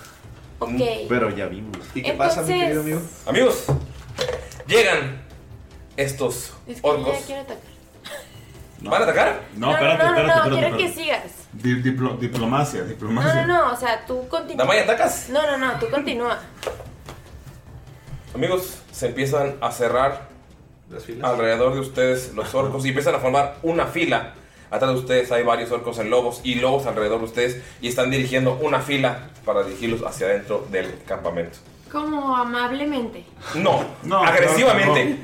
Speaker 5: Ok.
Speaker 1: Mm,
Speaker 3: Pero ya vimos.
Speaker 5: ¿Y qué pasa, mi Entonces- querido amigo?
Speaker 1: Amigos, llegan estos
Speaker 5: Es que
Speaker 1: orcos.
Speaker 5: ya quiero atacar.
Speaker 1: ¿Van a atacar?
Speaker 5: No, no, no, no, quiero que sigas.
Speaker 6: Di- diplo- diplomacia,
Speaker 5: No, no,
Speaker 6: diplomacia.
Speaker 5: no, o sea, tú continúa.
Speaker 1: Damaya, ¿atacas?
Speaker 5: No, no, no, tú continúa.
Speaker 1: Amigos, se empiezan a cerrar alrededor de ustedes los orcos y empiezan a formar una fila. Atrás de ustedes hay varios orcos en lobos y lobos alrededor de ustedes y están dirigiendo una fila para dirigirlos hacia adentro del campamento.
Speaker 17: Como amablemente.
Speaker 1: No, agresivamente.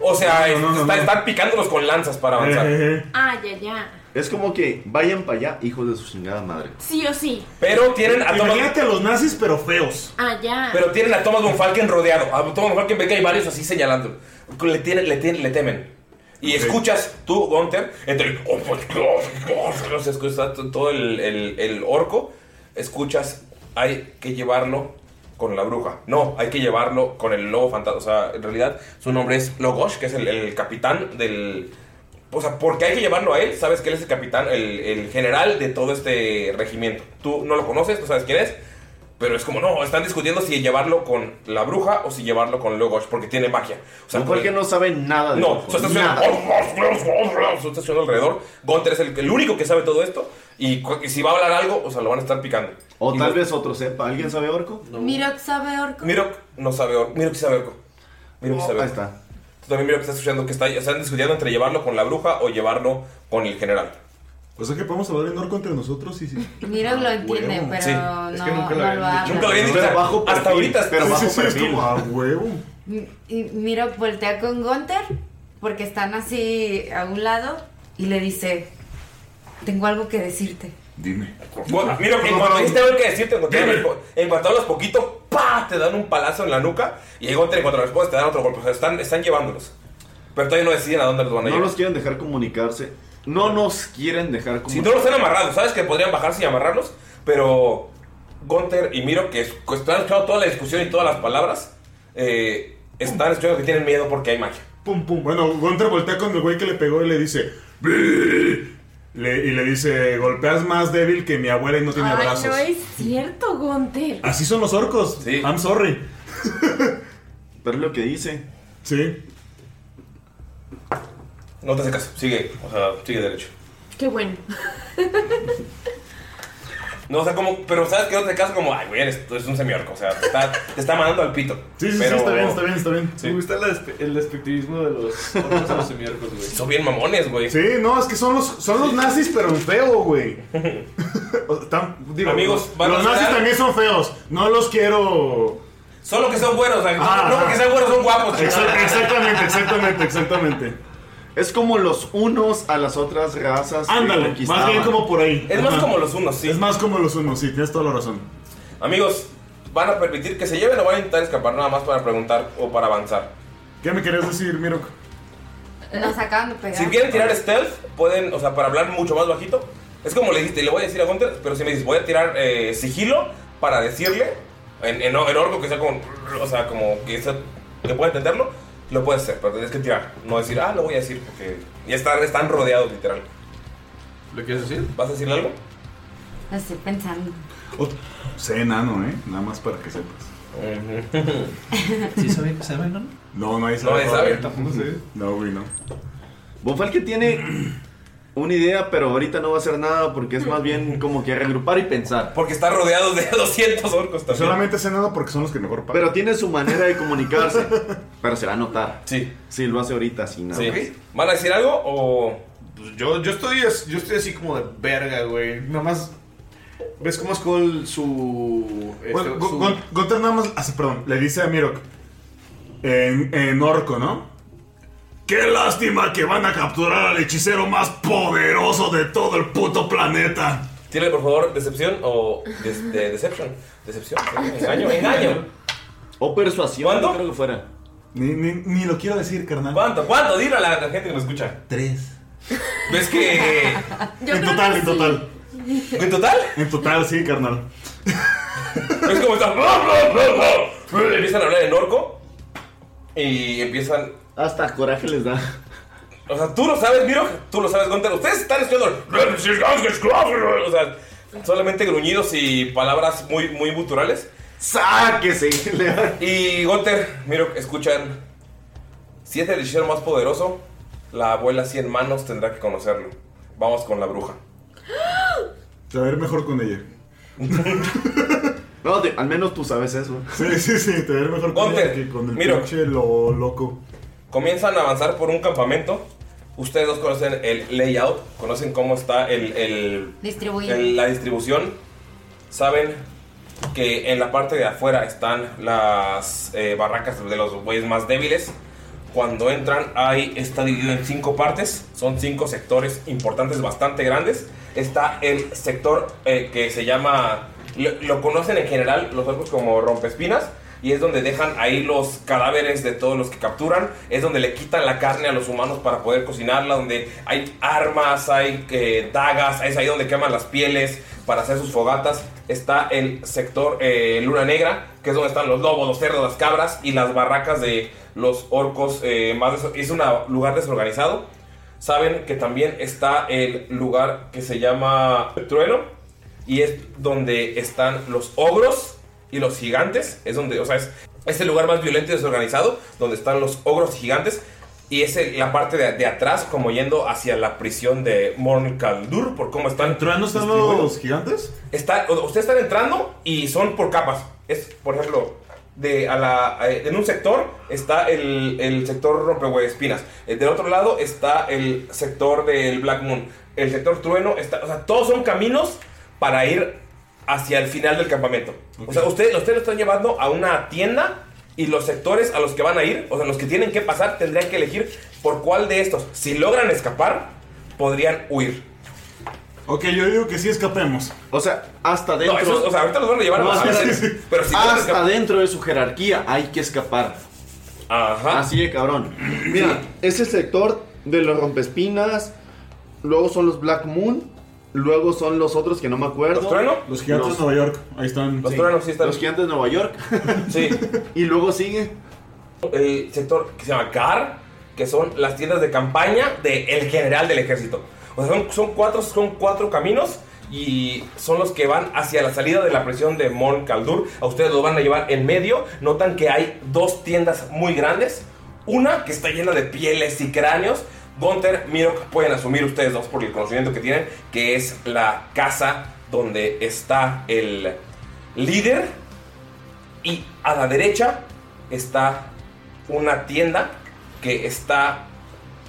Speaker 1: O sea, es- está- están picándolos con lanzas
Speaker 6: Eh,
Speaker 1: para avanzar.
Speaker 17: Ah, ya, ya.
Speaker 3: Es como que vayan para allá, hijos de su chingada madre.
Speaker 17: Sí o sí.
Speaker 1: Pero tienen a Thomas-
Speaker 6: Imagínate a los nazis, pero feos.
Speaker 17: Ah, ya.
Speaker 1: Pero tienen a Thomas von Falken rodeado. A Thomas von Falken ve que hay varios así señalando. Le, tienen, le, tienen- le temen. Y escuchas tú, Gunther, entre el- oh, pues, oh, oh, no se escucha t- todo el, el- el orco. Escuchas, hay que llevarlo con la bruja. No, hay que llevarlo con el lobo fantasma. O sea, en realidad su nombre es Logosh, que es el, el capitán del... O sea, porque hay que llevarlo a él, sabes que él es el capitán, el, el general de todo este regimiento. Tú no lo conoces, tú sabes quién es, pero es como, no, están discutiendo si llevarlo con la bruja o si llevarlo con Logosh, porque tiene magia. O sea,
Speaker 3: No, porque no saben nada de
Speaker 1: No,
Speaker 3: eso.
Speaker 1: o sea, está suena- Su estación alrededor. Gunter es el, el único que sabe todo esto. Y, cu- y si va a hablar algo, o sea, lo van a estar picando.
Speaker 3: O tal vez otro sepa. ¿Alguien sabe orco?
Speaker 8: Mirok sabe orco.
Speaker 1: Mirok no sabe orco. Mirok sí sabe orco. Mirok sí sabe orco.
Speaker 3: está.
Speaker 1: Tú también Mirok estás escuchando que está, están discutiendo entre llevarlo con la bruja o llevarlo con el general.
Speaker 6: O sea que podemos hablar en orco entre nosotros y sí.
Speaker 8: Mirok lo entiende,
Speaker 6: huevo.
Speaker 8: pero
Speaker 6: Sí,
Speaker 8: no,
Speaker 6: es que nunca lo
Speaker 8: no lo
Speaker 6: habían dicho.
Speaker 8: habla.
Speaker 1: Ah, Nunca lo habían dicho.
Speaker 6: Pero
Speaker 1: o sea,
Speaker 6: bajo perfil,
Speaker 1: hasta ahorita.
Speaker 6: pero
Speaker 1: sí,
Speaker 6: bajo
Speaker 1: sí, sí, es
Speaker 6: perfil.
Speaker 1: como,
Speaker 6: a huevo.
Speaker 8: Mi- Y Mirok voltea con Gunther porque están así a un lado y le dice, tengo algo que decirte.
Speaker 6: Dime.
Speaker 1: Bueno,
Speaker 3: Ah,
Speaker 1: mira, en cuanto dijiste algo que decirte, en cuanto, en cuanto hablas poquito, ¡pa! Te dan un palazo en la nuca y ahí Gunter, en cuanto respondes, te dan otro golpe. O sea, están, están llevándolos. Pero todavía no deciden a dónde los van a
Speaker 3: No
Speaker 1: llevar.
Speaker 3: los quieren dejar comunicarse. No nos quieren dejar
Speaker 1: Si
Speaker 3: comunicarse.
Speaker 1: no los han amarrado, sabes que podrían bajarse y amarrarlos, pero Gunter y Miro, que es- que están escuchando toda la discusión y todas las palabras, eh, están escuchando que tienen miedo porque hay magia.
Speaker 6: Pum, pum. Bueno, Gunter voltea con el güey que le pegó y le dice. "Bleh". Le- y le dice: Golpeas más débil que mi abuela y no tiene
Speaker 5: Ay,
Speaker 6: brazos.
Speaker 5: no es cierto, Gunter.
Speaker 6: Así son los orcos. I'm sorry.
Speaker 3: Pero es lo que dice.
Speaker 6: Sí.
Speaker 1: No te hace caso, sigue, o sea, sigue derecho.
Speaker 5: Qué bueno.
Speaker 1: No, o sea, como, pero sabes que no te hace caso como, ay, güey, eres, tú eres un semiorco, o sea, te está, te está mandando al pito.
Speaker 6: Sí, sí,
Speaker 1: Pero-
Speaker 6: sí, está bien, está bien, está bien.
Speaker 1: Sí. Me gusta
Speaker 4: el despectivismo de los orcos a los semiorcos, güey.
Speaker 1: Son bien mamones, güey.
Speaker 6: Sí, no, es que son los, son los nazis, pero en feo, güey. O sea, están- digo,
Speaker 1: Amigos,
Speaker 6: los,
Speaker 1: van a
Speaker 6: nazis
Speaker 1: estar-
Speaker 6: también son feos. No los quiero.
Speaker 1: Solo que son buenos, o sea,
Speaker 6: Ah,
Speaker 1: no
Speaker 6: ajá.
Speaker 1: porque sean buenos, son guapos.
Speaker 6: Exact- exactamente, exactamente, exactamente.
Speaker 3: Es como los unos a las otras razas. que
Speaker 6: Ándale,
Speaker 3: conquistaban.
Speaker 6: más bien como por ahí.
Speaker 1: Es más como los unos, sí.
Speaker 6: Es más como los unos, sí, tienes toda la razón.
Speaker 1: Amigos, ¿van a permitir que se lleven o van a intentar escapar nada más para preguntar o para avanzar?
Speaker 6: ¿Qué me querías decir, Miro?
Speaker 8: Nos acaban de pegar.
Speaker 1: Si quieren tirar stealth, pueden, o sea, para hablar mucho más bajito, Es como le dijiste, le voy a decir a Gunter, pero si me dices, voy a tirar eh, sigilo para decirle, en, en, en orco que sea como, o sea, como que, sea- que pueda entenderlo, lo puedes hacer, pero tienes que tirar. No decir, ah, lo voy a decir, porque ya están, están rodeados, literal.
Speaker 13: ¿Lo quieres decir?
Speaker 1: ¿Vas a decirle algo?
Speaker 8: Lo estoy pensando.
Speaker 6: Ot- sé enano, ¿eh? Nada más para que sepas.
Speaker 4: ¿Sí sabe, sabe no?
Speaker 6: No, nadie
Speaker 3: No,
Speaker 6: sabe.
Speaker 3: nadie sabe.
Speaker 6: Tampoco sé. No, güey, no.
Speaker 3: Bonfalque tiene una idea, pero ahorita no va a hacer nada porque es más bien como que regrupar y pensar.
Speaker 1: Porque está rodeado de 200 orcos también.
Speaker 6: Solamente es enano porque son los que mejor pagan.
Speaker 3: Pero tiene su manera de comunicarse. pero se va a notar.
Speaker 1: Sí.
Speaker 3: Sí, lo hace ahorita, sin nada.
Speaker 1: Sí.
Speaker 3: más.
Speaker 1: ¿Van a decir algo o.?
Speaker 13: pues, Yo, yo, estoy, as- yo estoy así como de verga, güey. Nada más. ¿Ves cómo es con su. este,
Speaker 6: Bueno, Gu-
Speaker 13: su-
Speaker 6: Gun- Gunther nada más, ah, sí, perdón, le dice a Mirok en, en orco, ¿no?
Speaker 12: Qué lástima que van a capturar al hechicero más poderoso de todo el puto planeta.
Speaker 1: Tírale, por favor, decepción o. des- de- deception. Decepción. Engaño, engaño.
Speaker 3: O persuasión.
Speaker 1: ¿Cuánto?
Speaker 3: Creo que fuera.
Speaker 6: Ni, ni, ni lo quiero decir, carnal.
Speaker 1: ¿Cuánto? ¿Cuánto? Dile a la la gente que nos escucha.
Speaker 6: Tres.
Speaker 1: ¿Ves que.?
Speaker 6: en total, en total.
Speaker 1: ¿En total?
Speaker 6: En total, sí, carnal.
Speaker 1: Es como están. Empiezan a hablar en orco. Y empiezan.
Speaker 3: Hasta coraje les da.
Speaker 1: O sea, tú lo sabes, Miro. Tú lo sabes, Gunter. Ustedes están estudiando. O sea, solamente gruñidos y palabras muy, muy guturales.
Speaker 3: ¡Sáquese!
Speaker 1: Y Gunter, Miro, escuchan. Si es el hechicero más poderoso, la abuela cien manos tendrá que conocerlo. Vamos con la bruja.
Speaker 6: Te va a ir mejor con ella.
Speaker 3: No, te- al menos tú sabes eso.
Speaker 6: Sí, sí, sí, te va a ir mejor con ella que con el
Speaker 1: Mirok.
Speaker 6: pinche lo loco.
Speaker 1: Comienzan a avanzar por un campamento. Ustedes dos conocen el layout, conocen cómo está el- el
Speaker 8: Distribuido.
Speaker 1: en la distribución saben que en la parte de afuera están las eh, barracas de los güeyes más débiles. Cuando entran, ahí está dividido en cinco partes. Son cinco sectores importantes, bastante grandes. Está el sector eh, que se llama. Lo, lo conocen en general los orcos como rompespinas. Y es donde dejan ahí los cadáveres de todos los que capturan. Es donde le quitan la carne a los humanos para poder cocinarla. Donde hay armas, hay eh, dagas. Es ahí donde queman las pieles para hacer sus fogatas. Está el sector eh, Luna Negra, que es donde están los lobos, los cerdos, las cabras y las barracas de los orcos. eh, más des- es un lugar desorganizado. Saben que también está el lugar que se llama Trueno. Y es donde están los ogros y los gigantes. Es donde, o sea, es, es el lugar más violento y desorganizado. Donde están los ogros y gigantes. Y es el- la parte de, de atrás, como yendo hacia la prisión de Morn Kaldur, por cómo están.
Speaker 6: ¿Entrando están los gigantes?
Speaker 1: Está, o- ustedes están entrando y son por capas. Es, por ejemplo, de, a la, eh, en un sector está el, el sector rompehuespinas. Eh, Del otro lado está el sector del Black Moon. El sector trueno está. O sea, todos son caminos para ir hacia el final del campamento. O sea, ustedes, ustedes lo están llevando a una tienda y los sectores a los que van a ir, o sea, los que tienen que pasar, tendrían que elegir por cuál de estos. Si logran escapar, podrían huir.
Speaker 6: Ok, yo digo que sí escapemos.
Speaker 3: O sea, hasta
Speaker 1: No,
Speaker 3: dentro.
Speaker 1: eso- o sea, ahorita los van a llevar a
Speaker 3: No,
Speaker 1: la
Speaker 3: sí,
Speaker 1: sala.
Speaker 3: sí, sí.
Speaker 1: Pero si pueden
Speaker 3: hasta
Speaker 1: escapar-
Speaker 3: dentro de su jerarquía hay que escapar.
Speaker 1: Ajá.
Speaker 3: Así de cabrón. Mira, ese sector de los rompespinas, luego son los Black Moon, luego son los otros que no me acuerdo.
Speaker 1: ¿Los trueno?
Speaker 6: Los gigantes de
Speaker 3: Nueva
Speaker 6: Nueva York, ahí están.
Speaker 1: Los truenos sí están.
Speaker 3: Los gigantes de Nueva York.
Speaker 1: Sí.
Speaker 3: y luego sigue.
Speaker 1: El sector que se llama CAR, que son las tiendas de campaña del general del ejército. O sea, son, son cuatro, son cuatro caminos y son los que van hacia la salida de la prisión de Mon Kaldur. A ustedes los van a llevar en medio. Notan que hay dos tiendas muy grandes. Una que está llena de pieles y cráneos. Gunter, Mirok, pueden asumir ustedes dos por el conocimiento que tienen, que es la casa donde está el líder y a la derecha está una tienda que está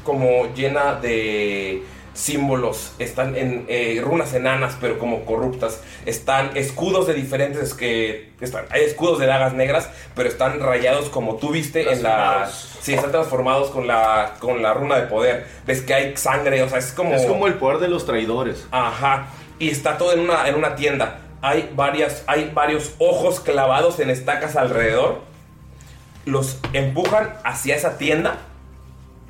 Speaker 1: como llena de símbolos. Están en eh, runas enanas, pero como corruptas. Están escudos de diferentes que están. Hay escudos de dagas negras, pero están rayados como tú viste en la. Sí, están transformados con la con la runa de poder. Ves que hay sangre, o sea, es como
Speaker 3: Es como el poder de los traidores.
Speaker 1: Ajá. Y está todo en una, en una tienda. Hay, varias, hay varios ojos clavados en estacas alrededor. Los empujan hacia esa tienda.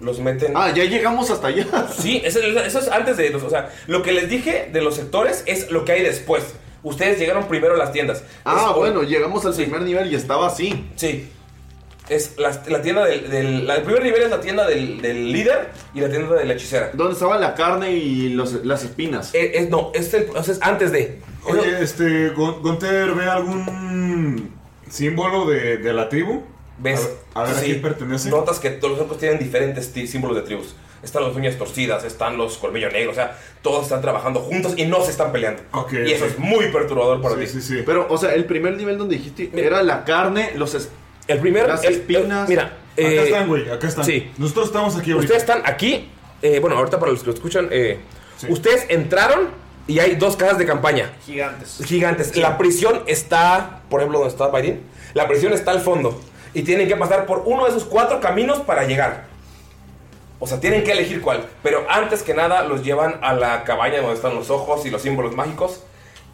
Speaker 1: Los meten.
Speaker 3: Ah, ya llegamos hasta allá.
Speaker 1: Sí, eso, eso es antes de los. O sea, lo que les dije de los sectores es lo que hay después. Ustedes llegaron primero a las tiendas.
Speaker 3: Ah,
Speaker 1: Es-
Speaker 3: bueno, llegamos al primer nivel y estaba así.
Speaker 1: Sí. Es la, la tienda del, del- la- El primer nivel es la tienda del, del líder y la tienda de la hechicera.
Speaker 3: ¿Dónde estaba la carne y los- las espinas?
Speaker 13: Eh,
Speaker 1: no, es, el- o sea, es antes de.
Speaker 6: Oye, este, Gon- Gonter, ¿ve algún símbolo de, de la tribu?
Speaker 1: ¿Ves?
Speaker 6: A ver, a
Speaker 1: Sí.
Speaker 6: quién pertenece.
Speaker 1: Notas que todos los orcos tienen diferentes ti- símbolos de tribus. Están las uñas torcidas, están los colmillos negros, o sea, todos están trabajando juntos y no se están peleando. y eso
Speaker 3: ok.
Speaker 1: es muy perturbador para ti.
Speaker 3: Pero, o sea, el primer nivel donde dijiste era la carne, los es-
Speaker 1: El primer.
Speaker 3: las
Speaker 1: el- el-
Speaker 3: espinas.
Speaker 1: mira,
Speaker 6: Acá
Speaker 1: eh,
Speaker 6: están, güey, acá están.
Speaker 1: sí.
Speaker 6: Nosotros estamos aquí ahorita.
Speaker 1: Ustedes están aquí. eh, bueno, ahorita para los que lo escuchan, eh, ustedes entraron y hay dos casas de campaña.
Speaker 13: Gigantes.
Speaker 1: Gigantes. La prisión está, por ejemplo, donde está Biden. La prisión está al fondo. Y tienen que pasar por uno de esos cuatro caminos para llegar. O sea, tienen que elegir cuál. Pero antes que nada, los llevan a la cabaña donde están los ojos y los símbolos mágicos.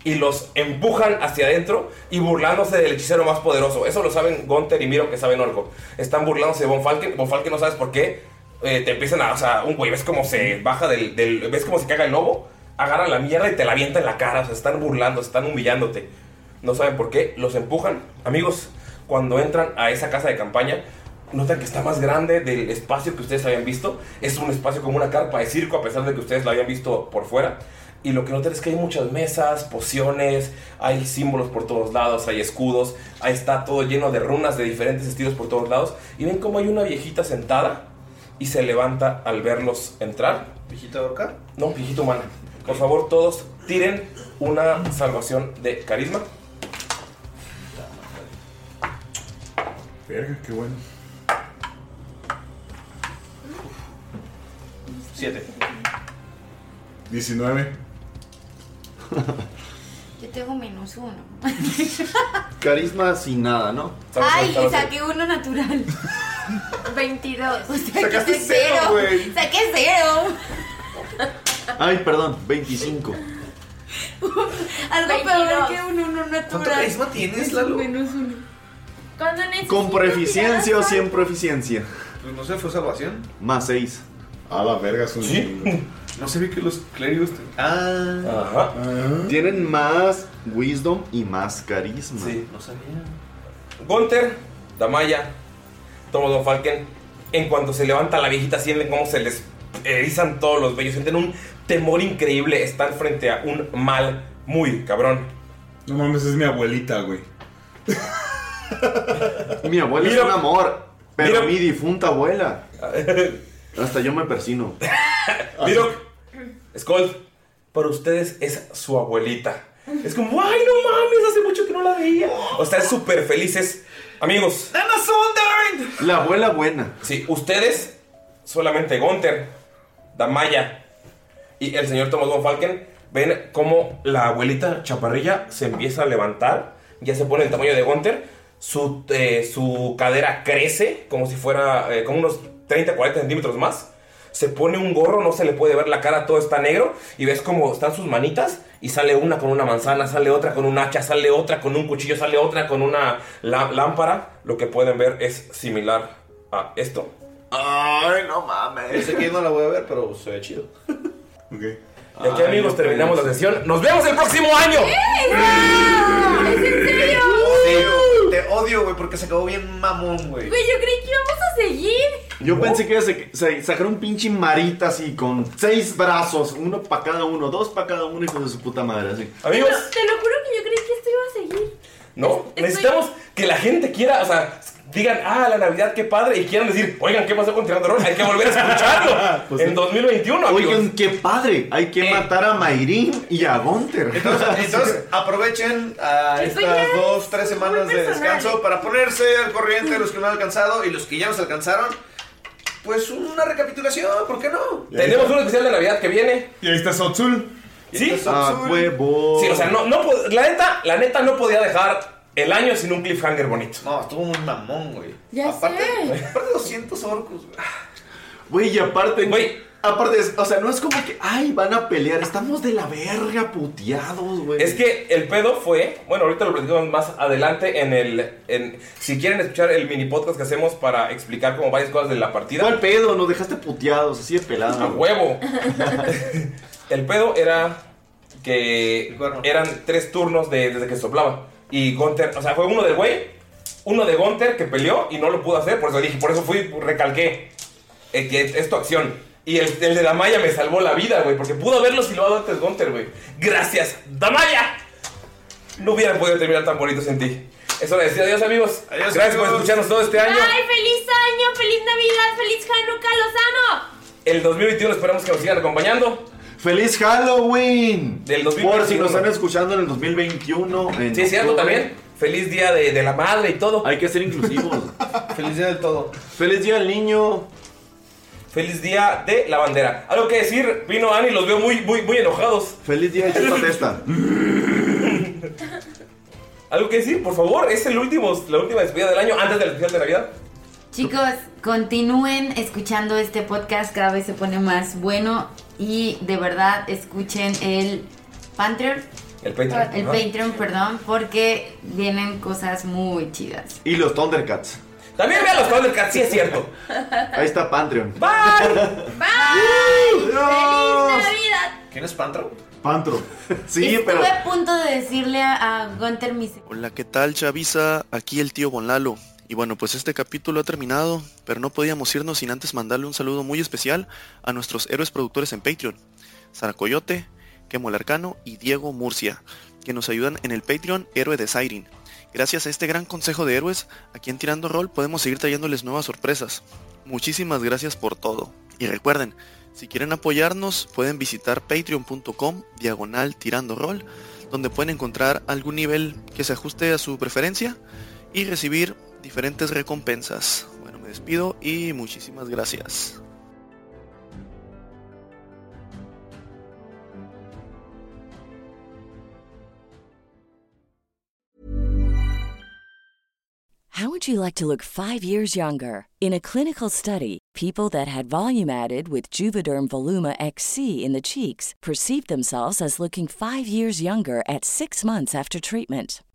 Speaker 1: Y los empujan hacia adentro y burlándose del hechicero más poderoso. Eso lo saben Gunter y Miro que saben Orco. Están burlándose de Von Falken. Von Falken no sabes por qué. Eh, te empiezan a. O sea, un güey, ves cómo se baja del, del- ¿Ves cómo se caga el lobo? Agarra la mierda y te la avienta en la cara. O sea, están burlando, están humillándote. No saben por qué. Los empujan. Amigos, cuando entran a esa casa de campaña, notan que está más grande del espacio que ustedes habían visto. Es un espacio como una carpa de circo, a pesar de que ustedes la habían visto por fuera. Y lo que notan es que hay muchas mesas, pociones, hay símbolos por todos lados, hay escudos, ahí está todo lleno de runas de diferentes estilos por todos lados. Y ven como hay una viejita sentada y se levanta al verlos entrar.
Speaker 13: ¿Viejita orca?
Speaker 1: No, viejita humana. Por favor, todos tiren una salvación de carisma.
Speaker 6: Verga, qué bueno.
Speaker 13: Siete.
Speaker 6: 19.
Speaker 8: Yo tengo menos uno.
Speaker 3: carisma sin nada, ¿no?
Speaker 8: Ay, y saqué uno natural. 22. O sea,
Speaker 3: Sacaste
Speaker 8: quité
Speaker 3: cero, güey.
Speaker 8: Saqué cero.
Speaker 3: Ay, perdón, 25.
Speaker 8: Algo peor que un uno natural.
Speaker 13: ¿Cuánto carisma tienes, Lalo?
Speaker 8: Menos uno.
Speaker 2: Cuando necesito
Speaker 3: ¿Con proficiencia o
Speaker 2: tiradas,
Speaker 3: sin proficiencia?
Speaker 13: Pues no sé, fue salvación.
Speaker 3: Más 6.
Speaker 6: A la verga, es un.
Speaker 13: No sabía que los clérigos. te-
Speaker 3: Ah.
Speaker 1: Ajá.
Speaker 3: Tienen más wisdom y más carisma.
Speaker 1: Sí.
Speaker 13: No sabía.
Speaker 1: Gunter, Damaya, Tomo Don Falken, en cuanto se levanta la viejita, sienten cómo se les erizan todos los vellos, sienten un temor increíble, están frente a un mal muy cabrón.
Speaker 6: No mames, es mi abuelita, güey.
Speaker 3: Mi abuela
Speaker 1: Mira.
Speaker 3: es un amor, pero
Speaker 1: Mira.
Speaker 3: mi difunta abuela. Hasta yo me persino.
Speaker 13: Ah,
Speaker 1: Miro, Skull, para ustedes es su abuelita. Es como, ¡ay, no mames! Hace mucho que no la veía. O sea, súper felices. Amigos.
Speaker 13: ¡Nana Sondheim!
Speaker 3: La abuela buena.
Speaker 1: Sí, ustedes, solamente Gunther, Damaya y el señor Thomas von Falken, ven cómo la abuelita chaparrilla se empieza a levantar, ya se pone el tamaño de Gunther, su, eh, su cadera crece como si fuera eh, como unos 30, 40 centímetros más. Se pone un gorro, no se le puede ver la cara, todo está negro. Y ves cómo están sus manitas. Y sale una con una manzana, sale otra con un hacha, sale otra con un cuchillo, sale otra con una lá- lámpara. Lo que pueden ver es similar a esto.
Speaker 3: Ay, no mames.
Speaker 13: Yo sé que no la voy a ver, pero se ve chido.
Speaker 1: Y aquí, amigos, terminamos la sesión. ¡Nos vemos el próximo año!
Speaker 13: ¡Es
Speaker 2: en serio!
Speaker 13: Te odio, güey, porque se acabó bien mamón, güey.
Speaker 2: Güey, yo creí que íbamos a seguir.
Speaker 3: Yo pensé que iba a sa- sa- sacar un pinche marita así con seis brazos, uno para cada uno, dos para cada uno, hijos de su puta madre, así.
Speaker 1: Amigos,
Speaker 2: No, te lo juro que yo creí que esto iba a seguir.
Speaker 1: no, necesitamos que la gente quiera, o sea, digan, ah, la Navidad, qué padre, y quieran decir, oigan, ¿qué pasó con Tirando Rol? Hay que volver a escucharlo
Speaker 3: Pues sí.
Speaker 1: en 2021, amigos.
Speaker 3: Oigan, qué padre. Hay que matar a Mayrin y a Gunter.
Speaker 13: Eh. Entonces, entonces, aprovechen a
Speaker 3: Esto ya
Speaker 13: estas
Speaker 3: es
Speaker 13: dos, tres semanas de
Speaker 3: personal.
Speaker 13: descanso para ponerse al corriente los que no han alcanzado y los que ya nos alcanzaron. Pues una recapitulación, ¿por qué no?
Speaker 1: Tenemos un especial de Navidad que viene.
Speaker 6: Y ahí está Sotzul.
Speaker 1: ¿Sí?
Speaker 3: Ah, huevo.
Speaker 1: Sí, o sea, no, no, pod- la, neta, la neta no podía dejar el año sin un cliffhanger bonito.
Speaker 13: No, estuvo muy mamón, güey.
Speaker 2: Ya
Speaker 13: aparte,
Speaker 2: sé.
Speaker 13: aparte 200 orcos, güey.
Speaker 3: Güey, y aparte. Aparte, es- o sea, no es como que, ay, van a pelear, estamos de la verga puteados, güey.
Speaker 1: Es que el pedo fue, bueno, ahorita lo platicamos más adelante en el, en- si quieren escuchar el mini podcast que hacemos para explicar como varias cosas de la partida.
Speaker 3: ¿Cuál pedo? Nos dejaste puteados, así de pelado.
Speaker 13: Ah,
Speaker 1: A huevo. el pedo era que eran tres turnos de- desde que soplaba. Y Gunter, o sea, fue uno del güey, uno de Gunter que peleó y no lo pudo hacer, por eso dije, por eso fui, recalqué eh, que es tu acción. Y el, el de Damaya me salvó la vida, güey, porque pudo haberlo silbado antes Gunter, güey. Gracias, Damaya. No hubiera podido terminar tan bonito sin ti. Es hora de decir adiós, amigos. Gracias por escucharnos todo este año.
Speaker 2: ¡Ay, feliz año! ¡Feliz Navidad! ¡Feliz Hanukkah Lozano!
Speaker 1: El 2021 esperamos que nos sigan acompañando.
Speaker 3: ¡Feliz Halloween!
Speaker 1: Del
Speaker 3: Por si nos
Speaker 1: 2021.
Speaker 3: están escuchando en el 2021. en
Speaker 1: Sí, es cierto
Speaker 3: octubre.
Speaker 1: también. Feliz día de, de la madre y todo.
Speaker 3: Hay que ser inclusivos.
Speaker 1: Feliz día del todo.
Speaker 3: Feliz día al niño.
Speaker 1: Feliz día de la bandera. Algo que decir, vino Ani, los veo muy, muy, muy enojados.
Speaker 3: Feliz día de chupa testa.
Speaker 1: Algo que decir, por favor, es el último, la última despedida del año antes del especial de Navidad.
Speaker 8: Chicos, continúen escuchando este podcast, cada vez se pone más bueno y de verdad escuchen el Patreon,
Speaker 1: El
Speaker 3: Patreon,
Speaker 8: Ah, el
Speaker 3: ajá.
Speaker 8: Patreon, perdón, porque vienen cosas muy chidas.
Speaker 3: Y los Thundercats.
Speaker 1: También vean los Thundercats, sí es cierto.
Speaker 3: Ahí está Patreon.
Speaker 1: ¡Bye!
Speaker 8: ¡Bye!
Speaker 3: Dios.
Speaker 8: ¡Feliz Navidad!
Speaker 3: ¿Quién es Pantro? Pantro. Sí,
Speaker 8: Estuve
Speaker 3: pero.
Speaker 8: a punto de decirle a, a Gunter mis
Speaker 16: Hola, ¿qué tal, Chavisa? Aquí el tío Bon Lalo. Y bueno, pues este capítulo ha terminado, pero no podíamos irnos sin antes mandarle un saludo muy especial a nuestros héroes productores en Patreon, Sara Coyote, Kemo Larcano y Diego Murcia, que nos ayudan en el Patreon Héroe de Siren. Gracias a este gran consejo de héroes, aquí en Tirando Roll podemos seguir trayéndoles nuevas sorpresas. Muchísimas gracias por todo. Y recuerden, si quieren apoyarnos, pueden visitar patreon.com diagonal tirando rol, donde pueden encontrar algún nivel que se ajuste a su preferencia y recibir diferentes recompensas. Bueno, me despido y muchísimas gracias.
Speaker 15: How would you like to look five years younger? In a clinical study, people that had volume added with Juvederm Voluma XC in the cheeks perceived themselves as looking five years younger at six months after treatment.